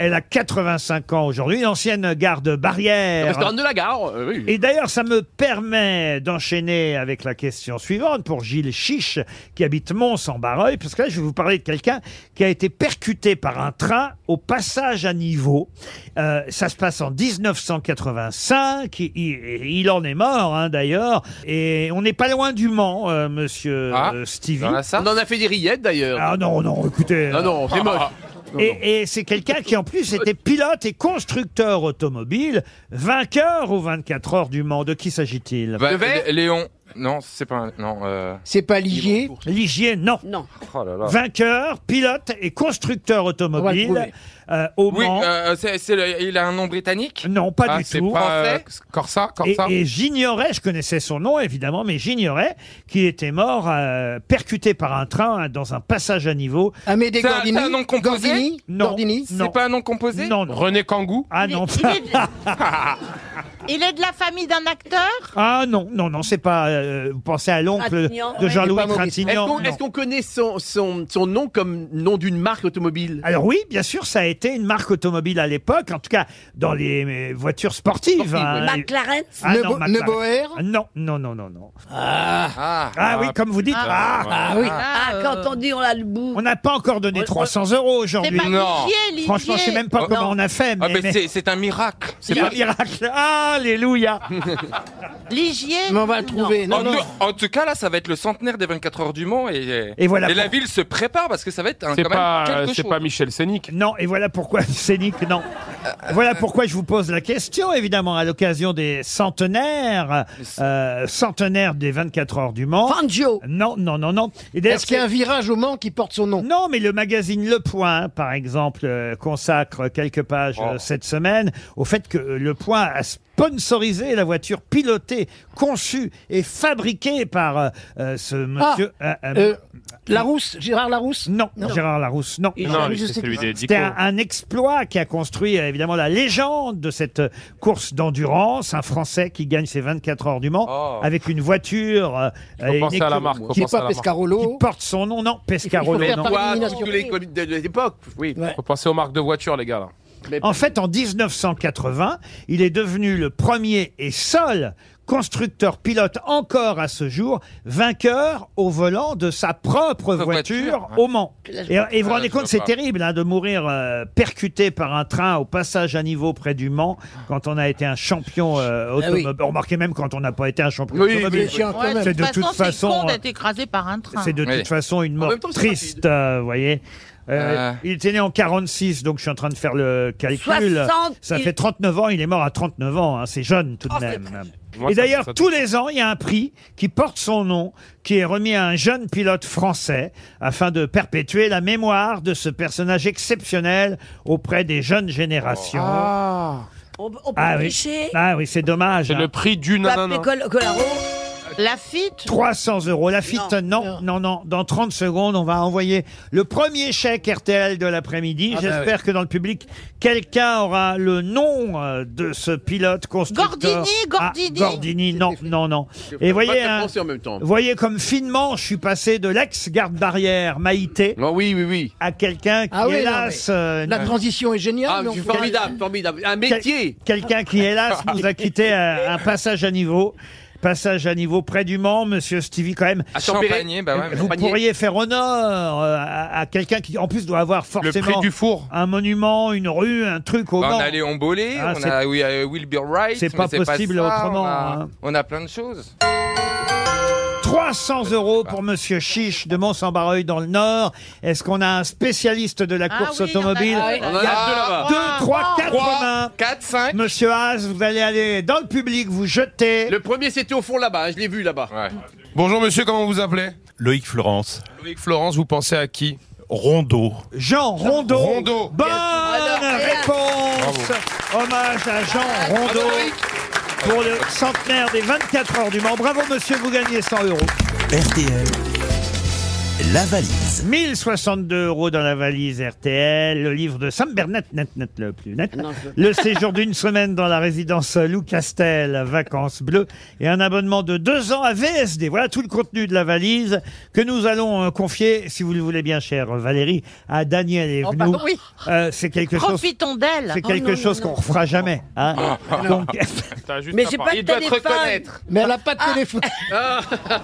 S2: Elle a 85 ans aujourd'hui, une ancienne garde barrière.
S3: Restaurant de la gare, euh, oui.
S2: Et d'ailleurs, ça me permet d'enchaîner avec la question suivante pour Gilles Chiche, qui habite Mons en Barreuil, parce que là, je vais vous parler de quelqu'un qui a été percuté par un train au passage à niveau. Euh, ça se passe en 1985. Il, il- il en est mort, hein, d'ailleurs. Et on n'est pas loin du Mans, euh, monsieur
S6: Ah,
S2: euh, Stevie.
S6: Dans la
S3: On
S6: Sarthe
S3: en a fait des rillettes, d'ailleurs.
S2: Ah non, non, écoutez.
S3: Ah non, c'est moche.
S2: Et, et c'est quelqu'un qui, en plus, était pilote et constructeur automobile, vainqueur aux 24 heures du Mans. De qui s'agit-il
S4: Va- Lé- Léon. Non, c'est pas. un- Non. euh,
S2: C'est pas Ligier Ligier, non.
S8: Non.
S4: Oh là là.
S2: Vainqueur, pilote et constructeur
S4: On va
S2: automobile
S4: le
S2: euh, au
S4: Oui,
S2: Mans.
S4: euh, c'est- c'est le- il a un nom britannique Ah,
S2: Non, pas du tout.
S4: Français euh, Corsa,
S2: Et,
S4: Corsa
S2: et j'ignorais, je connaissais son nom évidemment, mais j'ignorais qu'il était mort euh, percuté par un train hein, dans un passage à niveau.
S4: Amédée C'est un- Ah, Gordini c'est un nom composé Gordini
S2: Non.
S4: Gordini C'est pas un nom composé Ah.
S2: Non, non.
S6: René Kangou
S2: Ah non.
S5: Il est de la famille d'un acteur
S2: ah non, non, non, c'est pas. euh, vous pensez à l'oncle
S5: Trintignant,
S2: de
S5: ouais.
S2: Jean-Louis
S5: C'est pas Maurice.
S2: Trintignant
S3: Est-ce qu'on
S2: non.
S3: est-ce qu'on connaît son, son, son nom comme nom d'une marque automobile
S2: Alors oui, bien sûr, ça a été une marque automobile à l'époque, en tout cas dans les euh, voitures sportives. hein.
S8: McLaren
S2: Ah non, McLaren. Non, non, non, non, non. Ah, oui, comme vous dites. Ah, ah oui.
S8: Ah, quand on dit on a le bout.
S2: On n'a pas encore donné 300 euros aujourd'hui.
S8: C'est pas Non. Ligier, Ligier.
S2: Franchement, je sais même pas
S8: Oh,
S2: comment
S8: non.
S2: on a fait.
S4: Ah, mais c'est- c'est un miracle.
S2: C'est un miracle. Ah, Alléluia.
S5: Ligier
S4: Mais
S2: on va le trouver. Non,
S4: en,
S2: non.
S4: tout- en tout cas, là, ça va être le centenaire des 24 heures du Mans et,
S2: Et voilà
S4: la ville se prépare parce que ça va être un,
S6: C'est
S4: quand même
S6: pas-
S4: quelque
S6: c'est
S4: chose.
S6: pas Michel Sénic.
S2: Non, et voilà pourquoi Scénic, non. Voilà pourquoi je vous pose la question, évidemment, à l'occasion des centenaires, euh, centenaires des 24 heures du Mans.
S8: Fangio
S2: Non, non, non, non. Et d'ailleurs,
S9: Est-ce qu'il y a un
S2: c'est-
S9: virage au Mans qui porte son nom
S2: Non, mais le magazine Le Point, par exemple, euh, consacre quelques pages
S9: Oh.
S2: euh, cette semaine au fait que euh, Le Point a sponsorisé la voiture pilotée, conçue et fabriquée par euh, euh, ce monsieur.
S9: Ah, euh, Larousse, Gérard Larousse
S2: Non, Gérard Larousse, non.
S9: Il- Non, je c'est sais celui plus. des
S2: C'était un,
S9: Dico.
S2: un exploit qui a construit euh, évidemment la légende de cette euh, course d'endurance. Un Français qui gagne ses 24 heures du Mans
S6: Oh.
S2: avec une voiture. euh,
S6: Faut penser à la
S2: éco-
S6: marque, faut Qui est penser pas à la marque. Pescarolo
S2: Qui porte son nom, non, Pescarolo.
S6: faire
S2: non.
S6: par élimination.
S3: Tous les colis de de l'époque, oui.
S6: Faut penser aux marques de voitures, les gars. Là.
S2: En fait, en 1980, il est devenu le premier et seul constructeur pilote encore à ce jour vainqueur au volant de sa propre voiture,
S4: voiture,
S2: au Mans.
S4: Là, je
S2: Et,
S4: vois
S2: et vous vous
S4: pas.
S2: rendez
S4: Là, je
S2: compte,
S4: vois
S2: c'est
S4: pas.
S2: terrible hein, de mourir euh, percuté par un train au passage à niveau près du Mans quand on a été un champion euh,
S9: Ah oui.
S2: automobile. Remarquez même quand on n'a pas été un champion
S9: Oui,
S2: automobile.
S9: mais chiant quand même.
S2: C'est de toute
S5: c'est
S2: façon.
S5: con
S2: euh,
S5: d'être écrasé par un
S8: Ah.
S5: train.
S2: c'est de toute façon une mort
S5: même temps, c'est
S2: triste, euh, vous voyez. Euh,
S4: Euh.
S2: Il était né en 46, donc je suis en train de faire le calcul.
S8: 60,
S2: ça
S8: il-
S2: fait 39 ans, il est mort à 39 ans, hein, c'est jeune tout de
S8: Oh, c'est
S2: même.
S8: très
S6: Moi,
S2: Et
S6: ça-
S2: d'ailleurs,
S6: ça-
S2: tous les ans, il y a un prix qui porte son nom, qui est remis à un jeune pilote français, afin de perpétuer la mémoire de ce personnage exceptionnel auprès des jeunes générations.
S6: Ah,
S8: On, on peut
S2: Ah oui.
S8: Oh. tricher
S2: Ah oui, c'est dommage.
S6: C'est
S2: hein.
S6: le prix du nanana.
S8: Col- Colaro
S5: La fitte
S2: 300 euros. Lafitte, non. non, non, Dans 30 secondes, on va envoyer le premier chèque RTL de l'après-midi.
S9: Ah bah
S2: J'espère que dans le public, quelqu'un aura le nom euh, de ce pilote constructeur.
S5: Gordini, Gordini.
S2: Ah, Gordini, non, non, non. Et voyez,
S3: Pas
S2: hein,
S3: penser en même temps.
S2: voyez comme finement je suis passé de l'ex-garde-barrière Maïté
S3: Ah oui, oui, oui.
S2: à quelqu'un qui,
S9: Ah oui, non,
S2: hélas...
S9: mais
S2: euh,
S9: La
S2: ne-
S9: transition est géniale.
S3: Ah,
S9: mais on
S3: c'est
S9: peut-
S3: formidable, formidable. Un
S2: Quel-
S3: métier.
S2: Quelqu'un qui, hélas, nous a quitté à un passage à niveau. Passage à niveau près du Mans, monsieur Stevie, quand même.
S4: À Champagné, bah ouais, mais-
S2: Vous pourriez faire honneur euh, à, à quelqu'un qui, en plus, doit avoir forcément
S4: prix du four.
S2: un monument, une rue, un truc au
S4: Bah, on
S2: Mans.
S4: a Léon Bollet,
S2: Ah,
S4: on
S2: c'est-
S4: a oui, euh, Wilbur Wright.
S2: c'est
S4: mais
S2: pas possible
S4: ça,
S2: autrement,
S4: On a,
S2: hein.
S4: on a plein de choses.
S2: 300
S4: Ah.
S2: euros pour monsieur Chiche de Mont-Saint-Barreuil dans le Nord. Est-ce qu'on a un spécialiste de la
S5: Ah
S2: course
S5: oui, on a-
S2: automobile
S5: ah oui,
S2: Il
S5: on en a
S2: y a
S5: deux là-bas.
S2: deux, trois,
S5: Trois,
S2: quatre
S4: trois,
S2: mains.
S4: 4, 5.
S2: Monsieur Haas, vous allez aller dans le public, vous jetez.
S3: Le premier, c'était au fond là-bas. hein, Je l'ai vu là-bas.
S6: Bonjour monsieur, comment vous appelez
S16: Loïc Florence.
S6: Loïc Florence, vous pensez à qui
S16: Rondeau.
S2: Jean Rondeau.
S6: Rondeau. Ah,
S2: Bonne
S6: Alors, et là-
S2: réponse. Hommage à Jean
S5: Ah,
S2: Rondeau pour le centenaire des 24 heures du Mans. Bravo monsieur, vous gagnez 100 euros.
S1: RTL, la valise.
S2: 1062 euros dans la valise RTL, le livre de Sam Bernet, net, net, le plus net, le séjour d'une semaine dans la résidence Lou Castel, vacances bleues, et un abonnement de deux ans à VSD. Voilà tout le contenu de la valise que nous allons euh, confier, si vous le voulez bien, cher Valérie, à Daniel
S5: Oh,
S2: Evenou.
S5: pardon, oui.
S2: Euh, c'est quelque chose.
S5: Profitons d'elle. Oh,
S2: C'est quelque chose qu'on refera jamais. hein.
S5: Ah,
S2: Donc,
S6: ah, T'as juste
S5: Mais
S6: à
S5: j'ai
S6: parler.
S5: pas
S6: Il
S5: de
S6: doit te
S5: téléphone.
S6: reconnaître.
S9: Mais elle n'a pas de téléphone.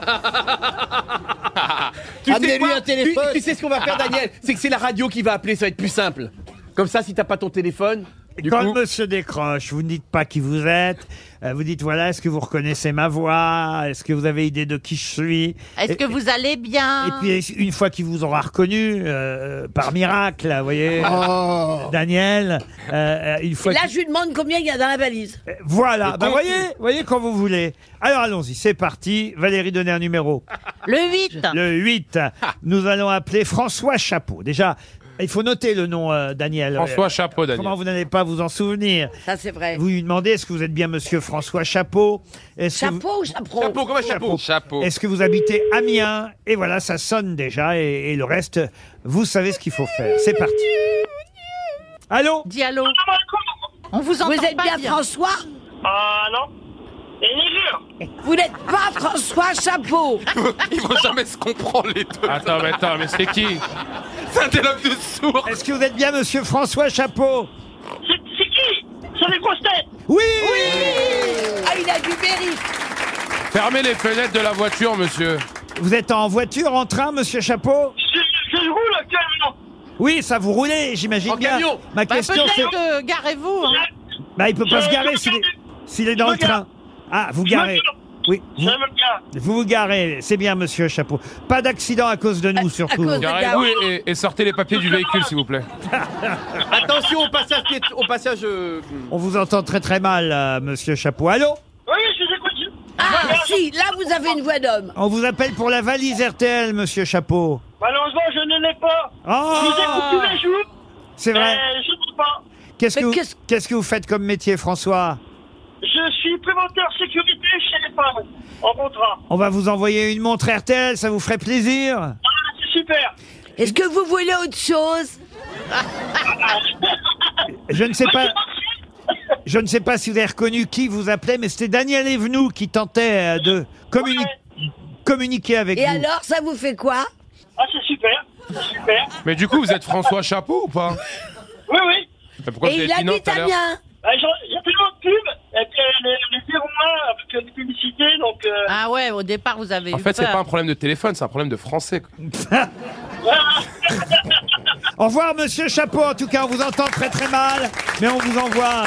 S3: Tu sais
S9: Amenez-lui
S3: quoi
S9: un téléphone.
S3: Tu, tu sais ce qu'on va faire, Daniel C'est que c'est la radio qui va appeler. Ça va être plus simple. Comme ça, si t'as pas ton téléphone.
S2: quand le monsieur décroche, vous ne dites pas qui vous êtes. euh, Vous dites voilà, est-ce que vous reconnaissez ma voix Est-ce que vous avez idée de qui je suis
S5: Est-ce
S2: Et-
S5: que vous allez bien
S2: Et puis une fois qu'il vous aura reconnu, euh, par miracle, vous voyez, Daniel, euh, euh, une
S8: Et
S2: fois.
S8: là,
S2: qu'il-
S8: je lui demande combien il y a dans la valise.
S2: Voilà,
S8: Le
S2: bah
S8: contenu.
S2: voyez, voyez quand vous voulez. Alors allons-y, c'est parti. Valérie, donnez un numéro.
S5: Le 8.
S2: Le 8. Nous allons appeler François Chapeau. Déjà, il faut noter le nom, euh, Daniel.
S6: François
S2: Euh,
S6: Chapeau, Daniel.
S2: Comment vous n'allez pas vous en souvenir
S8: Ça, c'est vrai.
S2: Vous lui demandez est-ce que vous êtes bien monsieur François Chapeau
S8: Chapeau ou chaperon Chapeau, comment chapeau
S6: Chapeau.
S2: Est-ce que vous habitez Amiens Et voilà, ça sonne déjà. Et, et le reste, vous savez ce qu'il faut faire. C'est parti. Allô
S5: Diallo.
S14: bah,
S5: On vous entend
S8: Vous êtes
S5: pas
S8: bien François
S14: Ah non.
S8: Vous n'êtes pas François Chapeau
S4: Ils vont jamais se comprendre les deux.
S6: Attends, mais attends, mais c'est qui
S4: C'est un dialogue de sourds.
S2: Est-ce que vous êtes bien monsieur François Chapeau
S14: C'est qui C'est les grosses têtes
S2: Oui
S8: Ah, il a du mérite
S6: Fermez les fenêtres de la voiture, monsieur.
S2: Vous êtes en voiture, en train, monsieur Chapeau
S14: Je roule actuellement.
S2: Oui, ça vous roulez, j'imagine bien. Ma
S5: Bah,
S2: question, c'est...
S5: Peut-être euh, garez-vous. hein.
S2: Bah, il peut pas
S5: Je-
S2: se garer
S5: je-
S2: s'il est, s'il est dans
S5: me
S2: le train. Ah, vous garez. Oui. Vous vous, vous garez, c'est bien, monsieur Chapeau. Pas d'accident à cause de nous, surtout.
S6: Garez-vous et, et- et sortez les papiers du véhicule, s'il vous plaît.
S3: Attention au passage, piét- au passage. euh,
S2: On vous entend très très mal, euh, monsieur Chapeau. Allô
S14: Oui, je vous écoute.
S8: Ah, si, là, vous avez une voix d'homme.
S2: On vous appelle pour la valise RTL, monsieur Chapeau.
S14: Malheureusement, je ne l'ai pas.
S2: Ah
S14: je vous Euh, écoute tous les jours.
S2: C'est vrai.
S14: mais je ne l'ai pas.
S2: Qu'est-ce que, vous- qu'est-ce que vous faites comme métier, François
S14: Je suis préventeur sécurité chez les femmes, en contrat.
S2: On va vous envoyer une montre RTL, ça vous ferait plaisir
S14: Ah, c'est super.
S8: Est-ce que vous voulez autre chose
S2: Je ne sais pas. Je ne sais pas si vous avez reconnu qui vous appelait, mais c'était Daniel Evenou qui tentait euh, de communi- communiquer avec
S8: Et
S2: vous.
S8: alors, ça vous fait quoi
S14: Ah, c'est super. C'est super.
S6: Mais du coup, vous êtes François Chapeau ou pas
S14: Oui, oui.
S6: Mais Pourquoi vous avez dit non tout à l'heure
S14: Ah, j'en- Il y a tellement de pubs, et puis euh, les, les Pérouins avec euh, des publicités, donc... euh,
S5: Ah ouais, au départ, vous avez
S6: En
S5: eu
S6: fait, c'est
S5: peur.
S6: pas un problème de téléphone, c'est un problème de français.
S2: Au revoir, monsieur Chapeau. En tout cas, on vous entend très très mal, mais on vous envoie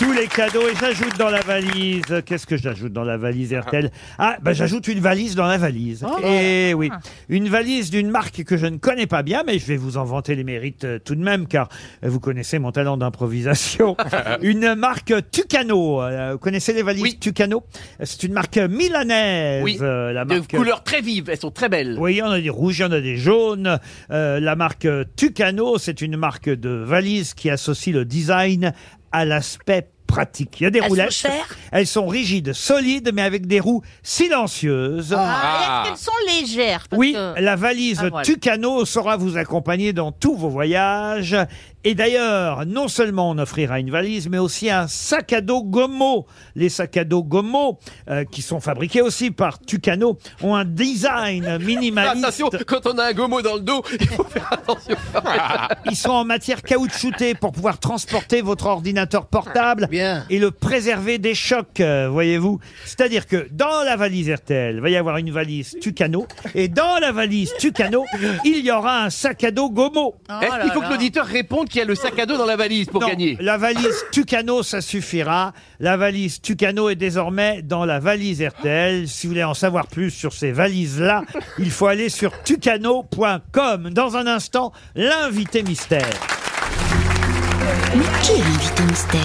S2: tous les cadeaux. Et j'ajoute dans la valise. Qu'est-ce que j'ajoute dans la valise, RTL Ah, ben j'ajoute une valise dans la valise.
S1: Oh.
S2: Et
S1: Ah.
S2: oui. Une valise d'une marque que je ne connais pas bien, mais je vais vous en vanter les mérites euh, tout de même, car euh, vous connaissez mon talent d'improvisation. une marque Tucano. Euh, Vous connaissez les valises Tucano C'est une marque milanaise.
S3: Oui.
S2: euh, la
S3: de
S2: marque-
S3: couleurs très vives, elles sont très belles.
S2: oui, il y en a des rouges, il y en a des jaunes. Euh, la marque Tucano, c'est une marque de valise qui associe le design à l'aspect pratique. Il y a des
S8: Elles sont
S2: roulettes.
S8: chères
S2: Elles sont rigides, solides, mais avec des roues silencieuses.
S5: Ah, et Est-ce qu'elles sont légères Parce
S2: Oui,
S5: que-
S2: la valise
S5: Ah, voilà.
S2: Tucano saura vous accompagner dans tous vos voyages. Et d'ailleurs, non seulement on offrira une valise, mais aussi un sac à dos Gomo. Les sacs à dos Gomo, euh, qui sont fabriqués aussi par Tucano, ont un design minimaliste.
S3: Attention, quand on a un gomo dans le dos, il faut faire attention.
S2: Ils sont en matière caoutchoutée pour pouvoir transporter votre ordinateur portable et le préserver des chocs, euh, voyez-vous. C'est-à-dire que dans la valise RTL, va y avoir une valise Tucano et dans la valise Tucano, il y aura un sac à dos Gomo.
S3: Est-ce qu'il faut que l'auditeur réponde qu'il y a le sac à dos dans la valise pour
S2: Non,
S3: gagner
S2: La valise Tucano, ça suffira. La valise Tucano est désormais dans la valise RTL. Si vous voulez en savoir plus sur ces valises-là, il faut aller sur tucano.com. Dans un instant, l'invité mystère.
S10: Mais qui est l'invité mystère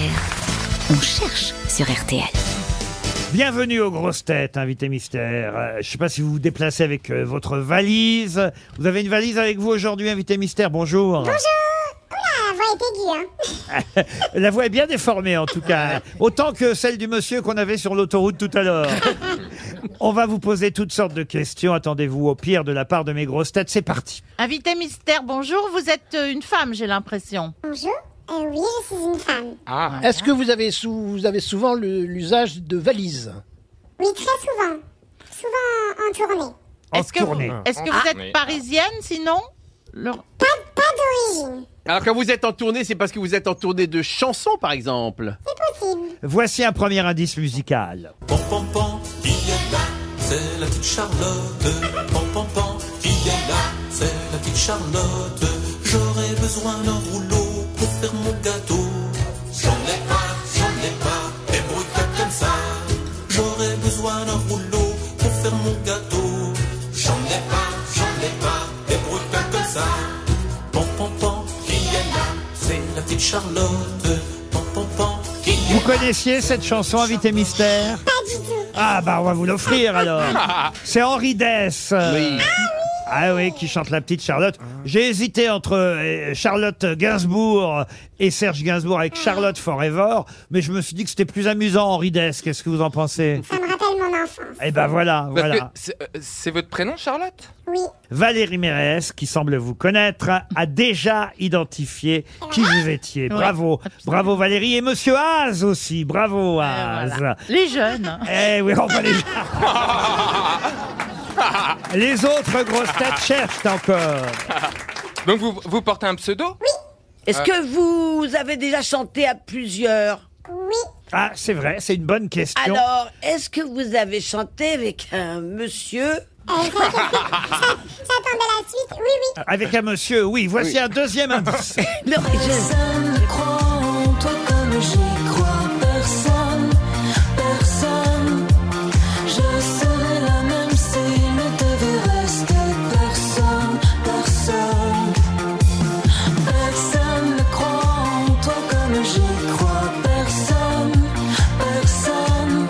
S10: On cherche sur RTL.
S2: Bienvenue aux grosses têtes, invité mystère. Euh, je ne sais pas si vous vous déplacez avec euh, votre valise. Vous avez une valise avec vous aujourd'hui, invité mystère. Bonjour.
S17: Oula, voix est aiguë, hein.
S2: La voix est bien déformée en tout cas, hein. autant que celle du monsieur qu'on avait sur l'autoroute tout à l'heure. On va vous poser toutes sortes de questions. Attendez-vous au pire de la part de mes grosses têtes. C'est parti.
S5: Invité mystère, bonjour. Vous êtes euh, une femme, j'ai l'impression.
S17: Bonjour. Euh, oui, je suis une femme.
S4: Ah.
S9: Est-ce que vous avez, sou- vous avez souvent le- l'usage de valises
S17: Oui, très souvent. Souvent en tournée.
S5: Est-ce que, vous,
S9: tournée.
S5: est-ce que
S9: Ah.
S5: vous
S9: Oui.
S5: êtes parisienne, sinon Le-
S17: Pas d'origine.
S3: Alors quand vous êtes en tournée, c'est parce que vous êtes en tournée de chansons, par exemple.
S2: Voici un premier indice musical.
S7: C'est la petite Charlotte, pan pan pan, qui est là, c'est la petite Charlotte. J'aurais besoin d'un rouleau pour faire mon gâteau. besoin d'un rouleau pour faire mon gâteau. J'en ai pas, j'en ai pas, débrouille-toi comme ça. Pan, pan, pan, qui est là C'est la petite Charlotte. Pan, pan, pan, qui est
S2: Vous connaissiez cette chanson Invité Mystère Ah bah on va vous l'offrir alors. C'est Henri Dess. Oui. Ah oui, qui chante la petite Charlotte. J'ai hésité entre euh, Charlotte Gainsbourg et Serge Gainsbourg avec Charlotte Forever, mais je me suis dit que c'était plus amusant Henri Dess. Qu'est-ce que vous en pensez
S17: Ça me rappelle mon enfance.
S2: Eh ben voilà,
S4: Parce que
S2: voilà.
S4: c'est- euh, C'est votre prénom, Charlotte
S17: Oui.
S2: Valérie Mérès, qui semble vous connaître, a déjà identifié qui vous étiez.
S5: Ouais,
S2: Bravo. Bravo Valérie. Et Monsieur Haas aussi. Bravo Haas.
S5: Les jeunes.
S2: Eh oui, on va les... Les autres grosses têtes cherchent encore.
S4: Donc vous, vous portez un pseudo Oui.
S8: Est-ce que vous avez déjà chanté à plusieurs
S2: Ah, c'est vrai, c'est une bonne question.
S8: Alors, est-ce que vous avez chanté avec un monsieur
S17: Euh, J'attendais la suite, oui, oui.
S2: Avec un monsieur, oui. Voici un deuxième indice.
S7: Personne ne croit en toi comme j'y crois. Personne, personne. Je serai la même s'il ne devait rester personne, personne. Personne ne croit en toi comme j'y crois. Personne, personne.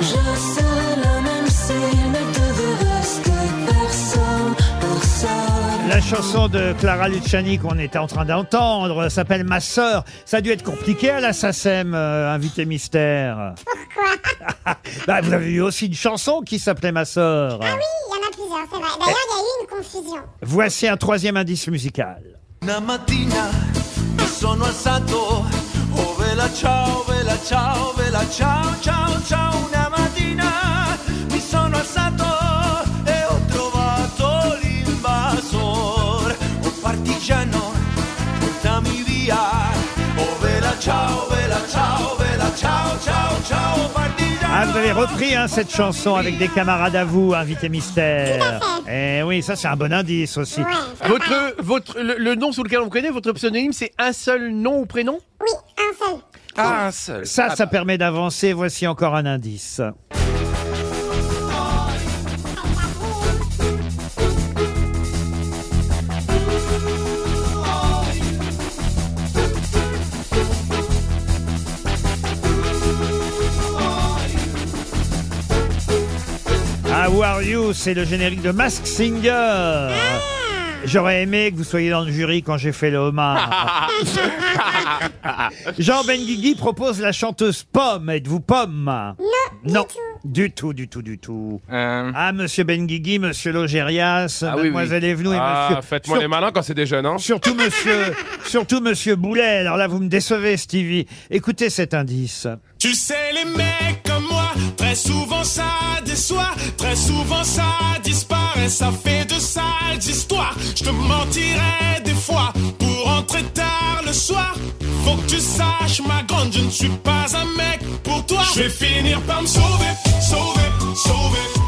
S7: Je serai la même s'il ne devait rester personne, personne.
S2: La chanson de Clara Luciani qu'on était en train d'entendre s'appelle Ma sœur. Ça a dû être compliqué à la SACEM, euh, invité mystère. Pourquoi bah, Vous avez eu aussi une chanson qui s'appelait Ma sœur.
S17: Ah oui, il y en a plusieurs, c'est vrai. D'ailleurs, il y a eu une confusion.
S2: Voici un troisième indice musical.
S7: Una mattina mi sono alzato, oh vela ciao, vela ciao, vela ciao, ciao, ciao. Una mattina mi sono alzato e ho trovato l'invasor, oh partigiano, portami via. Oh vela ciao, vela ciao, vela ciao, ciao, ciao, partigiano.
S2: Ah, vous avez repris hein, cette chanson avec des camarades à vous, invité mystère. Eh oui, ça c'est un bon indice aussi.
S3: Votre, votre, le, le nom sous lequel on vous connaît, votre pseudonyme, c'est un seul nom ou prénom
S17: Oui, un seul.
S4: Ah, un seul.
S2: Ça,
S4: Ah
S2: ça
S4: bah.
S2: permet d'avancer. Voici encore un indice. Ah, Who Are You, c'est le générique de Mask Singer.
S4: Ah.
S2: J'aurais aimé que vous soyez dans le jury quand j'ai fait le homard. Jean Benguigui propose la chanteuse Pomme. Êtes-vous Pomme Non. Du tout, du tout, du tout.
S6: Euh.
S2: Ah, monsieur Benguigui, monsieur Logérias, mademoiselle Evnou et
S6: Ah,
S2: monsieur.
S6: Faites-moi
S2: Sur-
S6: les malins quand c'est des jeunes, hein.
S2: Surtout monsieur, surtout monsieur Boulet. Alors là, vous me décevez, Stevie. Écoutez cet indice.
S7: Tu sais, les mecs comme moi, très souvent ça déçoit, très souvent ça disparaît, ça fait de sales histoires. Je te mentirais des fois pour entrer tard le soir. Faut que tu saches, ma grande, je ne suis pas un mec pour toi. Je vais finir par me sauver, sauver, sauver.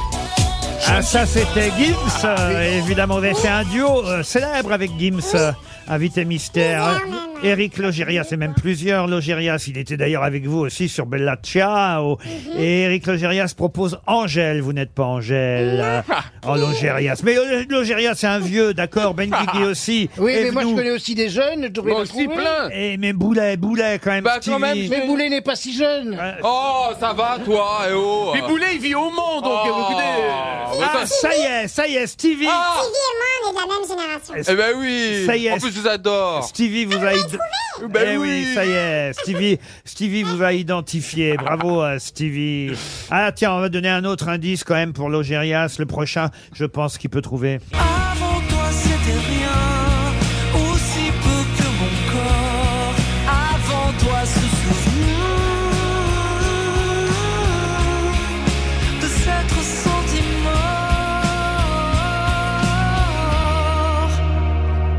S2: Ah, ça, c'était Gims,
S9: Ah,
S2: euh, évidemment. C'est un duo euh, célèbre avec Gims, euh, invité mystère. Eric Logérias, et même plusieurs Logérias. Il était d'ailleurs avec vous aussi sur Bella Ciao.
S9: Mhm.
S2: Et Eric Logérias propose Angèle. Vous n'êtes pas Angèle euh, en Logérias. Mais euh, Logérias, c'est un vieux, d'accord. Ben Guigui aussi.
S9: Ah. Oui, mais
S2: Evnou.
S9: moi je connais aussi des jeunes, je devrais
S4: Moi
S9: les
S4: aussi,
S9: trouver.
S4: plein.
S2: Eh, mais Boulet, Boulet, quand même.
S4: Bah, quand même,
S2: Stevie.
S9: Mais Boulet n'est pas si jeune.
S4: Oh, ça va, toi, eh oh.
S3: Mais Boulet, il vit au monde, donc
S4: Oh.
S3: vous connaissez.
S4: Ouais,
S2: Ah,
S4: bah-
S2: ça y est, ça y est, Stevie.
S4: Ah.
S17: Stevie et moi, on est de la même génération.
S4: Eh ben oui
S2: Ça y est.
S4: En plus, je vous
S3: Oh.
S4: adore
S2: Stevie vous a id-
S4: Ben
S2: Eh
S4: oui.
S2: ça y est, Stevie, Stevie vous a identifié. Bravo à Stevie. Ah tiens, on va donner un autre indice quand même pour Logérias. Le prochain, je pense qu'il peut trouver.
S7: Avant toi c'était rien, aussi peu que mon corps. Avant toi ce souvenir de s'être senti mort.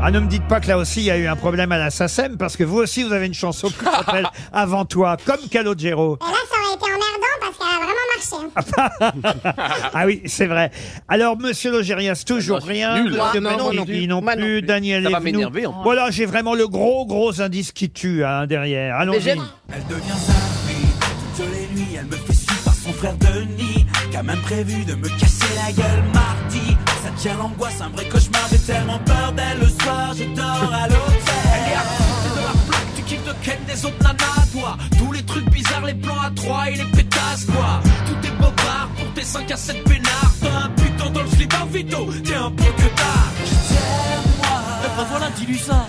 S2: Ah ne me dites pas que là aussi il y a eu un problème à la SACEM parce que vous aussi vous avez une chanson qui s'appelle Avant toi, comme Calogero.
S17: Et là, ça aurait été emmerdant parce qu'elle a vraiment marché. hein.
S2: Ah oui, c'est vrai. Alors Monsieur Logérias, toujours rien.
S3: Ah, bah, nul.
S2: Monsieur
S3: Non, moi non
S2: Benguigui
S3: plus.
S2: non
S3: Moi non
S2: plus.
S3: plus.
S2: Daniel
S3: Ça va
S2: Evnou.
S3: m'énerver, en plus.
S2: Voilà, j'ai vraiment le gros gros indice qui tue hein, derrière. Allons-y.
S7: Elle devient sa vie toutes les nuits, elle me fait suivre par son frère Denis. T'as même prévu de me casser la gueule mardi. Ça tient l'angoisse, un vrai cauchemar. J'ai tellement peur d'elle le soir, je dors à l'hôtel. Elle est à côté de la plaque, tu kiffes de ken des autres nanas, toi. Tous les trucs bizarres, les plans à trois et les pétasses, quoi. Tout est bobard pour tes 5 à 7 peinards. T'as un putain dans le slip à Vito, t'es un peu que tard. Je t'aime, moi. Ben voilà, dis-lui ça.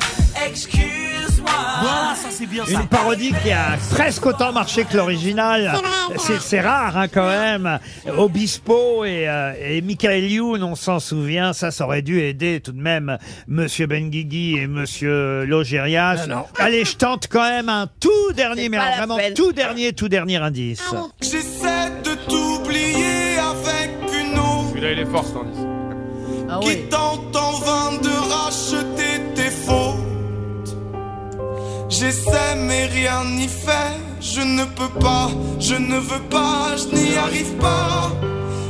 S7: Excuse-moi. Voilà, ça c'est bien ça.
S2: Une parodie qui a presque autant marché que l'original. C'est c'est rare hein, quand même. Obispo et, euh, et Michael Youn, on s'en souvient, ça, ça aurait dû aider tout de même Monsieur Benguigui et Monsieur Logérias.
S7: Non, non.
S2: Allez, je tente quand même un tout dernier, mais
S7: pas
S2: alors
S7: la
S2: vraiment tout dernier, tout dernier indice.
S7: J'essaie de t'oublier avec une eau
S6: Celui-là, il est fort, cet indice.
S2: Ah
S7: qui tente en vain de racheter tes fautes. J'essaie mais rien n'y fait. Je ne peux pas, je ne veux pas, je n'y arrive pas.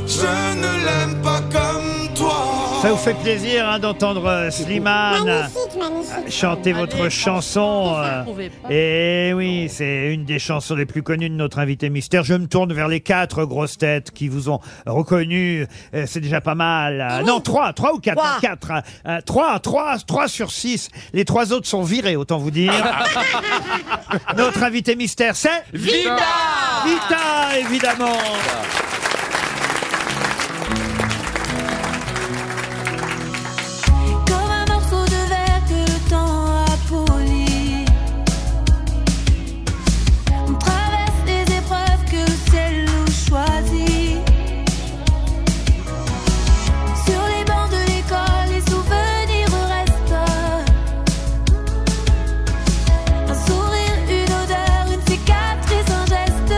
S7: Je ne l'aime pas comme toi.
S2: Ça vous fait plaisir hein, d'entendre euh, Slimane euh, chanter votre chanson. euh,
S7: trouvez pas.
S2: et oui, c'est une des chansons les plus connues de notre invité mystère. Je me tourne vers les quatre grosses têtes qui vous ont reconnu. Euh, c'est déjà pas mal. Euh, Non, trois, trois ou quatre,
S7: Ah Trois.
S2: hein, quatre, hein. Euh, trois, trois, trois sur six. Les trois autres sont virés, autant vous dire. notre invité mystère, c'est
S7: Vita
S2: Vita, évidemment.
S18: Comme un morceau de verre que le temps a poli. On traverse les épreuves que le ciel nous choisit. Sur les bancs de l'école, les souvenirs restent. Un sourire, une odeur, une cicatrice, un geste.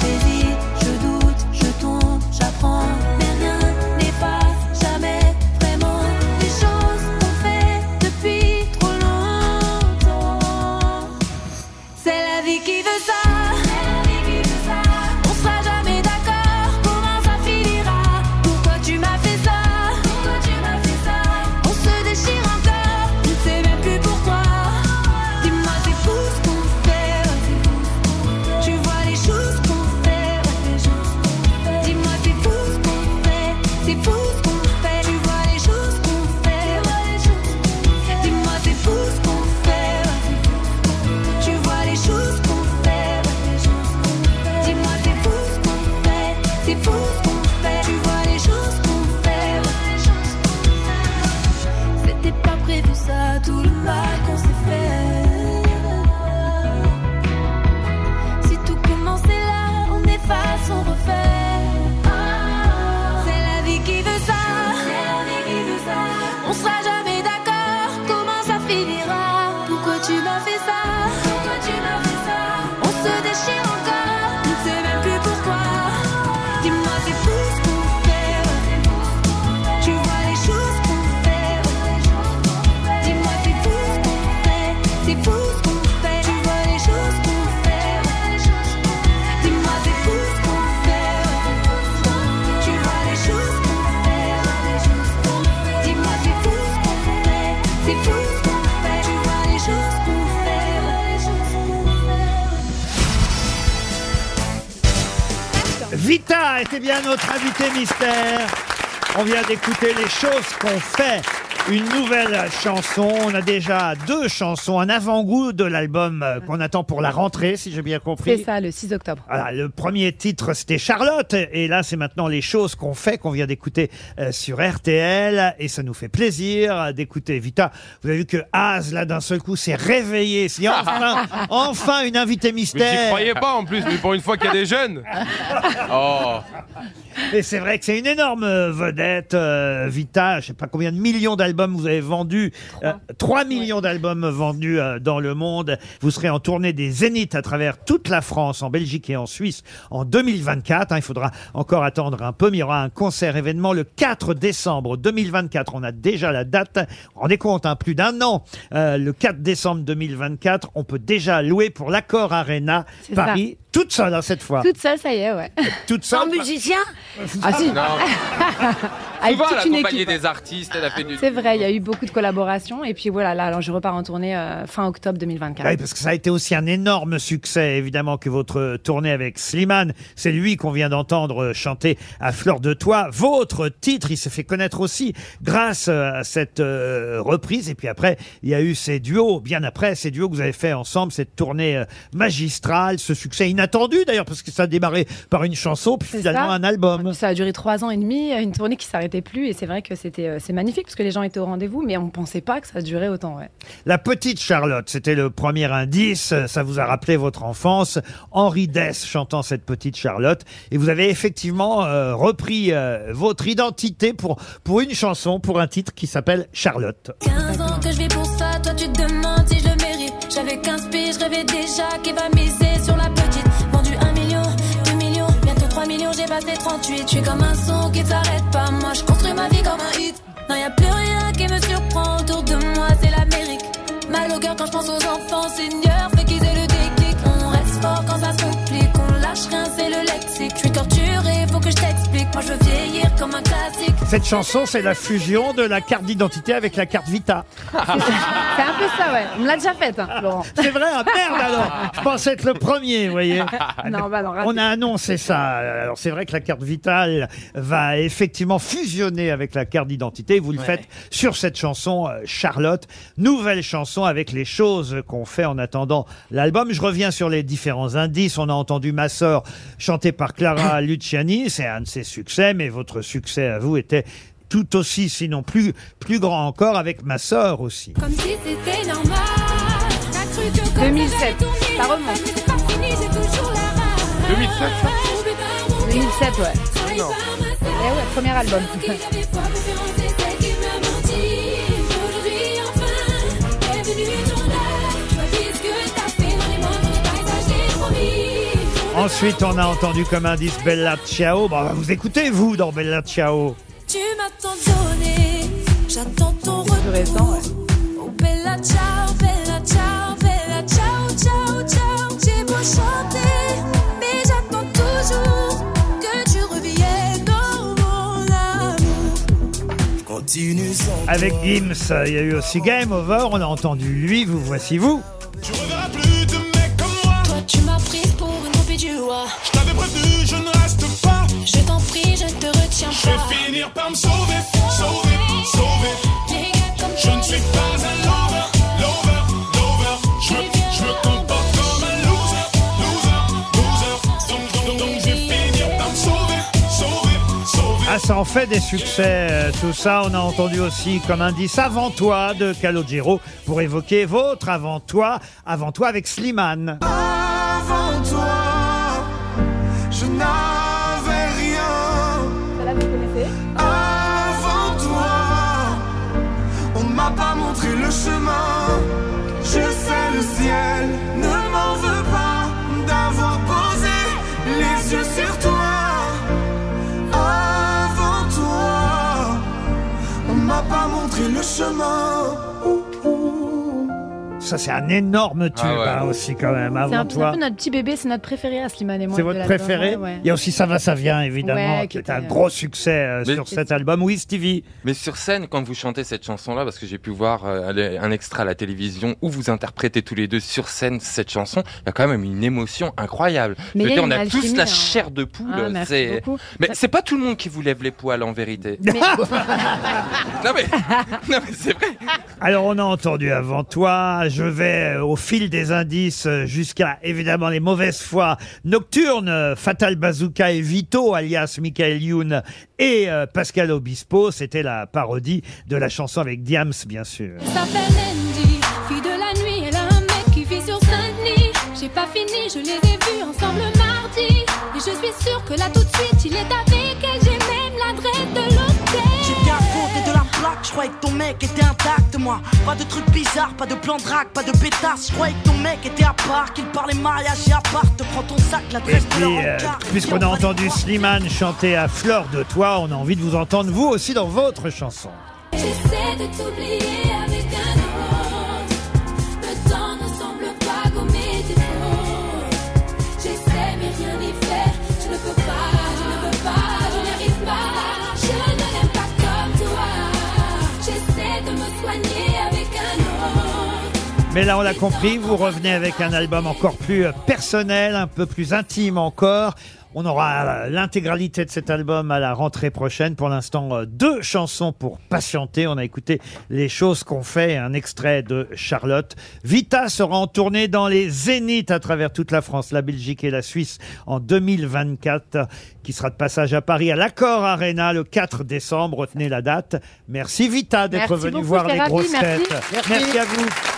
S18: J'hésite, je doute, je tombe, j'apprends, mais rien n'efface jamais vraiment les choses qu'on fait depuis trop longtemps. C'est la vie qui veut ça. On sera jamais d'accord. Comment ça finira Pourquoi tu m'as fait ça On se déchire encore. Je ne sais même plus pourquoi. Dis-moi c'est fou ce qu'on fait. Tu vois les choses qu'on fait. Dis-moi, c'est fou ce qu'on fait. C'est fou ce qu'on fait. Tu vois les choses qu'on fait. Dis-moi, c'est fou ce qu'on fait. Tu vois les choses qu'on fait. Dis-moi, c'est fou ce qu'on fait. C'est fou ce qu'on fait. Tu vois les choses qu'on fait. C'était pas prévu ça, tout le mal qu'on s'est fait. Si tout commençait là, on efface, on refait. C'est la vie qui veut ça. On sera jamais d'accord. Comment ça finira Pourquoi tu m'as fait ça On se déchire encore. Je ne sais même plus pourquoi. Dis-moi, c'est fou ce qu'on fait. Tu vois les choses qu'on fait. Dis-moi, c'est fou ce qu'on fait. C'est fou ce qu'on fait. Tu vois les choses qu'on fait. Dis-moi, c'est fou ce qu'on fait. Tu vois les choses qu'on fait. Dis-moi, c'est fou ce qu'on fait. C'est fou ce qu'on fait. Tu vois les choses qu'on fait.
S2: Vita était bien notre invité mystère. On vient d'écouter les choses qu'on fait. Une nouvelle chanson. On a déjà deux chansons, un avant-goût de l'album euh, qu'on attend pour la rentrée, si j'ai bien compris.
S19: C'est ça, le 6 octobre.
S2: Voilà, le premier titre, c'était Charlotte. Et là, c'est maintenant les choses qu'on fait, qu'on vient d'écouter euh, sur RTL. Et ça nous fait plaisir euh, d'écouter Vita. Vous avez vu que Az, là, d'un seul coup, s'est réveillé. C'est enfin, enfin une invitée
S6: Mais
S2: mystère.
S6: j'y croyais pas en plus, mais pour une fois qu'il y a des jeunes. Oh.
S2: Et c'est vrai que c'est une énorme euh, vedette, euh, Vita. Je sais pas combien de millions d'albums vous avez vendus. Euh, 3 millions d'albums vendus euh, dans le monde. Vous serez en tournée des Zéniths à travers toute la France, en Belgique et en Suisse en 2024. hein. il faudra encore attendre un peu, mais il y aura un concert événement le 4 décembre 2024. On a déjà la date. Vous vous rendez compte, hein, plus d'un an. Euh, le 4 décembre 2024, on peut déjà louer pour l'Accor Arena
S19: C'est ça.
S2: Paris. Toute seule, hein, cette fois.
S19: Toute seule, ça y est, ouais.
S2: Toute seule.
S19: musicien
S2: Ah, si.
S19: Ah, avec
S4: souvent, elle
S19: toute une
S4: accompagnait
S19: équipe. Ah,
S4: des artistes, elle a fait du.
S19: C'est vrai, il y a eu beaucoup de collaborations. Et puis voilà, là, alors je repars en tournée euh, fin octobre 2024.
S2: Ah Oui, parce que ça a été aussi un énorme succès, évidemment, que votre euh, tournée avec Slimane. C'est lui qu'on vient d'entendre euh, chanter à Fleur de Toit. Votre titre, il s'est fait connaître aussi grâce euh, à cette euh, reprise. Et puis après, il y a eu ces duos, bien après, ces duos que vous avez fait ensemble, cette tournée euh, magistrale, ce succès inattendu d'ailleurs, parce que ça a démarré par une chanson, puis finalement
S19: ça.
S2: un album.
S19: Puis Ça a duré trois ans et demi, une tournée qui s'arrêtait plus. Et c'est vrai que c'était euh, c'est magnifique parce que les gens étaient au rendez-vous, mais on ne pensait pas que ça durait autant. Ouais.
S2: La petite Charlotte, c'était le premier indice, ça vous a rappelé votre enfance. Henri Dess chantant cette petite Charlotte. Et vous avez effectivement euh, repris euh, votre identité pour, pour une chanson, pour un titre qui s'appelle Charlotte.
S18: 15 ans que je vis pour ça, toi tu te demandes si je le mérite. J'avais 15 piges, je rêvais déjà qui va miser sur la petite. Vendu 1 million, 2 millions, bientôt 3 millions, j'ai passé 38. Je suis comme un son qui ne s'arrête pas, moi je construis ma vie comme un hit. Non, y a plus rien qui me surprend autour de moi, c'est l'Amérique. Mal au cœur quand je pense aux enfants, Seigneur, fais qu'ils aient le déclic. On reste fort quand ça se complique, on lâche rien, c'est le lexique. Je suis torturé, faut que je t'explique. Moi je veux vieillir comme un classique.
S2: Cette chanson, c'est la fusion de la carte d'identité avec la carte Vita.
S19: C'est un peu ça, ouais. On me l'a déjà faite, hein, Laurent.
S2: C'est vrai, ah, merde alors Je pensais être le premier, vous voyez.
S19: Non, bah non, raté.
S2: On a annoncé ça. Alors c'est vrai que la carte vitale va effectivement fusionner avec la carte d'identité. Vous le
S20: Ouais.
S2: faites sur cette chanson euh, Charlotte, nouvelle chanson avec les choses qu'on fait en attendant l'album. Je reviens sur les différents indices. On a entendu Ma sœur chantée par Clara Luciani. C'est un de ses succès, mais votre succès à vous était tout aussi, sinon plus, plus grand encore, avec ma sœur aussi.
S18: Comme si c'était normal. T'as cru que quand
S19: 2007,
S18: ça remonte. C'est pas fini, j'ai toujours la rage.
S6: 2007, ça.
S19: 2007, ouais. Eh ouais, premier album.
S2: Ensuite, on a entendu comme indice Bella Ciao. Bah, vous écoutez, vous, dans Bella Ciao.
S18: Tu m'as tant donné, j'attends ton retour. Oh bella ciao, bella ciao, bella ciao, ciao, ciao. J'ai beau chanter, mais j'attends toujours que tu reviennes dans mon amour.
S1: Continue sans
S2: Avec Gims, il y a eu aussi Game Over. On a entendu lui, vous voici vous.
S18: Tu reverras plus de mecs comme moi. Toi, tu m'as prise pour une copie du roi. Je t'avais prévenu, je ne reste pas. Je t'en prie, je te retiens
S7: Je
S18: pas.
S7: vais finir par me sauver, sauver, sauver.
S18: Les gars comme
S7: Je ne suis pas un lover, lover, lover. Je me, je me comporte comme un loser, loser, loser. Donc, donc, donc, je vais finir par me sauver, sauver, sauver.
S2: Ah, ça en fait des succès, euh, tout ça. On a entendu aussi comme indice Avant toi de Calogero pour évoquer votre Avant toi, Avant toi avec Slimane.
S7: Avant toi, je n'avais rien. Avant toi, on m'a pas montré le chemin. Je sais le ciel ne m'en veut pas d'avoir posé les yeux sur toi. Avant toi, on m'a pas montré le chemin.
S2: Ça, c'est un énorme tube
S4: Ah ouais.
S2: hein, aussi, quand même.
S19: C'est un,
S2: Avant
S19: c'est un
S2: toi.
S19: peu notre petit bébé, c'est notre préféré à Slimane et moi.
S2: C'est
S19: de
S2: votre
S19: l'album,
S2: préféré
S19: ouais, ouais.
S2: Il y a aussi Ça va, ça vient, évidemment,
S19: Ouais,
S2: qui est
S19: qui
S2: un
S19: était-
S2: gros succès euh, sur cet album. Oui, Stevie.
S4: Mais sur scène, quand vous chantez cette chanson-là, parce que j'ai pu voir euh, les- un extra à la télévision où vous interprétez tous les deux sur scène cette chanson, il y a quand même une émotion incroyable.
S19: Mais
S4: Je veux
S19: il y a
S4: dire, on
S19: une
S4: a tous
S19: alchimie,
S4: la
S19: hein.
S4: chair de poule.
S19: Ah, merci
S4: c'est-
S19: beaucoup.
S4: mais c'est pas tout le monde qui vous lève les poils en vérité. non mais, non, mais c'est vrai.
S2: Alors on a entendu avant toi, je vais euh, au fil des indices euh, jusqu'à évidemment les mauvaises fois nocturnes, euh, Fatal Bazooka et Vito alias Michael Youn et euh, Pascal Obispo, c'était la parodie de la chanson avec Diams bien sûr.
S18: Elle s'appelle Andy, fille de la nuit, elle a un mec qui vit sur Saint-Denis. J'ai pas fini, je les ai vus ensemble mardi. Et je suis sûre que là tout de suite, il est avec elle, j'ai même l'adresse de l'hôtel.
S20: J'ai bien compté de la plaque, je croyais que ton mec était intact, moi. Pas de trucs bizarres, pas de plan de drague, pas de pétasse. Je croyais que ton mec était à part, qu'il parlait mariage et à part. Te prends ton sac, la
S2: Et
S20: dresse de la
S2: puis, euh,
S20: rencard.
S2: puisqu'on a entendu Slimane chanter à fleur de toi, on a envie de vous entendre vous aussi dans votre chanson.
S18: J'essaie de t'oublier avec un autre. Le temps ne semble pas gommer tes fautes. J'essaie, mais rien n'y fait. Je ne peux pas, je ne peux pas, je n'arrive pas. Je ne l'aime pas comme
S2: Mais là, on l'a compris, vous revenez avec un album encore plus euh, personnel, un peu plus intime encore. On aura euh, l'intégralité de cet album à la rentrée prochaine. Pour l'instant, euh, deux chansons pour patienter. On a écouté les choses qu'on fait, un extrait de Charlotte. Vita sera en tournée dans les Zéniths à travers toute la France, la Belgique et la Suisse en 2024, euh, qui sera de passage à Paris à l'Accord Arena le 4 décembre. Retenez la date. Merci Vita d'être
S19: Merci
S2: venu
S19: beaucoup,
S2: voir
S19: j'étais
S2: les
S19: ravie,
S2: grosses
S19: merci.
S2: têtes.
S19: Merci.
S2: merci à vous.